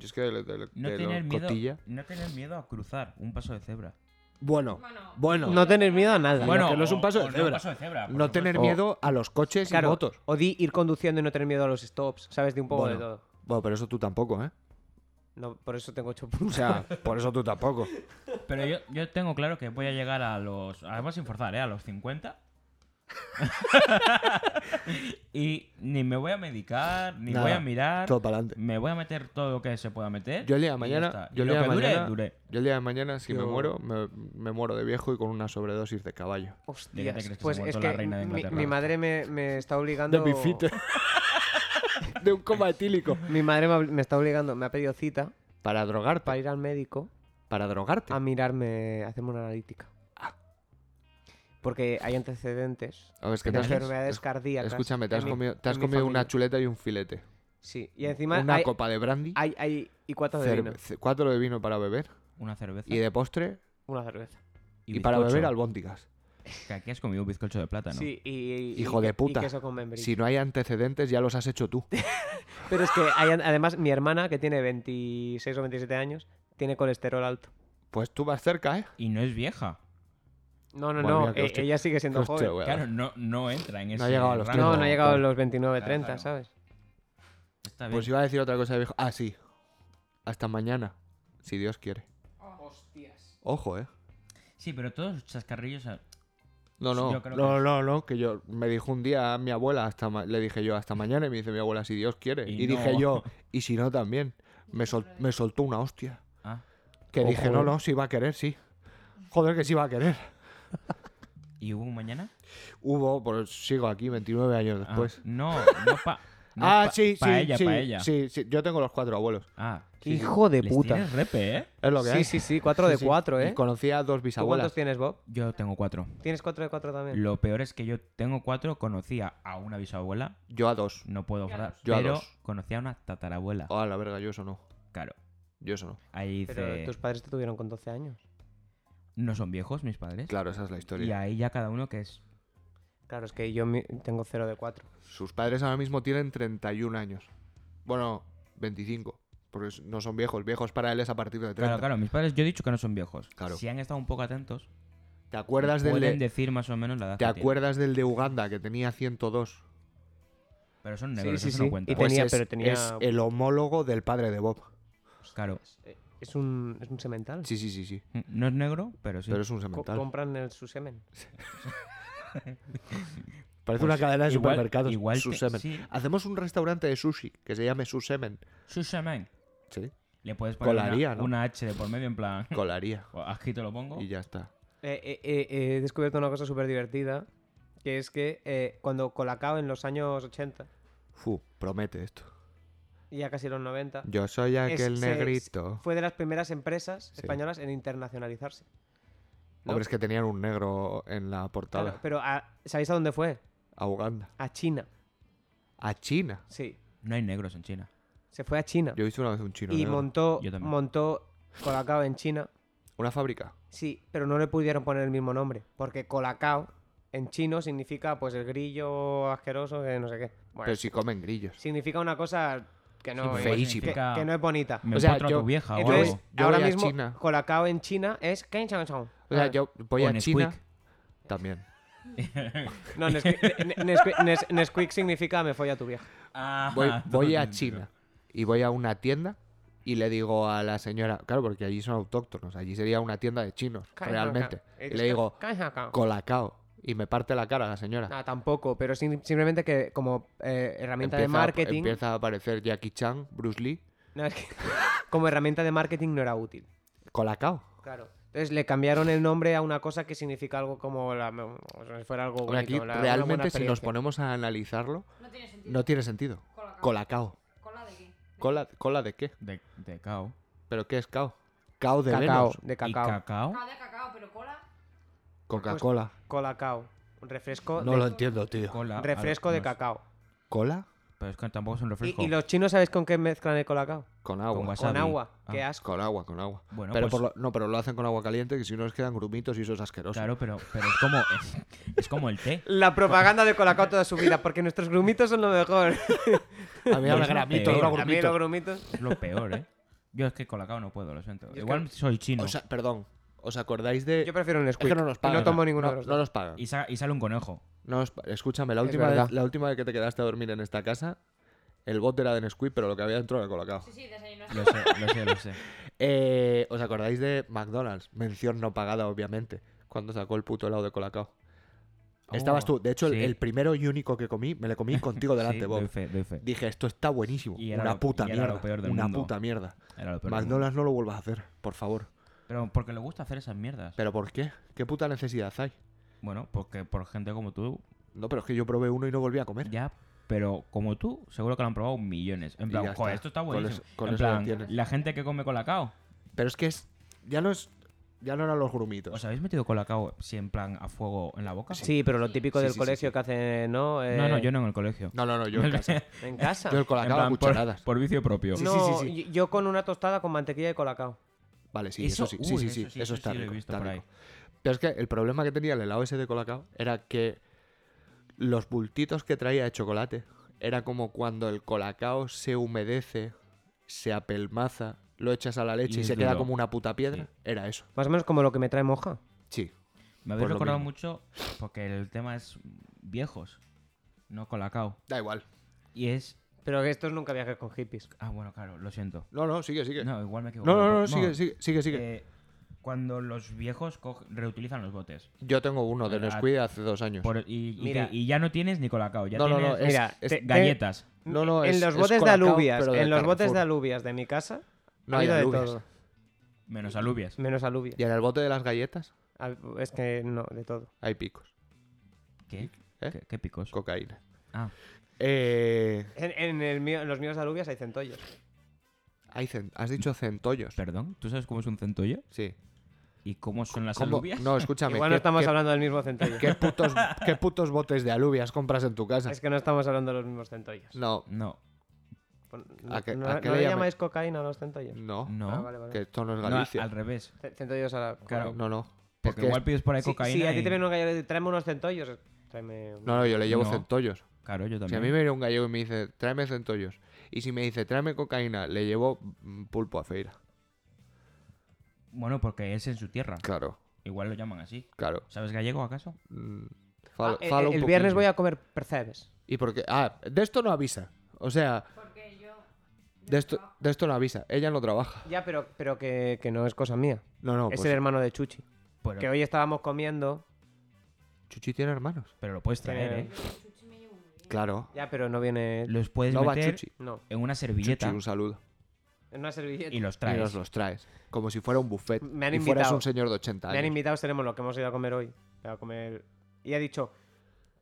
[SPEAKER 2] es que de, lo- de lo-
[SPEAKER 4] No
[SPEAKER 2] de lo
[SPEAKER 4] tener, miedo,
[SPEAKER 2] cotilla.
[SPEAKER 4] no tener miedo a cruzar un paso de cebra.
[SPEAKER 2] Bueno,
[SPEAKER 5] Bueno.
[SPEAKER 2] bueno.
[SPEAKER 3] No tener miedo a nada.
[SPEAKER 2] Bueno, que no es un
[SPEAKER 4] o-
[SPEAKER 2] paso de
[SPEAKER 4] o
[SPEAKER 2] cebra.
[SPEAKER 4] Ah, pues No, paso de cebra, por
[SPEAKER 2] Ah, No tener
[SPEAKER 4] supuesto.
[SPEAKER 2] miedo a los coches y
[SPEAKER 3] claro,
[SPEAKER 2] motos.
[SPEAKER 3] o di ir conduciendo y no tener miedo a los stops, ¿sabes? De un poco de
[SPEAKER 2] Bueno.
[SPEAKER 3] todo.
[SPEAKER 2] Bueno, pero eso tú tampoco, ¿eh?
[SPEAKER 3] No, por eso tengo ocho
[SPEAKER 2] O
[SPEAKER 3] puntos.
[SPEAKER 2] sea, por eso tú tampoco.
[SPEAKER 4] Pero yo, yo tengo claro que voy a llegar a los. Además, sin forzar, ¿eh? A los 50. y ni me voy a medicar, ni
[SPEAKER 2] Nada,
[SPEAKER 4] voy a mirar.
[SPEAKER 2] Todo para adelante.
[SPEAKER 4] Me voy a meter todo lo que se pueda meter.
[SPEAKER 2] Yo el día de
[SPEAKER 4] y ya
[SPEAKER 2] mañana,
[SPEAKER 4] está.
[SPEAKER 2] yo el
[SPEAKER 4] Y lo
[SPEAKER 2] día de
[SPEAKER 4] que dure,
[SPEAKER 2] mañana,
[SPEAKER 4] dure.
[SPEAKER 2] yo el día de mañana, si me
[SPEAKER 3] Yo-
[SPEAKER 2] muero, me, me muero de viejo y con una sobredosis de caballo.
[SPEAKER 4] ¿De qué te
[SPEAKER 3] Hostias,
[SPEAKER 4] crees que se
[SPEAKER 3] pues
[SPEAKER 4] ha
[SPEAKER 3] es
[SPEAKER 4] muerto
[SPEAKER 3] que
[SPEAKER 4] la reina de
[SPEAKER 3] mi,
[SPEAKER 4] Inglaterra?
[SPEAKER 3] mi madre me, me está obligando.
[SPEAKER 2] De bifite. de un coma etílico.
[SPEAKER 3] Mi madre me, ha obli- me está obligando, me ha pedido cita
[SPEAKER 2] Para drogarte.
[SPEAKER 3] para
[SPEAKER 2] Para,
[SPEAKER 3] ir al médico
[SPEAKER 2] drogarte.
[SPEAKER 3] a mirarme, a hacerme una analítica. Porque hay antecedentes
[SPEAKER 2] A ver, es que
[SPEAKER 3] de
[SPEAKER 2] te has-
[SPEAKER 3] enfermedades
[SPEAKER 2] es-
[SPEAKER 3] cardíacas.
[SPEAKER 2] Escúchame, te
[SPEAKER 3] en
[SPEAKER 2] has
[SPEAKER 3] mi-
[SPEAKER 2] comido, te has
[SPEAKER 3] en mi
[SPEAKER 2] comido una
[SPEAKER 3] familia.
[SPEAKER 2] chuleta y un filete.
[SPEAKER 3] Sí, y encima
[SPEAKER 2] una
[SPEAKER 3] hay,
[SPEAKER 2] copa de brandy.
[SPEAKER 3] hay, hay- y cuatro de
[SPEAKER 2] cerve-
[SPEAKER 3] vino,
[SPEAKER 2] ce- cuatro de vino para beber.
[SPEAKER 4] Una cerveza.
[SPEAKER 2] Y de postre.
[SPEAKER 3] una cerveza.
[SPEAKER 2] Y, para
[SPEAKER 4] bizcocho.
[SPEAKER 2] beber albóndigas.
[SPEAKER 4] Que aquí has comido un bizcocho de plátano.
[SPEAKER 3] Sí, y, y-
[SPEAKER 2] Hijo
[SPEAKER 3] y-
[SPEAKER 2] de
[SPEAKER 3] y
[SPEAKER 2] puta.
[SPEAKER 3] queso con membrillo.
[SPEAKER 2] Si no hay antecedentes, ya los has hecho tú.
[SPEAKER 3] Pero es que hay- además mi hermana, que tiene 26 o 27 años, tiene colesterol alto.
[SPEAKER 2] Pues tú vas cerca, ¿eh?
[SPEAKER 4] Y no es vieja.
[SPEAKER 3] No, no,
[SPEAKER 2] Madre
[SPEAKER 3] no,
[SPEAKER 2] mía, qué
[SPEAKER 3] eh,
[SPEAKER 2] hostia.
[SPEAKER 3] ella sigue siendo
[SPEAKER 2] Hostia,
[SPEAKER 3] joven.
[SPEAKER 2] weón.
[SPEAKER 4] Claro, no, no entra en ese.
[SPEAKER 2] No ha llegado a los
[SPEAKER 4] rango.
[SPEAKER 3] No, no ha llegado a
[SPEAKER 2] claro.
[SPEAKER 3] los 29, 30,
[SPEAKER 4] Claro, claro.
[SPEAKER 3] ¿sabes?
[SPEAKER 4] Está bien.
[SPEAKER 2] Pues iba a decir otra cosa de viejo. Ah, sí. Hasta mañana. Si Dios quiere.
[SPEAKER 3] Hostias.
[SPEAKER 2] Ojo, ¿eh?
[SPEAKER 4] Sí, pero todos los chascarrillos. a-
[SPEAKER 2] No,
[SPEAKER 4] Sí,
[SPEAKER 2] no,
[SPEAKER 4] yo creo
[SPEAKER 2] no,
[SPEAKER 4] que-
[SPEAKER 2] no, no, que yo me dijo un día a mi abuela, hasta ma- le dije yo hasta mañana y me dice mi abuela si Dios quiere. Y,
[SPEAKER 4] Y
[SPEAKER 2] dije
[SPEAKER 4] no.
[SPEAKER 2] yo, y si no también. Me, sol- me soltó una hostia.
[SPEAKER 4] Ah.
[SPEAKER 2] Que
[SPEAKER 3] Ojo,
[SPEAKER 2] dije,
[SPEAKER 3] eh.
[SPEAKER 2] no, no, si va a querer, sí. Joder, que sí va a querer.
[SPEAKER 4] ¿Y hubo un mañana?
[SPEAKER 2] Hubo, pues sigo aquí 29 años
[SPEAKER 4] Ah,
[SPEAKER 2] después.
[SPEAKER 4] no, no pa. no
[SPEAKER 2] Pues. Ah,
[SPEAKER 4] pa-
[SPEAKER 2] sí,
[SPEAKER 4] pa
[SPEAKER 2] sí,
[SPEAKER 4] ella,
[SPEAKER 2] sí,
[SPEAKER 4] pa ella.
[SPEAKER 2] sí, sí, yo tengo los cuatro abuelos.
[SPEAKER 4] Ah,
[SPEAKER 3] Hijo de
[SPEAKER 4] Les
[SPEAKER 3] puta.
[SPEAKER 4] tienes repe, ¿eh?
[SPEAKER 2] Es lo que
[SPEAKER 3] Sí,
[SPEAKER 2] hay.
[SPEAKER 3] sí, sí, 4 de
[SPEAKER 2] Sí, sí.
[SPEAKER 3] 4,
[SPEAKER 2] Y
[SPEAKER 3] ¿eh?
[SPEAKER 2] conocí a dos
[SPEAKER 3] ¿Tú cuántos
[SPEAKER 2] bisabuelas.
[SPEAKER 3] tienes, Bob?
[SPEAKER 4] Yo tengo cuatro.
[SPEAKER 3] ¿Tienes 4 de 4 también?
[SPEAKER 4] Lo peor es que yo tengo cuatro, conocía a una bisabuela,
[SPEAKER 2] Yo a dos.
[SPEAKER 4] no puedo hablar,
[SPEAKER 2] Yo a
[SPEAKER 4] pero
[SPEAKER 2] dos.
[SPEAKER 4] conocía a una tatarabuela.
[SPEAKER 2] Ah, la verga, yo eso no.
[SPEAKER 4] Claro.
[SPEAKER 2] Yo eso no.
[SPEAKER 4] Ahí
[SPEAKER 3] Pero
[SPEAKER 4] dice,
[SPEAKER 3] tus padres te tuvieron con 12 años.
[SPEAKER 4] no son viejos mis padres.
[SPEAKER 2] Claro, esa es la
[SPEAKER 4] y
[SPEAKER 2] historia.
[SPEAKER 4] ahí ya cada uno que es...
[SPEAKER 3] Claro, es que yo mi- tengo 0 de 4.
[SPEAKER 2] Sus padres ahora mismo tienen 31 años. Bueno, 25. Porque es- no son viejos. Viejos para él es a partir de 30.
[SPEAKER 4] Claro, claro, mis padres yo he dicho que no son viejos.
[SPEAKER 2] Claro.
[SPEAKER 4] Si han estado un poco atentos,
[SPEAKER 2] ¿Te acuerdas del
[SPEAKER 4] pueden
[SPEAKER 2] de,
[SPEAKER 4] decir más o menos la edad
[SPEAKER 2] ¿te
[SPEAKER 4] que tienen.
[SPEAKER 2] acuerdas del de Uganda que tenía 102?
[SPEAKER 4] Pero son
[SPEAKER 3] Sí,
[SPEAKER 4] negros,
[SPEAKER 3] sí,
[SPEAKER 4] eso
[SPEAKER 3] sí.
[SPEAKER 4] no cuenta.
[SPEAKER 3] Y tenía-
[SPEAKER 2] Pues es,
[SPEAKER 3] pero tenía-
[SPEAKER 2] es el homólogo del padre de Bob.
[SPEAKER 4] Claro,
[SPEAKER 3] Es un, es un semental.
[SPEAKER 2] Sí, sí, sí, sí.
[SPEAKER 4] no es negro, pero sí.
[SPEAKER 2] Pero es un
[SPEAKER 3] Co-
[SPEAKER 2] semental.
[SPEAKER 3] compran el- su semen.
[SPEAKER 2] Parece
[SPEAKER 4] Pues
[SPEAKER 2] una cadena de
[SPEAKER 4] igual-
[SPEAKER 2] supermercados.
[SPEAKER 4] igual
[SPEAKER 2] Su
[SPEAKER 4] te-
[SPEAKER 2] semen.
[SPEAKER 4] sí.
[SPEAKER 2] Hacemos un restaurante de sushi que se llame Su Semen.
[SPEAKER 4] Su shaman.
[SPEAKER 2] Sí.
[SPEAKER 4] Le puedes poner
[SPEAKER 2] Colaría,
[SPEAKER 4] una,
[SPEAKER 2] ¿no?
[SPEAKER 4] una H de por medio en plan...
[SPEAKER 2] Colaría.
[SPEAKER 4] Aquí te lo
[SPEAKER 3] Oh.
[SPEAKER 4] pongo.
[SPEAKER 2] Y ya está.
[SPEAKER 3] Eh, eh, eh, eh, he descubierto una cosa súper divertida, que es que eh, cuando Colacao en los años 80,
[SPEAKER 2] Fu, promete esto.
[SPEAKER 3] y ya casi los 90,
[SPEAKER 2] Yo soy
[SPEAKER 3] es-
[SPEAKER 2] aquel
[SPEAKER 3] se-
[SPEAKER 2] negrito.
[SPEAKER 3] fue de las primeras empresas
[SPEAKER 2] Sí.
[SPEAKER 3] españolas en internacionalizarse. ¿no?
[SPEAKER 2] Hombre, es que tenían un negro en la
[SPEAKER 3] Claro,
[SPEAKER 2] portada.
[SPEAKER 3] pero a- ¿sabéis a dónde fue?
[SPEAKER 2] A Uganda.
[SPEAKER 3] A China,
[SPEAKER 2] A China.
[SPEAKER 3] sí.
[SPEAKER 4] No hay negros en China.
[SPEAKER 3] Se fue a China
[SPEAKER 2] Yo he visto una vez un chino.
[SPEAKER 3] y
[SPEAKER 2] negro.
[SPEAKER 3] montó,
[SPEAKER 4] Yo también.
[SPEAKER 3] montó Colacao en China,
[SPEAKER 2] Una fábrica.
[SPEAKER 3] sí, pero no le pudieron poner el mismo nombre, porque Colacao en chino significa pues el grillo asqueroso de no sé qué. Bueno,
[SPEAKER 2] Pero si comen grillos.
[SPEAKER 3] significa una cosa que
[SPEAKER 4] Sí,
[SPEAKER 3] no,
[SPEAKER 4] pero
[SPEAKER 2] feísimo.
[SPEAKER 3] que-
[SPEAKER 4] significa-
[SPEAKER 3] que no es bonita.
[SPEAKER 4] Me
[SPEAKER 2] O sea,
[SPEAKER 4] encuentro a
[SPEAKER 2] yo-
[SPEAKER 4] tu vieja o
[SPEAKER 3] Entonces,
[SPEAKER 4] algo.
[SPEAKER 2] Yo
[SPEAKER 3] ahora
[SPEAKER 2] voy a
[SPEAKER 3] mismo,
[SPEAKER 2] China.
[SPEAKER 3] Colacao en China es Ken Chang Ah. Chang.
[SPEAKER 2] O sea, yo voy
[SPEAKER 4] O
[SPEAKER 2] a China
[SPEAKER 4] Nesquik.
[SPEAKER 2] también.
[SPEAKER 3] No, Nesquik, Ne- Nesquik- Nes- Nesquik significa me folla tu vieja.
[SPEAKER 4] Ah,
[SPEAKER 2] Voy,
[SPEAKER 4] todo
[SPEAKER 2] voy a
[SPEAKER 4] sentido.
[SPEAKER 2] China y voy a una tienda y le digo a la señora, claro, porque allí son autóctonos, allí sería una tienda de chinos, realmente.
[SPEAKER 3] Y
[SPEAKER 2] Y
[SPEAKER 3] dices,
[SPEAKER 2] le digo,
[SPEAKER 3] "Ken Chang Chang".
[SPEAKER 2] colacao. y me parte la cara la señora.
[SPEAKER 3] Nada, tampoco, pero sim- simplemente que como eh, Ah, herramienta de
[SPEAKER 2] Empieza a-
[SPEAKER 3] marketing.
[SPEAKER 2] empieza a aparecer Jackie Chan, Bruce Lee,
[SPEAKER 3] No, es que como herramienta de marketing no era útil.
[SPEAKER 2] colacao.
[SPEAKER 3] Claro. Entonces le cambiaron el nombre a una cosa que significa algo como la, o sea, si fuera algo
[SPEAKER 2] Hombre,
[SPEAKER 3] bonito,
[SPEAKER 2] aquí
[SPEAKER 3] la- una buena
[SPEAKER 2] realmente si nos
[SPEAKER 3] experiencia.
[SPEAKER 2] ponemos a analizarlo,
[SPEAKER 5] No tiene sentido.
[SPEAKER 2] no tiene sentido.
[SPEAKER 5] Colacao.
[SPEAKER 2] Colacao.
[SPEAKER 5] ¿Cola de qué?
[SPEAKER 2] ¿Cola, cola de qué?
[SPEAKER 4] De, de cao.
[SPEAKER 2] ¿Pero qué es cao? Cao de
[SPEAKER 3] cacao,
[SPEAKER 2] Venus.
[SPEAKER 3] de
[SPEAKER 4] Y
[SPEAKER 3] cacao.
[SPEAKER 4] cacao.
[SPEAKER 5] Cola de cacao, pero cola.
[SPEAKER 2] Coca-Cola.
[SPEAKER 3] Colacao, un refresco
[SPEAKER 2] No
[SPEAKER 3] de,
[SPEAKER 2] lo entiendo, tío.
[SPEAKER 4] Cola.
[SPEAKER 3] refresco de
[SPEAKER 4] algo más.
[SPEAKER 3] cacao.
[SPEAKER 2] ¿Cola?
[SPEAKER 4] Pero es que tampoco es un
[SPEAKER 3] Y,
[SPEAKER 4] refresco.
[SPEAKER 3] y los chinos, ¿sabes con qué mezclan el colacao?
[SPEAKER 2] Con agua.
[SPEAKER 4] Con
[SPEAKER 2] Con,
[SPEAKER 4] Wasabi.
[SPEAKER 3] Con agua.
[SPEAKER 4] Ah.
[SPEAKER 3] Qué asco.
[SPEAKER 2] agua, con agua.
[SPEAKER 4] Bueno,
[SPEAKER 2] pero
[SPEAKER 4] pues-
[SPEAKER 2] por lo- no, pero lo hacen con agua caliente, que si no les quedan grumitos y eso es asqueroso.
[SPEAKER 4] Claro, pero, pero es como es, es como el té.
[SPEAKER 3] La propaganda de colacao toda su vida, porque nuestros grumitos son lo mejor.
[SPEAKER 2] A mí
[SPEAKER 4] No,
[SPEAKER 2] habla
[SPEAKER 4] es lo
[SPEAKER 2] gramitos,
[SPEAKER 4] peor.
[SPEAKER 2] no
[SPEAKER 3] A mí
[SPEAKER 2] grumitos.
[SPEAKER 3] los grumitos.
[SPEAKER 4] Es lo peor, ¿eh? Yo es que colacao no puedo, lo siento.
[SPEAKER 3] que-
[SPEAKER 4] Igual soy chino.
[SPEAKER 2] O sea, perdón. ¿Os acordáis de...?
[SPEAKER 3] Yo prefiero un
[SPEAKER 2] es que
[SPEAKER 3] squid.
[SPEAKER 2] no nos
[SPEAKER 3] y
[SPEAKER 2] pagan.
[SPEAKER 3] no tomo ninguno
[SPEAKER 2] no,
[SPEAKER 3] de los
[SPEAKER 2] no
[SPEAKER 3] dos.
[SPEAKER 2] nos pagan.
[SPEAKER 4] y, sa- y sale un conejo.
[SPEAKER 2] No nos pa- Escúchame, la
[SPEAKER 3] Es
[SPEAKER 2] última, vez,
[SPEAKER 3] verdad.
[SPEAKER 2] la última vez que te quedaste a dormir en esta casa, el bote era de Nesquik, pero lo que había dentro era colacao.
[SPEAKER 5] Sí, sí, desayuno.
[SPEAKER 4] Lo sé, lo sé, lo sé.
[SPEAKER 2] Eh, ¿Os acordáis de McDonald's? Mención no pagada, obviamente. Cuando sacó el puto helado de Colacao. Estabas
[SPEAKER 4] Oh,
[SPEAKER 2] tú. De hecho, el,
[SPEAKER 4] sí.
[SPEAKER 2] el primero y único que comí, me lo comí contigo delante,
[SPEAKER 4] Oh. Sí,
[SPEAKER 2] Bob.
[SPEAKER 4] doy fe, doy fe.
[SPEAKER 2] Dije, esto está buenísimo.
[SPEAKER 4] Y era
[SPEAKER 2] una
[SPEAKER 4] lo-
[SPEAKER 2] puta
[SPEAKER 4] y era
[SPEAKER 2] mierda.
[SPEAKER 4] lo peor del
[SPEAKER 2] una
[SPEAKER 4] mundo.
[SPEAKER 2] puta mierda.
[SPEAKER 4] Era lo peor del mundo.
[SPEAKER 2] McDonald's no lo vuelvas a hacer, por favor.
[SPEAKER 4] Pero porque le gusta hacer esas mierdas.
[SPEAKER 2] ¿Pero por qué? ¿Qué puta necesidad hay?
[SPEAKER 4] Bueno, porque por gente como tú,
[SPEAKER 2] No, pero es que yo probé uno y no volví a comer.
[SPEAKER 4] ya. Pero como tú, seguro que lo han probado millones. En
[SPEAKER 2] Y
[SPEAKER 4] plan,
[SPEAKER 2] ya está.
[SPEAKER 4] joder, esto está
[SPEAKER 2] Con
[SPEAKER 4] buenísimo.
[SPEAKER 2] eso- con
[SPEAKER 4] en
[SPEAKER 2] eso lo
[SPEAKER 4] plan,
[SPEAKER 2] tienes.
[SPEAKER 4] la gente que come colacao.
[SPEAKER 2] Pero es que es. Ya no es. Ya no eran los grumitos.
[SPEAKER 4] ¿Os habéis metido colacao, si en plan, a fuego en la boca?
[SPEAKER 3] Sí, pero lo típico
[SPEAKER 2] Sí,
[SPEAKER 3] del
[SPEAKER 2] sí, sí,
[SPEAKER 3] colegio que hace, ¿no? Eh,
[SPEAKER 4] No, no, yo no en el colegio.
[SPEAKER 2] no, no, no, yo en casa.
[SPEAKER 3] En casa.
[SPEAKER 2] Yo el
[SPEAKER 4] En
[SPEAKER 2] colacao a
[SPEAKER 4] plan, por-
[SPEAKER 2] cucharadas.
[SPEAKER 4] por, vicio propio.
[SPEAKER 2] Sí, sí,
[SPEAKER 3] no,
[SPEAKER 2] sí, sí.
[SPEAKER 3] yo- yo con una tostada con mantequilla de colacao.
[SPEAKER 2] Vale, sí, eso, sí.
[SPEAKER 4] uy,
[SPEAKER 2] sí, sí, sí, eso, está
[SPEAKER 4] lo he
[SPEAKER 2] rico,
[SPEAKER 4] visto
[SPEAKER 2] está
[SPEAKER 4] por
[SPEAKER 2] rico. Pero es que el problema que tenía el helado ese de Colacao era que los bultitos que traía de chocolate era como cuando el Colacao se humedece, se apelmaza, lo echas a la leche
[SPEAKER 4] Y
[SPEAKER 2] y,
[SPEAKER 4] es
[SPEAKER 2] se queda
[SPEAKER 4] duro.
[SPEAKER 2] como una puta piedra.
[SPEAKER 4] Sí.
[SPEAKER 2] Era eso.
[SPEAKER 3] Más o menos como lo que me trae moja.
[SPEAKER 2] Sí.
[SPEAKER 4] Me habéis
[SPEAKER 2] Pues lo
[SPEAKER 4] recordado
[SPEAKER 2] mismo.
[SPEAKER 4] mucho porque el tema es viejos, no colacao.
[SPEAKER 2] Da igual.
[SPEAKER 4] Y es.
[SPEAKER 3] Pero que estos nunca viajes con hippies.
[SPEAKER 4] Ah, bueno, claro, lo siento.
[SPEAKER 2] No, no, sigue, sigue. No,
[SPEAKER 4] No, igual me equivoco.
[SPEAKER 2] no, no, no, sigue, sigue, sigue. sigue.
[SPEAKER 4] Eh, cuando los viejos coge- reutilizan los botes.
[SPEAKER 2] Yo tengo uno de
[SPEAKER 4] a-
[SPEAKER 2] Nesquik de hace dos años.
[SPEAKER 4] Por- y, y
[SPEAKER 3] Mira.
[SPEAKER 4] te- y ya no tienes ni colacao, ya
[SPEAKER 2] No, no, no,
[SPEAKER 4] tienes
[SPEAKER 2] es-
[SPEAKER 3] Mira,
[SPEAKER 2] es
[SPEAKER 3] te-
[SPEAKER 4] galletas.
[SPEAKER 2] No, no,
[SPEAKER 3] en
[SPEAKER 2] es-
[SPEAKER 3] los
[SPEAKER 2] es
[SPEAKER 3] botes de
[SPEAKER 2] Colacao,
[SPEAKER 3] alubias,
[SPEAKER 2] pero
[SPEAKER 3] en los botes de
[SPEAKER 2] Carrefour.
[SPEAKER 3] alubias de mi casa,
[SPEAKER 2] No
[SPEAKER 3] ha
[SPEAKER 2] hay
[SPEAKER 3] habido de
[SPEAKER 2] alubias.
[SPEAKER 3] todo,
[SPEAKER 4] Menos
[SPEAKER 2] Eh,
[SPEAKER 4] alubias.
[SPEAKER 3] menos alubias.
[SPEAKER 2] Y en el bote de las galletas
[SPEAKER 3] Ah, Es que no, de todo.
[SPEAKER 2] hay picos.
[SPEAKER 4] ¿Qué?
[SPEAKER 2] ¿Eh?
[SPEAKER 4] ¿Qué, qué picos?
[SPEAKER 2] Cocaína.
[SPEAKER 4] Ah,
[SPEAKER 2] Eh,
[SPEAKER 3] En, en el mío- en los míos alubias hay centollos.
[SPEAKER 2] hay cen- has dicho centollos.
[SPEAKER 4] perdón. ¿Tú sabes cómo es un centollo?
[SPEAKER 2] Sí.
[SPEAKER 4] ¿Y cómo son las
[SPEAKER 2] ¿Cómo?
[SPEAKER 4] alubias?
[SPEAKER 2] No, escúchame.
[SPEAKER 3] Igual
[SPEAKER 2] ¿qué-
[SPEAKER 3] no estamos
[SPEAKER 2] qué-
[SPEAKER 3] hablando del mismo centollo.
[SPEAKER 2] ¿Qué putos, ¿Qué putos botes de alubias compras en tu casa?
[SPEAKER 3] Es que no estamos hablando de los mismos centollos.
[SPEAKER 2] No,
[SPEAKER 4] No,
[SPEAKER 3] Pon-
[SPEAKER 2] ¿A qué-
[SPEAKER 3] ¿No,
[SPEAKER 2] a qué
[SPEAKER 3] no
[SPEAKER 2] le
[SPEAKER 3] le
[SPEAKER 2] llama-
[SPEAKER 3] llamáis cocaína a los centollos?
[SPEAKER 2] no,
[SPEAKER 4] no.
[SPEAKER 3] Ah, vale, vale.
[SPEAKER 2] que esto no es
[SPEAKER 4] No,
[SPEAKER 2] Galicia.
[SPEAKER 4] al revés.
[SPEAKER 3] Ce- Centollos a la...
[SPEAKER 4] Claro.
[SPEAKER 2] No, no.
[SPEAKER 4] Porque
[SPEAKER 2] Es que-
[SPEAKER 4] igual pides por ahí
[SPEAKER 3] Si,
[SPEAKER 4] cocaína.
[SPEAKER 3] si a ti
[SPEAKER 4] y-
[SPEAKER 3] te viene un gallego y te tráeme unos centollos, tráeme... un-
[SPEAKER 2] No, no, yo le llevo
[SPEAKER 4] No.
[SPEAKER 2] centollos.
[SPEAKER 4] Claro, yo
[SPEAKER 2] Si
[SPEAKER 4] también.
[SPEAKER 2] a mí me viene un gallego y me dice, tráeme centollos. Y si me dice, tráeme cocaína, le llevo mm, pulpo a feira.
[SPEAKER 4] Bueno, porque es en su tierra.
[SPEAKER 2] Claro,
[SPEAKER 4] Igual lo llaman así.
[SPEAKER 2] claro.
[SPEAKER 4] ¿Sabes gallego acaso?
[SPEAKER 2] Mm,
[SPEAKER 3] Ah,
[SPEAKER 2] falo-
[SPEAKER 3] el-
[SPEAKER 2] falo
[SPEAKER 3] el,
[SPEAKER 2] un
[SPEAKER 3] viernes
[SPEAKER 2] poquillo.
[SPEAKER 3] voy a comer percebes.
[SPEAKER 2] ¿Y por qué? Ah, de esto no avisa. O sea,
[SPEAKER 5] Porque yo.
[SPEAKER 2] de esto, de esto no avisa. Ella no trabaja.
[SPEAKER 3] Ya, pero, pero que, que no es cosa mía.
[SPEAKER 2] No, no,
[SPEAKER 3] es
[SPEAKER 2] pues...
[SPEAKER 3] el hermano de Chuchi.
[SPEAKER 4] Pero,
[SPEAKER 3] Que hoy estábamos comiendo...
[SPEAKER 2] Chuchi tiene hermanos.
[SPEAKER 4] pero lo puedes traer,
[SPEAKER 3] que-
[SPEAKER 4] ¿eh?
[SPEAKER 2] Claro.
[SPEAKER 3] Ya, pero no viene...
[SPEAKER 4] Los puedes
[SPEAKER 2] No va
[SPEAKER 4] meter
[SPEAKER 2] ¿eh? Chuchi.
[SPEAKER 3] No,
[SPEAKER 4] en una
[SPEAKER 2] Chuchi,
[SPEAKER 4] servilleta
[SPEAKER 2] un saludo.
[SPEAKER 3] en una servilleta.
[SPEAKER 4] y los
[SPEAKER 2] Y
[SPEAKER 4] traes.
[SPEAKER 2] nos los traes. Como si fuera un buffet.
[SPEAKER 3] Me han
[SPEAKER 2] y fueras
[SPEAKER 3] invitado.
[SPEAKER 2] un señor de 80 años.
[SPEAKER 3] Me han invitado, tenemos lo que hemos ido a comer hoy. A comer... Y ha dicho,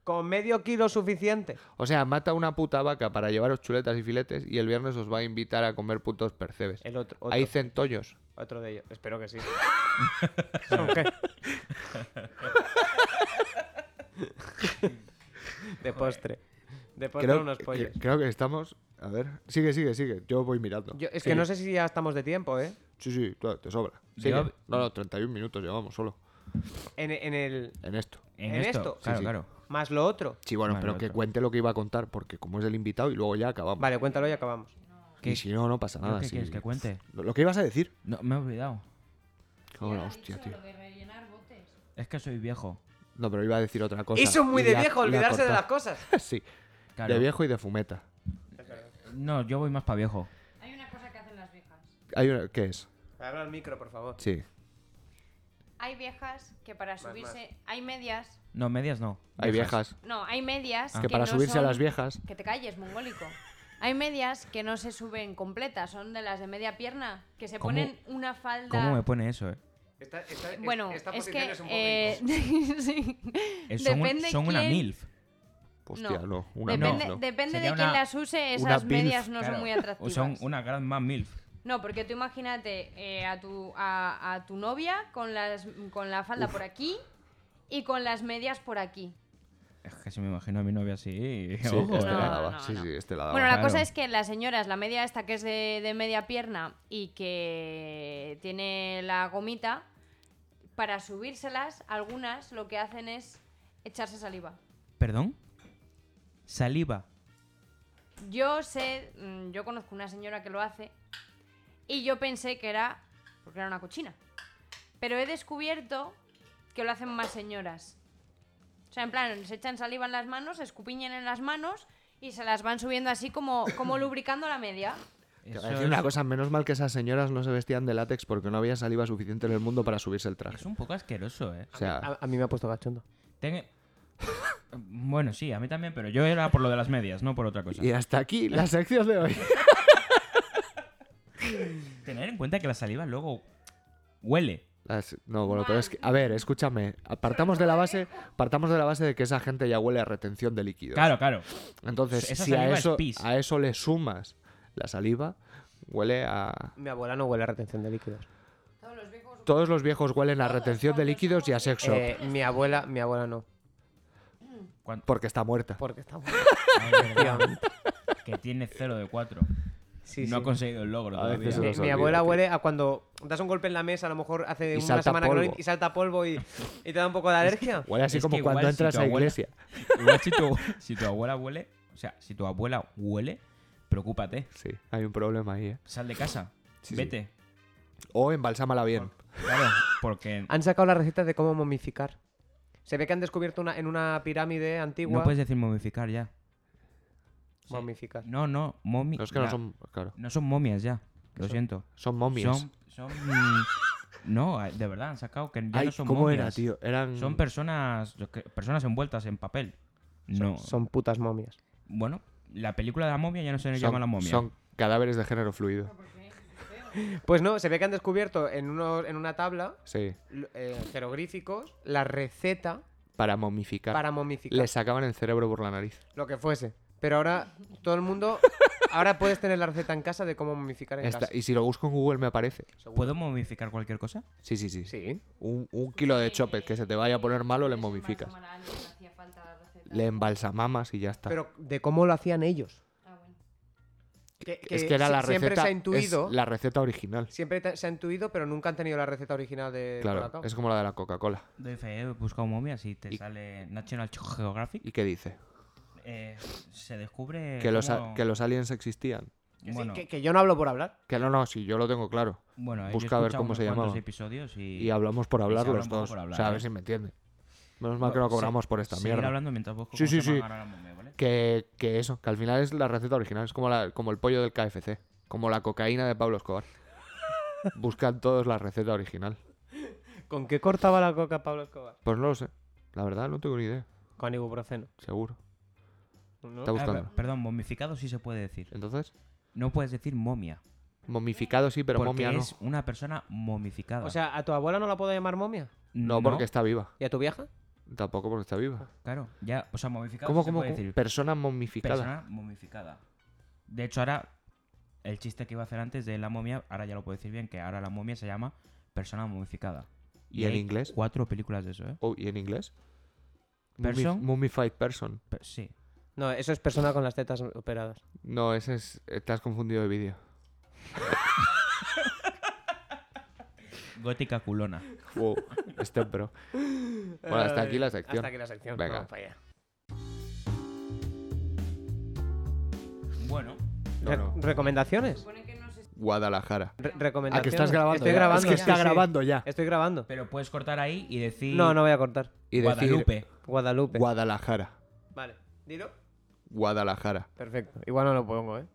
[SPEAKER 3] con medio kilo suficiente.
[SPEAKER 2] O sea, mata una puta vaca para llevaros chuletas y filetes y el viernes os va a invitar a comer putos percebes.
[SPEAKER 3] El Eh, otro, otro,
[SPEAKER 2] Hay centollos.
[SPEAKER 3] otro de ellos. Espero que sí. Aunque- De postre. De postre unos
[SPEAKER 2] que-
[SPEAKER 3] pollos.
[SPEAKER 2] creo que estamos... A ver. Sigue, sigue, sigue. Yo voy mirando.
[SPEAKER 3] Yo- es que no sé si ya estamos de tiempo, ¿eh?
[SPEAKER 2] Sí, sí, claro, te sobra. Sigue.
[SPEAKER 4] Yo-
[SPEAKER 2] No, no, 31 minutos llevamos solo
[SPEAKER 3] En, en el...
[SPEAKER 2] en esto.
[SPEAKER 4] En,
[SPEAKER 3] ¿En
[SPEAKER 4] esto.
[SPEAKER 3] esto? Sí,
[SPEAKER 4] Claro,
[SPEAKER 2] sí.
[SPEAKER 4] claro.
[SPEAKER 3] Más lo otro.
[SPEAKER 2] Sí, bueno,
[SPEAKER 4] Vale,
[SPEAKER 2] pero que
[SPEAKER 4] otro.
[SPEAKER 2] cuente lo que iba a contar porque como es el invitado y luego ya acabamos.
[SPEAKER 3] Vale, cuéntalo y acabamos.
[SPEAKER 2] Y
[SPEAKER 4] ¿Qué-
[SPEAKER 2] si no, no pasa
[SPEAKER 4] ¿Yo
[SPEAKER 2] nada.
[SPEAKER 4] ¿Qué
[SPEAKER 2] sí.
[SPEAKER 4] quieres que cuente?
[SPEAKER 2] Lo lo que ibas a decir.
[SPEAKER 4] No, me he olvidado.
[SPEAKER 2] Cago en la hostia, tío.
[SPEAKER 4] Es que soy viejo.
[SPEAKER 2] No, pero iba a decir otra cosa.
[SPEAKER 3] Eso es muy
[SPEAKER 2] y
[SPEAKER 3] de
[SPEAKER 2] la-
[SPEAKER 3] viejo,
[SPEAKER 2] la he
[SPEAKER 3] olvidarse de
[SPEAKER 2] cortado.
[SPEAKER 3] las cosas.
[SPEAKER 2] Sí,
[SPEAKER 4] Claro.
[SPEAKER 2] de viejo y de fumeta.
[SPEAKER 4] No, yo voy más para viejo.
[SPEAKER 5] Hay una cosa que hacen las viejas.
[SPEAKER 2] Hay una... ¿Qué es?
[SPEAKER 3] Habla al micro, por favor.
[SPEAKER 2] Sí.
[SPEAKER 5] hay viejas que para subirse. Hay medias.
[SPEAKER 4] No, medias no.
[SPEAKER 2] Hay viejas.
[SPEAKER 5] No, hay
[SPEAKER 4] Ah.
[SPEAKER 5] medias.
[SPEAKER 2] Que para
[SPEAKER 5] no
[SPEAKER 2] subirse
[SPEAKER 5] son-
[SPEAKER 2] a las viejas.
[SPEAKER 5] Que te calles, mongólico. Hay medias que no se suben completas, son de las de media pierna, que se
[SPEAKER 4] ¿Cómo-
[SPEAKER 5] ponen una falda.
[SPEAKER 4] ¿Cómo me pone eso, eh?
[SPEAKER 6] Esta, esta-
[SPEAKER 5] Bueno,
[SPEAKER 6] esta
[SPEAKER 5] es
[SPEAKER 6] posición
[SPEAKER 5] que.
[SPEAKER 6] es un poco
[SPEAKER 5] eh,
[SPEAKER 6] incómoda.
[SPEAKER 5] sí.
[SPEAKER 4] Eh, Son, un-
[SPEAKER 5] Depende
[SPEAKER 4] son una
[SPEAKER 5] quién-
[SPEAKER 4] MILF.
[SPEAKER 2] Hostia, no. una
[SPEAKER 5] depende,
[SPEAKER 2] milf, no.
[SPEAKER 5] depende
[SPEAKER 4] Sería
[SPEAKER 5] de quién
[SPEAKER 4] una-
[SPEAKER 5] las use,
[SPEAKER 2] una
[SPEAKER 5] esas
[SPEAKER 2] pilf,
[SPEAKER 5] medias no
[SPEAKER 4] Claro,
[SPEAKER 5] son muy
[SPEAKER 4] O
[SPEAKER 5] atractivas.
[SPEAKER 4] son una gran más MILF.
[SPEAKER 5] No, porque tú imagínate eh, a, tu, a, a tu novia con, las, con la falda por aquí y con las medias por aquí.
[SPEAKER 4] Es que si me imagino a mi novia así.
[SPEAKER 2] Sí,
[SPEAKER 4] ojo,
[SPEAKER 2] este
[SPEAKER 5] No,
[SPEAKER 2] la
[SPEAKER 4] eh.
[SPEAKER 2] daba.
[SPEAKER 5] no,
[SPEAKER 2] sí,
[SPEAKER 5] no.
[SPEAKER 2] sí, este la daba.
[SPEAKER 5] Bueno, la
[SPEAKER 4] claro.
[SPEAKER 5] cosa es que las señoras, la media esta que es de, de media pierna y que tiene la gomita, para subírselas, algunas lo que hacen es echarse saliva.
[SPEAKER 4] ¿Perdón? Saliva.
[SPEAKER 5] Yo sé, mm, yo conozco una señora que lo hace y yo pensé que era porque era una cochina. Pero he descubierto que lo hacen más señoras. O sea, en plan, se echan saliva en las manos, se escupiñan en las manos y se las van subiendo así como, como lubricando la media.
[SPEAKER 2] Te voy a
[SPEAKER 4] Eso
[SPEAKER 2] decir una
[SPEAKER 4] es-
[SPEAKER 2] cosa, menos mal que esas señoras no se vestían de látex porque no había saliva suficiente en el mundo para subirse el
[SPEAKER 4] Es
[SPEAKER 2] traje.
[SPEAKER 4] un poco asqueroso, eh.
[SPEAKER 2] O sea,
[SPEAKER 3] A, a mí me ha puesto cachondo.
[SPEAKER 4] Ten- Bueno, sí, a mí también, pero yo era por lo de las medias, no por otra cosa.
[SPEAKER 2] y hasta aquí la sección de hoy.
[SPEAKER 4] Tener en cuenta que la saliva luego huele.
[SPEAKER 2] Las- No, bueno, pero es que, a ver, escúchame, partamos de la base, partamos de la base de que esa gente ya huele a retención de líquidos.
[SPEAKER 4] Claro, claro.
[SPEAKER 2] Entonces,
[SPEAKER 4] Esa
[SPEAKER 2] si a
[SPEAKER 4] saliva es
[SPEAKER 2] eso,
[SPEAKER 4] pis.
[SPEAKER 2] a eso le sumas la saliva, huele a...
[SPEAKER 3] Mi abuela no huele a retención de líquidos.
[SPEAKER 5] Todos los viejos-
[SPEAKER 2] Todos los viejos huelen a retención de líquidos y a sexo,
[SPEAKER 3] Eh, mi abuela, mi abuela no.
[SPEAKER 4] Cuan-
[SPEAKER 2] porque está muerta.
[SPEAKER 3] Porque está
[SPEAKER 4] Ay, de verdad, que tiene 0 de 4.
[SPEAKER 3] Sí,
[SPEAKER 4] no ha
[SPEAKER 3] sí.
[SPEAKER 4] conseguido el logro.
[SPEAKER 2] A
[SPEAKER 4] todavía.
[SPEAKER 2] veces
[SPEAKER 3] Mi,
[SPEAKER 2] los
[SPEAKER 3] mi
[SPEAKER 2] olvida,
[SPEAKER 3] abuela
[SPEAKER 2] tío.
[SPEAKER 3] huele a cuando das un golpe en la mesa, a lo mejor hace
[SPEAKER 2] Y
[SPEAKER 3] una
[SPEAKER 2] salta
[SPEAKER 3] semana que no
[SPEAKER 2] polvo.
[SPEAKER 3] y salta polvo y, y te da un poco de alergia.
[SPEAKER 2] Huele así
[SPEAKER 4] Es
[SPEAKER 2] como
[SPEAKER 4] que
[SPEAKER 2] cuando
[SPEAKER 4] igual si
[SPEAKER 2] entras
[SPEAKER 4] tu
[SPEAKER 2] a
[SPEAKER 4] abuela-
[SPEAKER 2] iglesia.
[SPEAKER 4] Igual si tu, si tu abuela huele, o sea, si tu abuela huele, preocúpate.
[SPEAKER 2] Sí, hay un problema ahí, ¿eh?
[SPEAKER 4] Sal de casa.
[SPEAKER 2] Sí, sí.
[SPEAKER 4] vete.
[SPEAKER 2] O embalsámala bien.
[SPEAKER 4] Claro, porque
[SPEAKER 3] Han sacado la receta de cómo momificar. Se ve que han descubierto una, en una pirámide antigua.
[SPEAKER 4] no puedes decir momificar ya.
[SPEAKER 3] Momificar.
[SPEAKER 4] No, no, momi.
[SPEAKER 2] No es que no
[SPEAKER 4] ya.
[SPEAKER 2] son... Claro,
[SPEAKER 4] no son momias ya. Lo
[SPEAKER 2] son?
[SPEAKER 4] siento.
[SPEAKER 2] son momias.
[SPEAKER 4] Son. son mm, no, de verdad, han sacado que ya
[SPEAKER 2] Ay,
[SPEAKER 4] no son
[SPEAKER 2] ¿cómo
[SPEAKER 4] momias.
[SPEAKER 2] era, tío? Mm. Eran...
[SPEAKER 4] Son personas, yo que- personas envueltas en papel. No.
[SPEAKER 3] Son putas momias.
[SPEAKER 4] Bueno, la película de la momia ya no se le
[SPEAKER 2] son-
[SPEAKER 4] llama la momia.
[SPEAKER 2] son cadáveres de género fluido.
[SPEAKER 3] Pues no, se ve que han descubierto en, unos, en una tabla,
[SPEAKER 2] Sí,
[SPEAKER 3] l- eh, jeroglíficos, la receta
[SPEAKER 2] para momificar.
[SPEAKER 3] para momificar.
[SPEAKER 2] Le sacaban el cerebro por la nariz.
[SPEAKER 3] Lo que fuese. Pero ahora todo el mundo. Ahora puedes tener la receta en casa de cómo momificar en
[SPEAKER 2] Esta-
[SPEAKER 3] casa.
[SPEAKER 2] y si lo busco en Google me aparece.
[SPEAKER 3] seguro.
[SPEAKER 4] ¿Puedo momificar cualquier cosa?
[SPEAKER 2] Sí, sí, sí.
[SPEAKER 3] Sí.
[SPEAKER 2] Un, un kilo de chopet que se te vaya a poner malo le
[SPEAKER 5] Es
[SPEAKER 2] momificas.
[SPEAKER 5] más amarillo, no hacía falta la receta.
[SPEAKER 2] Le embalsamamas y ya está.
[SPEAKER 3] Pero de cómo lo hacían ellos.
[SPEAKER 5] Ah, bueno.
[SPEAKER 3] Que,
[SPEAKER 2] es que era
[SPEAKER 3] si-
[SPEAKER 2] la
[SPEAKER 3] Siempre
[SPEAKER 2] receta,
[SPEAKER 3] se ha
[SPEAKER 2] es
[SPEAKER 3] intuido.
[SPEAKER 2] la receta original.
[SPEAKER 3] Siempre te- se ha intuido, pero nunca han tenido la receta original de
[SPEAKER 2] Claro,
[SPEAKER 3] Colacao.
[SPEAKER 2] es como la de la Coca-Cola.
[SPEAKER 4] Doy fe, he buscado momias y te
[SPEAKER 2] Y-
[SPEAKER 4] sale National Geographic.
[SPEAKER 2] ¿Y qué dice?
[SPEAKER 4] Eh, se descubre.
[SPEAKER 2] que, los, a-
[SPEAKER 4] cómo-
[SPEAKER 2] que los aliens existían.
[SPEAKER 3] Que sí,
[SPEAKER 4] Bueno,
[SPEAKER 3] que, que yo no hablo por hablar.
[SPEAKER 2] Que no, no, sí, yo lo tengo claro.
[SPEAKER 4] bueno, eh, yo he
[SPEAKER 2] busca a ver
[SPEAKER 4] escuchado
[SPEAKER 2] cómo se
[SPEAKER 4] unos cuantos
[SPEAKER 2] llamaba.
[SPEAKER 4] episodios y.
[SPEAKER 2] Y hablamos por hablar
[SPEAKER 4] se habla
[SPEAKER 2] los
[SPEAKER 4] un poco
[SPEAKER 2] dos.
[SPEAKER 4] por hablar,
[SPEAKER 2] o sea, a ver
[SPEAKER 4] ¿eh?
[SPEAKER 2] si me entiende. Menos mal que no
[SPEAKER 4] Bueno, se-
[SPEAKER 2] cobramos por esta
[SPEAKER 4] seguir
[SPEAKER 2] mierda.
[SPEAKER 4] hablando mientras busco
[SPEAKER 2] Sí,
[SPEAKER 4] cómo
[SPEAKER 2] sí,
[SPEAKER 4] se llama
[SPEAKER 2] sí.
[SPEAKER 4] ahora la momia, ¿vale?
[SPEAKER 2] Que, que eso, que al final es la receta original, es como, la, como el pollo del KFC, como la cocaína de Pablo Escobar. Buscan todos la receta original.
[SPEAKER 3] ¿Con qué cortaba la coca Pablo Escobar?
[SPEAKER 2] Pues no lo sé. La verdad, no tengo ni idea,
[SPEAKER 3] Con ibuprofeno.
[SPEAKER 2] seguro.
[SPEAKER 3] ¿no?
[SPEAKER 2] Está
[SPEAKER 4] Ah,
[SPEAKER 2] buscando.
[SPEAKER 4] per- perdón, momificado sí se puede decir.
[SPEAKER 2] Entonces,
[SPEAKER 4] No puedes decir momia.
[SPEAKER 2] momificado sí, pero
[SPEAKER 4] porque
[SPEAKER 2] momia no.
[SPEAKER 4] es una persona momificada.
[SPEAKER 3] O sea, ¿a tu abuela no la puedo llamar momia?
[SPEAKER 2] No, porque está viva.
[SPEAKER 3] ¿Y a tu vieja?
[SPEAKER 2] Tampoco porque está viva.
[SPEAKER 4] Claro, ya. O sea, momificado
[SPEAKER 2] ¿Cómo,
[SPEAKER 4] sí se
[SPEAKER 2] cómo?
[SPEAKER 4] puede
[SPEAKER 2] cómo?
[SPEAKER 4] decir.
[SPEAKER 2] Persona momificada.
[SPEAKER 4] Persona momificada. De hecho, ahora el chiste que iba a hacer antes de la momia, ahora ya lo puedo decir bien, que ahora la momia se llama persona momificada.
[SPEAKER 2] ¿Y en
[SPEAKER 4] hay
[SPEAKER 2] inglés?
[SPEAKER 4] Cuatro películas de eso, ¿eh?
[SPEAKER 2] Oh, ¿Y en inglés? Mumif-
[SPEAKER 4] Person.
[SPEAKER 2] Mummified person.
[SPEAKER 4] Pe- sí.
[SPEAKER 3] No, eso es persona con las tetas operadas.
[SPEAKER 2] No, ese es. eh, Te has confundido de vídeo.
[SPEAKER 4] Gótica culona.
[SPEAKER 2] Wow, este pro. Bueno, hasta aquí la sección.
[SPEAKER 3] Hasta aquí la sección.
[SPEAKER 2] Venga.
[SPEAKER 3] Vamos para allá.
[SPEAKER 4] Bueno.
[SPEAKER 2] No, no.
[SPEAKER 3] Re- ¿Recomendaciones?
[SPEAKER 5] Supone que no se-
[SPEAKER 2] Guadalajara.
[SPEAKER 3] Re-
[SPEAKER 2] Ah,
[SPEAKER 3] recomendaciones.
[SPEAKER 2] que estás grabando.
[SPEAKER 3] Estoy
[SPEAKER 2] ya.
[SPEAKER 3] grabando.
[SPEAKER 2] Es que está
[SPEAKER 3] sí, sí.
[SPEAKER 2] grabando ya.
[SPEAKER 3] Estoy grabando.
[SPEAKER 4] Pero puedes cortar ahí y decir.
[SPEAKER 3] No, no voy a cortar.
[SPEAKER 2] Y decir
[SPEAKER 4] Guadalupe.
[SPEAKER 3] Guadalupe.
[SPEAKER 2] Guadalajara.
[SPEAKER 3] Vale. Dilo.
[SPEAKER 2] Guadalajara.
[SPEAKER 3] Perfecto. Igual no lo pongo, ¿eh?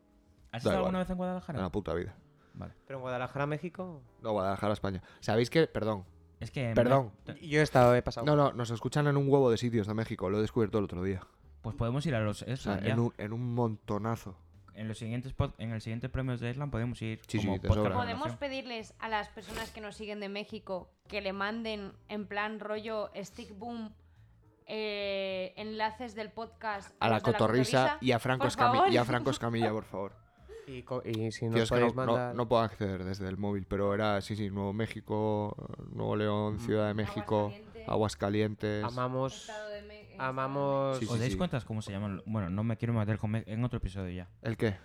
[SPEAKER 4] ¿Has
[SPEAKER 2] Da
[SPEAKER 4] estado
[SPEAKER 2] igual.
[SPEAKER 4] alguna vez en
[SPEAKER 2] En
[SPEAKER 4] Guadalajara?
[SPEAKER 2] la puta vida.
[SPEAKER 4] Vale.
[SPEAKER 3] Pero en Guadalajara, México.
[SPEAKER 2] No, Guadalajara, España. ¿Sabéis que, perdón,
[SPEAKER 4] Es
[SPEAKER 3] Em,
[SPEAKER 4] que. en
[SPEAKER 2] Perdón.
[SPEAKER 4] vez- te-
[SPEAKER 3] Yo he estado, he pasado.
[SPEAKER 2] No, no, nos escuchan en un huevo de sitios de México, lo he descubierto el otro día.
[SPEAKER 4] Pues podemos ir a los.
[SPEAKER 2] O
[SPEAKER 4] eso,
[SPEAKER 2] sea,
[SPEAKER 4] ya.
[SPEAKER 2] en un, en un montonazo.
[SPEAKER 4] En los siguientes pod- en el siguiente premios de Island podemos ir
[SPEAKER 2] Sí, sí,
[SPEAKER 4] como
[SPEAKER 2] de
[SPEAKER 4] podcast
[SPEAKER 2] sobra.
[SPEAKER 5] Podemos
[SPEAKER 4] recomendación.
[SPEAKER 5] pedirles a las personas que nos siguen de México que le manden en plan rollo stick boom eh, enlaces del podcast
[SPEAKER 2] A la
[SPEAKER 5] los de
[SPEAKER 2] cotorrisa y a Franco
[SPEAKER 5] Por favor.
[SPEAKER 2] Escamilla, y a Franco Escamilla, por favor.
[SPEAKER 3] Y, co- y si nos
[SPEAKER 2] Tío, es que no,
[SPEAKER 3] podéis
[SPEAKER 2] no-
[SPEAKER 3] mandar.
[SPEAKER 2] no puedo acceder desde el móvil, pero era, sí, sí, Nuevo México, Nuevo León, Ciudad de México, Aguascalientes.
[SPEAKER 3] Amamos.
[SPEAKER 5] Estado de Me-
[SPEAKER 3] Amamos.
[SPEAKER 2] Sí, sí.
[SPEAKER 4] ¿Os dais cuenta cómo se llaman? lo- Bueno, no me quiero meter con me- en otro episodio ya.
[SPEAKER 2] ¿El qué?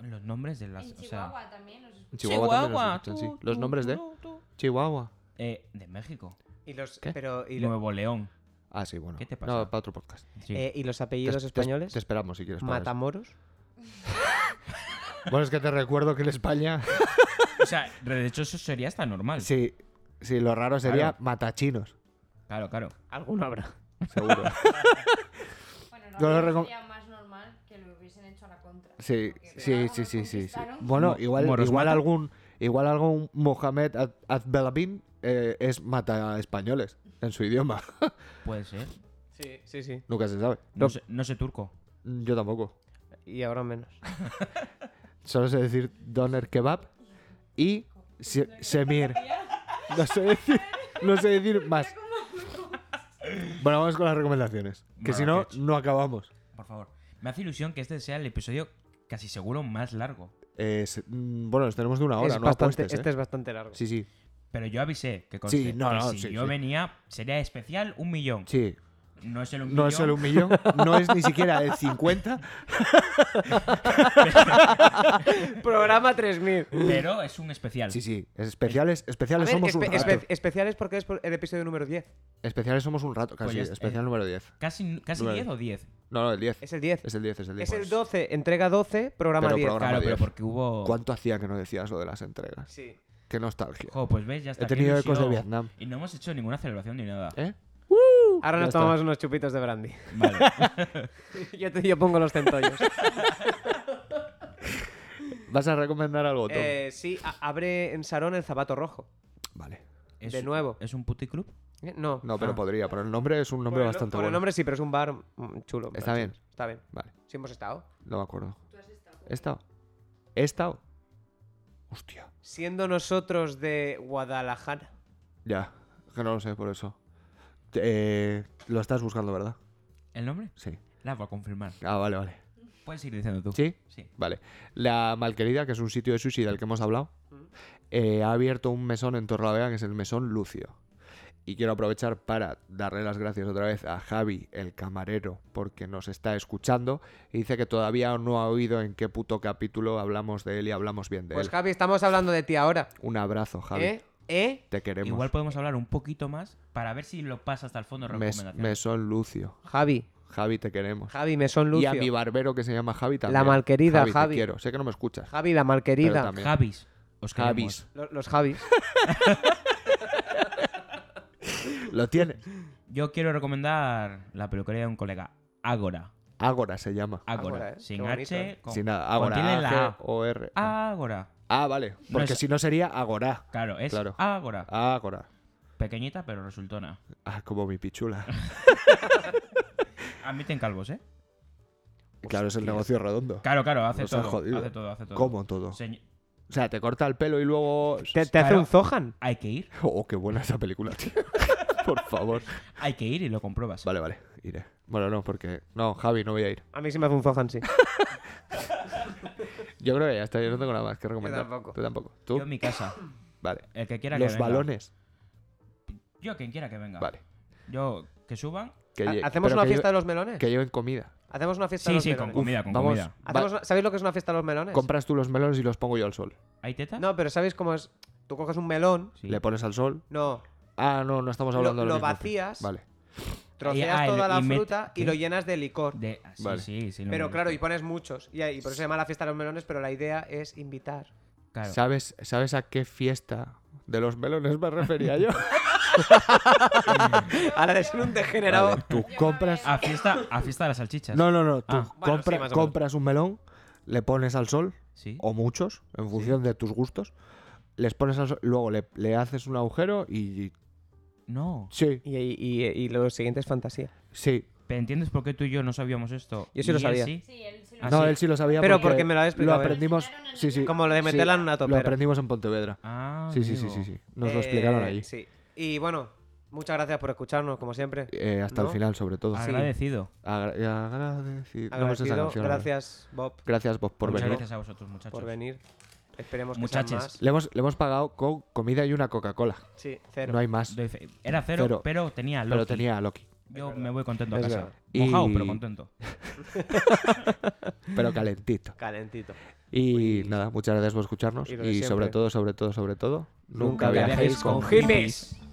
[SPEAKER 4] Los nombres de las.
[SPEAKER 5] En
[SPEAKER 4] o sea,
[SPEAKER 5] Chihuahua también. nos escuchan.
[SPEAKER 2] En Chihuahua, también los
[SPEAKER 4] Chihuahua,
[SPEAKER 2] escuchan,
[SPEAKER 4] tú,
[SPEAKER 2] sí. Los
[SPEAKER 4] tú,
[SPEAKER 2] nombres de
[SPEAKER 4] tú, tú.
[SPEAKER 2] Chihuahua.
[SPEAKER 4] Eh, de México.
[SPEAKER 3] Y los,
[SPEAKER 2] ¿Qué?
[SPEAKER 3] pero, y, lo-
[SPEAKER 4] Nuevo León.
[SPEAKER 2] Ah, sí, bueno.
[SPEAKER 4] ¿Qué te
[SPEAKER 2] No,
[SPEAKER 4] pasa?
[SPEAKER 2] para otro podcast.
[SPEAKER 4] Sí.
[SPEAKER 3] eh, y los
[SPEAKER 2] Te-
[SPEAKER 3] apellidos
[SPEAKER 2] te-
[SPEAKER 3] españoles.
[SPEAKER 2] Te esperamos si quieres. para eso.
[SPEAKER 3] Matamoros.
[SPEAKER 2] Bueno, es que te recuerdo que en España.
[SPEAKER 4] O sea, de hecho, eso sería hasta normal.
[SPEAKER 2] Sí, sí, lo raro sería matachinos.
[SPEAKER 4] Claro, claro.
[SPEAKER 3] Alguno habrá.
[SPEAKER 2] Seguro.
[SPEAKER 5] Bueno,
[SPEAKER 2] Yo lo
[SPEAKER 5] no
[SPEAKER 2] recom-
[SPEAKER 5] sería más normal que lo hubiesen hecho a la contra.
[SPEAKER 2] Sí,
[SPEAKER 5] Porque
[SPEAKER 2] sí,
[SPEAKER 5] algunos
[SPEAKER 2] sí, sí, sí, sí.
[SPEAKER 5] conquistaron.
[SPEAKER 2] Bueno,
[SPEAKER 4] Mo-
[SPEAKER 2] igual,
[SPEAKER 4] moros
[SPEAKER 2] igual
[SPEAKER 4] matan.
[SPEAKER 2] algún. Igual algún Mohamed Ad- Adbelabin eh, es mata españoles en su idioma.
[SPEAKER 4] Puede ser.
[SPEAKER 3] Sí, sí, sí.
[SPEAKER 2] Nunca se sabe.
[SPEAKER 4] No, sé, no sé turco.
[SPEAKER 2] Mm, Yo tampoco.
[SPEAKER 3] Y ahora menos.
[SPEAKER 2] Solo sé decir doner kebab y se- semir. No sé decir, no sé decir más. Bueno, vamos con las recomendaciones. Que
[SPEAKER 4] Bueno,
[SPEAKER 2] si no,
[SPEAKER 4] qué ch-
[SPEAKER 2] no acabamos.
[SPEAKER 4] Por favor. Me hace ilusión que este sea el episodio casi seguro más largo.
[SPEAKER 2] Eh, se- mm, bueno, los tenemos de una hora,
[SPEAKER 3] Es
[SPEAKER 2] no
[SPEAKER 3] bastante-
[SPEAKER 2] apuestes, ¿eh?
[SPEAKER 3] Este es bastante largo.
[SPEAKER 2] Sí, sí.
[SPEAKER 4] Pero yo avisé que conste
[SPEAKER 2] Sí, no,
[SPEAKER 4] que
[SPEAKER 2] no,
[SPEAKER 4] si
[SPEAKER 2] sí,
[SPEAKER 4] yo
[SPEAKER 2] sí.
[SPEAKER 4] venía sería especial un millón.
[SPEAKER 2] Sí.
[SPEAKER 4] No es el un
[SPEAKER 2] No
[SPEAKER 4] millón.
[SPEAKER 2] es el un millón, no es ni siquiera el 50.
[SPEAKER 3] Programa 3000.
[SPEAKER 4] Pero es un especial.
[SPEAKER 2] Sí, sí. es Especiales,
[SPEAKER 3] A
[SPEAKER 2] especiales
[SPEAKER 3] ver,
[SPEAKER 2] somos
[SPEAKER 3] espe-
[SPEAKER 2] un rato.
[SPEAKER 3] espe- especiales porque es por el episodio número 10.
[SPEAKER 2] Especiales somos un rato,
[SPEAKER 3] Pues
[SPEAKER 2] casi.
[SPEAKER 4] ya está.
[SPEAKER 2] especial número 10.
[SPEAKER 4] Casi, casi
[SPEAKER 2] Nueve.
[SPEAKER 4] 10 o 10.
[SPEAKER 2] No, no, el 10.
[SPEAKER 3] eh. Es el 10.
[SPEAKER 2] Es el 10, es el Pues, 10.
[SPEAKER 3] Es el 12, entrega 12, programa
[SPEAKER 2] Pero
[SPEAKER 3] 10.
[SPEAKER 2] programa-
[SPEAKER 4] Claro, pero
[SPEAKER 2] 10.
[SPEAKER 4] porque hubo.
[SPEAKER 2] ¿Cuánto hacía que no decías lo de las entregas?
[SPEAKER 3] Sí.
[SPEAKER 2] Qué nostalgia.
[SPEAKER 4] Jo, pues ves, ya está.
[SPEAKER 2] He tenido
[SPEAKER 4] qué
[SPEAKER 2] ecos de
[SPEAKER 4] ilusión.
[SPEAKER 2] Vietnam.
[SPEAKER 4] Y no hemos hecho ninguna celebración ni nada.
[SPEAKER 2] ¿Eh?
[SPEAKER 3] Ahora
[SPEAKER 2] Ya
[SPEAKER 3] nos
[SPEAKER 2] está.
[SPEAKER 3] tomamos unos chupitos de brandy.
[SPEAKER 4] Vale.
[SPEAKER 3] yo, te- yo pongo los centollos.
[SPEAKER 2] ¿Vas a recomendar algo, Tom?
[SPEAKER 3] Eh, sí, a- abre en Sarón el zapato rojo.
[SPEAKER 2] Vale.
[SPEAKER 4] Es-
[SPEAKER 3] de nuevo.
[SPEAKER 4] ¿Es un puticlub?
[SPEAKER 3] Eh, No.
[SPEAKER 2] No, pero
[SPEAKER 4] Ah.
[SPEAKER 2] podría, pero el nombre es un nombre
[SPEAKER 3] Por el-
[SPEAKER 2] bastante
[SPEAKER 3] por el
[SPEAKER 2] bueno.
[SPEAKER 3] nombre sí, pero es un bar mm, chulo. en
[SPEAKER 2] Está
[SPEAKER 3] plan,
[SPEAKER 2] bien.
[SPEAKER 3] chulo. Está bien.
[SPEAKER 2] Vale,
[SPEAKER 3] Sí hemos estado.
[SPEAKER 2] no me acuerdo. ¿He estado? ¿He estado? Hostia.
[SPEAKER 3] Siendo nosotros de Guadalajara.
[SPEAKER 2] Ya, que no lo sé por eso. Eh, lo estás buscando, ¿verdad?
[SPEAKER 4] ¿El nombre?
[SPEAKER 2] Sí.
[SPEAKER 4] La voy a confirmar.
[SPEAKER 2] Ah, vale, vale.
[SPEAKER 4] Puedes ir diciendo tú.
[SPEAKER 2] ¿Sí?
[SPEAKER 4] Sí.
[SPEAKER 2] Vale. La Malquerida, que es un sitio de sushi del que hemos hablado,
[SPEAKER 3] Ujú.
[SPEAKER 2] eh, ha abierto un mesón en Torrelavega, que es el mesón Lucio. Y quiero aprovechar para darle las gracias otra vez a Javi, el camarero, porque nos está escuchando y dice que todavía no ha oído en qué puto capítulo hablamos de él y hablamos bien de
[SPEAKER 3] Pues
[SPEAKER 2] él.
[SPEAKER 3] Javi, estamos hablando de ti ahora.
[SPEAKER 2] Un abrazo, Javi.
[SPEAKER 3] ¿Eh? ¿Eh?
[SPEAKER 2] Te queremos.
[SPEAKER 4] Igual podemos hablar un poquito más para ver si lo pasa hasta el fondo de
[SPEAKER 2] Mes-
[SPEAKER 4] recomendación.
[SPEAKER 2] mesón Lucio.
[SPEAKER 3] Javi.
[SPEAKER 2] Javi, te queremos.
[SPEAKER 3] Javi, Mesón Lucio.
[SPEAKER 2] Y a mi barbero que se llama Javi también.
[SPEAKER 3] malquerida,
[SPEAKER 2] te
[SPEAKER 3] Javi.
[SPEAKER 2] quiero. Sé que no me escuchas.
[SPEAKER 3] Javi, la
[SPEAKER 2] pero
[SPEAKER 3] malquerida.
[SPEAKER 2] también.
[SPEAKER 4] Javis. Os queremos.
[SPEAKER 2] Javis.
[SPEAKER 3] Lo- Los, Javis.
[SPEAKER 2] Lo tiene.
[SPEAKER 4] Yo quiero recomendar la peluquería de un colega. Ágora.
[SPEAKER 2] Ágora se llama.
[SPEAKER 4] Ágora.
[SPEAKER 3] Ágora, ¿eh?
[SPEAKER 4] Sin
[SPEAKER 3] Qué bonito,
[SPEAKER 4] H.
[SPEAKER 3] ¿eh?
[SPEAKER 4] con-
[SPEAKER 2] Sin nada.
[SPEAKER 4] contiene
[SPEAKER 2] Ágora.
[SPEAKER 4] la
[SPEAKER 2] A, G, O, R.
[SPEAKER 4] A. Ágora.
[SPEAKER 2] Ah, vale.
[SPEAKER 4] No
[SPEAKER 2] Porque
[SPEAKER 4] es-
[SPEAKER 2] si no sería Agora.
[SPEAKER 4] Claro, es
[SPEAKER 2] Claro.
[SPEAKER 4] Ágora.
[SPEAKER 2] Agora.
[SPEAKER 4] Pequeñita, pero resultona.
[SPEAKER 2] Ah, como mi pichula.
[SPEAKER 4] Admiten calvos, ¿eh?
[SPEAKER 2] claro, es el negocio redondo.
[SPEAKER 4] Claro, claro, hace
[SPEAKER 2] Nos
[SPEAKER 4] todo.
[SPEAKER 2] han jodido.
[SPEAKER 4] Hace todo, hace todo.
[SPEAKER 2] Como todo.
[SPEAKER 4] Señ-
[SPEAKER 2] O sea, te corta el pelo y luego.
[SPEAKER 3] ¿Te, te hace
[SPEAKER 4] Claro.
[SPEAKER 3] un Zohan?
[SPEAKER 4] Hay que ir.
[SPEAKER 2] Oh, qué buena esa película, tío. Por favor.
[SPEAKER 4] Hay que ir y lo compruebas.
[SPEAKER 2] Vale, vale. Iré. Bueno, no, porque. No, Javi, no voy a ir.
[SPEAKER 3] A mí sí me hace un Zohan, sí.
[SPEAKER 2] Yo creo que ya está. Yo no tengo nada más que recomendar.
[SPEAKER 3] tampoco.
[SPEAKER 2] Tú tampoco.
[SPEAKER 4] Yo
[SPEAKER 2] Tú.
[SPEAKER 4] en mi casa.
[SPEAKER 2] Vale.
[SPEAKER 4] El que quiera que
[SPEAKER 2] Los
[SPEAKER 4] venga.
[SPEAKER 2] balones.
[SPEAKER 4] Yo, quien quiera que venga.
[SPEAKER 2] Vale.
[SPEAKER 4] Yo, que suban.
[SPEAKER 2] Que lle-
[SPEAKER 3] Ha- ¿Hacemos
[SPEAKER 2] pero
[SPEAKER 3] una
[SPEAKER 2] que
[SPEAKER 3] fiesta de
[SPEAKER 2] lle-
[SPEAKER 3] los melones?
[SPEAKER 2] Que lleven comida.
[SPEAKER 3] ¿Hacemos una fiesta de
[SPEAKER 4] Sí,
[SPEAKER 3] los
[SPEAKER 4] sí, con
[SPEAKER 3] melones?
[SPEAKER 4] comida, con
[SPEAKER 2] Vamos.
[SPEAKER 4] comida.
[SPEAKER 3] ¿Hacemos
[SPEAKER 2] Va-
[SPEAKER 3] una- ¿Sabéis lo que es una fiesta de los melones?
[SPEAKER 2] Compras tú los melones y los pongo yo al sol.
[SPEAKER 4] ¿Hay tetas?
[SPEAKER 3] No, pero ¿sabéis cómo es? Tú coges un melón,
[SPEAKER 4] Sí.
[SPEAKER 2] Le pones al sol.
[SPEAKER 3] no,
[SPEAKER 2] Ah, no, no estamos
[SPEAKER 3] Lo-
[SPEAKER 2] hablando de
[SPEAKER 3] lo
[SPEAKER 2] mismo.
[SPEAKER 3] vacías.
[SPEAKER 2] Vale.
[SPEAKER 3] troceas
[SPEAKER 4] ah, y-
[SPEAKER 3] toda la
[SPEAKER 4] y met-
[SPEAKER 3] fruta y
[SPEAKER 4] ¿qué?
[SPEAKER 3] lo llenas de licor.
[SPEAKER 4] De... ah, Sí,
[SPEAKER 2] Vale.
[SPEAKER 4] sí, sí. lo
[SPEAKER 3] Pero
[SPEAKER 4] mismo.
[SPEAKER 3] claro, y pones muchos. Y, ahí- y por eso se llama la fiesta de los melones, pero la idea es invitar.
[SPEAKER 4] Claro.
[SPEAKER 2] ¿Sabes, ¿Sabes a qué fiesta de los melones me refería yo?
[SPEAKER 3] Ahora de ser un degenerado.
[SPEAKER 2] Vale, tú compras.
[SPEAKER 4] A fiesta, a fiesta de las salchichas.
[SPEAKER 2] No, no, no. Tú
[SPEAKER 4] Ah,
[SPEAKER 3] bueno,
[SPEAKER 2] compra-
[SPEAKER 3] sí, más o menos.
[SPEAKER 2] compras un melón, le pones al sol,
[SPEAKER 4] Sí.
[SPEAKER 2] o muchos, en función de tus gustos. Les pones al sol, luego le, le haces un agujero y
[SPEAKER 4] No.
[SPEAKER 2] Sí,
[SPEAKER 3] Y, y, y, y lo siguiente es fantasía.
[SPEAKER 2] sí.
[SPEAKER 4] ¿Pero entiendes por qué tú y yo no sabíamos esto?
[SPEAKER 3] Yo sí lo
[SPEAKER 4] Y él
[SPEAKER 3] sabía.
[SPEAKER 5] Sí, él sí lo
[SPEAKER 4] Ah,
[SPEAKER 2] no,
[SPEAKER 4] sí.
[SPEAKER 2] él sí lo sabía.
[SPEAKER 3] Pero porque me lo había explicado él.
[SPEAKER 2] aprendimos. Sí, sí.
[SPEAKER 3] Como lo de
[SPEAKER 2] sí,
[SPEAKER 3] meterla en una
[SPEAKER 2] Lo
[SPEAKER 3] topera.
[SPEAKER 2] aprendimos en Pontevedra.
[SPEAKER 4] Ah,
[SPEAKER 2] Sí, sí, sí,
[SPEAKER 4] amigo.
[SPEAKER 2] sí, sí. Nos lo explicaron
[SPEAKER 3] Eh,
[SPEAKER 2] allí.
[SPEAKER 3] Sí. Y bueno, muchas gracias por escucharnos, como siempre.
[SPEAKER 2] Eh, hasta
[SPEAKER 3] ¿No?
[SPEAKER 2] el final, sobre todo.
[SPEAKER 4] Agradecido.
[SPEAKER 2] Agra- agradecido. No me sé esa canción,
[SPEAKER 3] Agradecido.
[SPEAKER 2] la verdad.
[SPEAKER 3] gracias, Bob,
[SPEAKER 2] Gracias vos por
[SPEAKER 4] Muchas
[SPEAKER 2] venir.
[SPEAKER 4] gracias a vosotros, muchachos.
[SPEAKER 3] por venir. Esperemos que
[SPEAKER 4] Muchaches.
[SPEAKER 3] sean más.
[SPEAKER 2] Le hemos, le hemos pagado con comida y una Coca-Cola.
[SPEAKER 3] Sí, cero.
[SPEAKER 2] No hay más.
[SPEAKER 4] Doy fe- Era cero,
[SPEAKER 2] Cero.
[SPEAKER 4] pero tenía
[SPEAKER 2] Pero
[SPEAKER 4] Loki.
[SPEAKER 2] tenía a Loki.
[SPEAKER 4] Yo me voy contento a
[SPEAKER 2] Es
[SPEAKER 4] casa.
[SPEAKER 2] verdad. Y-
[SPEAKER 4] Mojado, pero contento.
[SPEAKER 2] Pero calentito.
[SPEAKER 3] Calentito.
[SPEAKER 2] Y nada, muchas gracias por escucharnos.
[SPEAKER 3] Y
[SPEAKER 2] Y,
[SPEAKER 3] lo de
[SPEAKER 2] sobre
[SPEAKER 3] siempre.
[SPEAKER 2] todo, sobre todo, sobre todo, nunca,
[SPEAKER 3] Nunca viajéis
[SPEAKER 2] viajéis
[SPEAKER 3] con
[SPEAKER 2] con
[SPEAKER 3] hippies.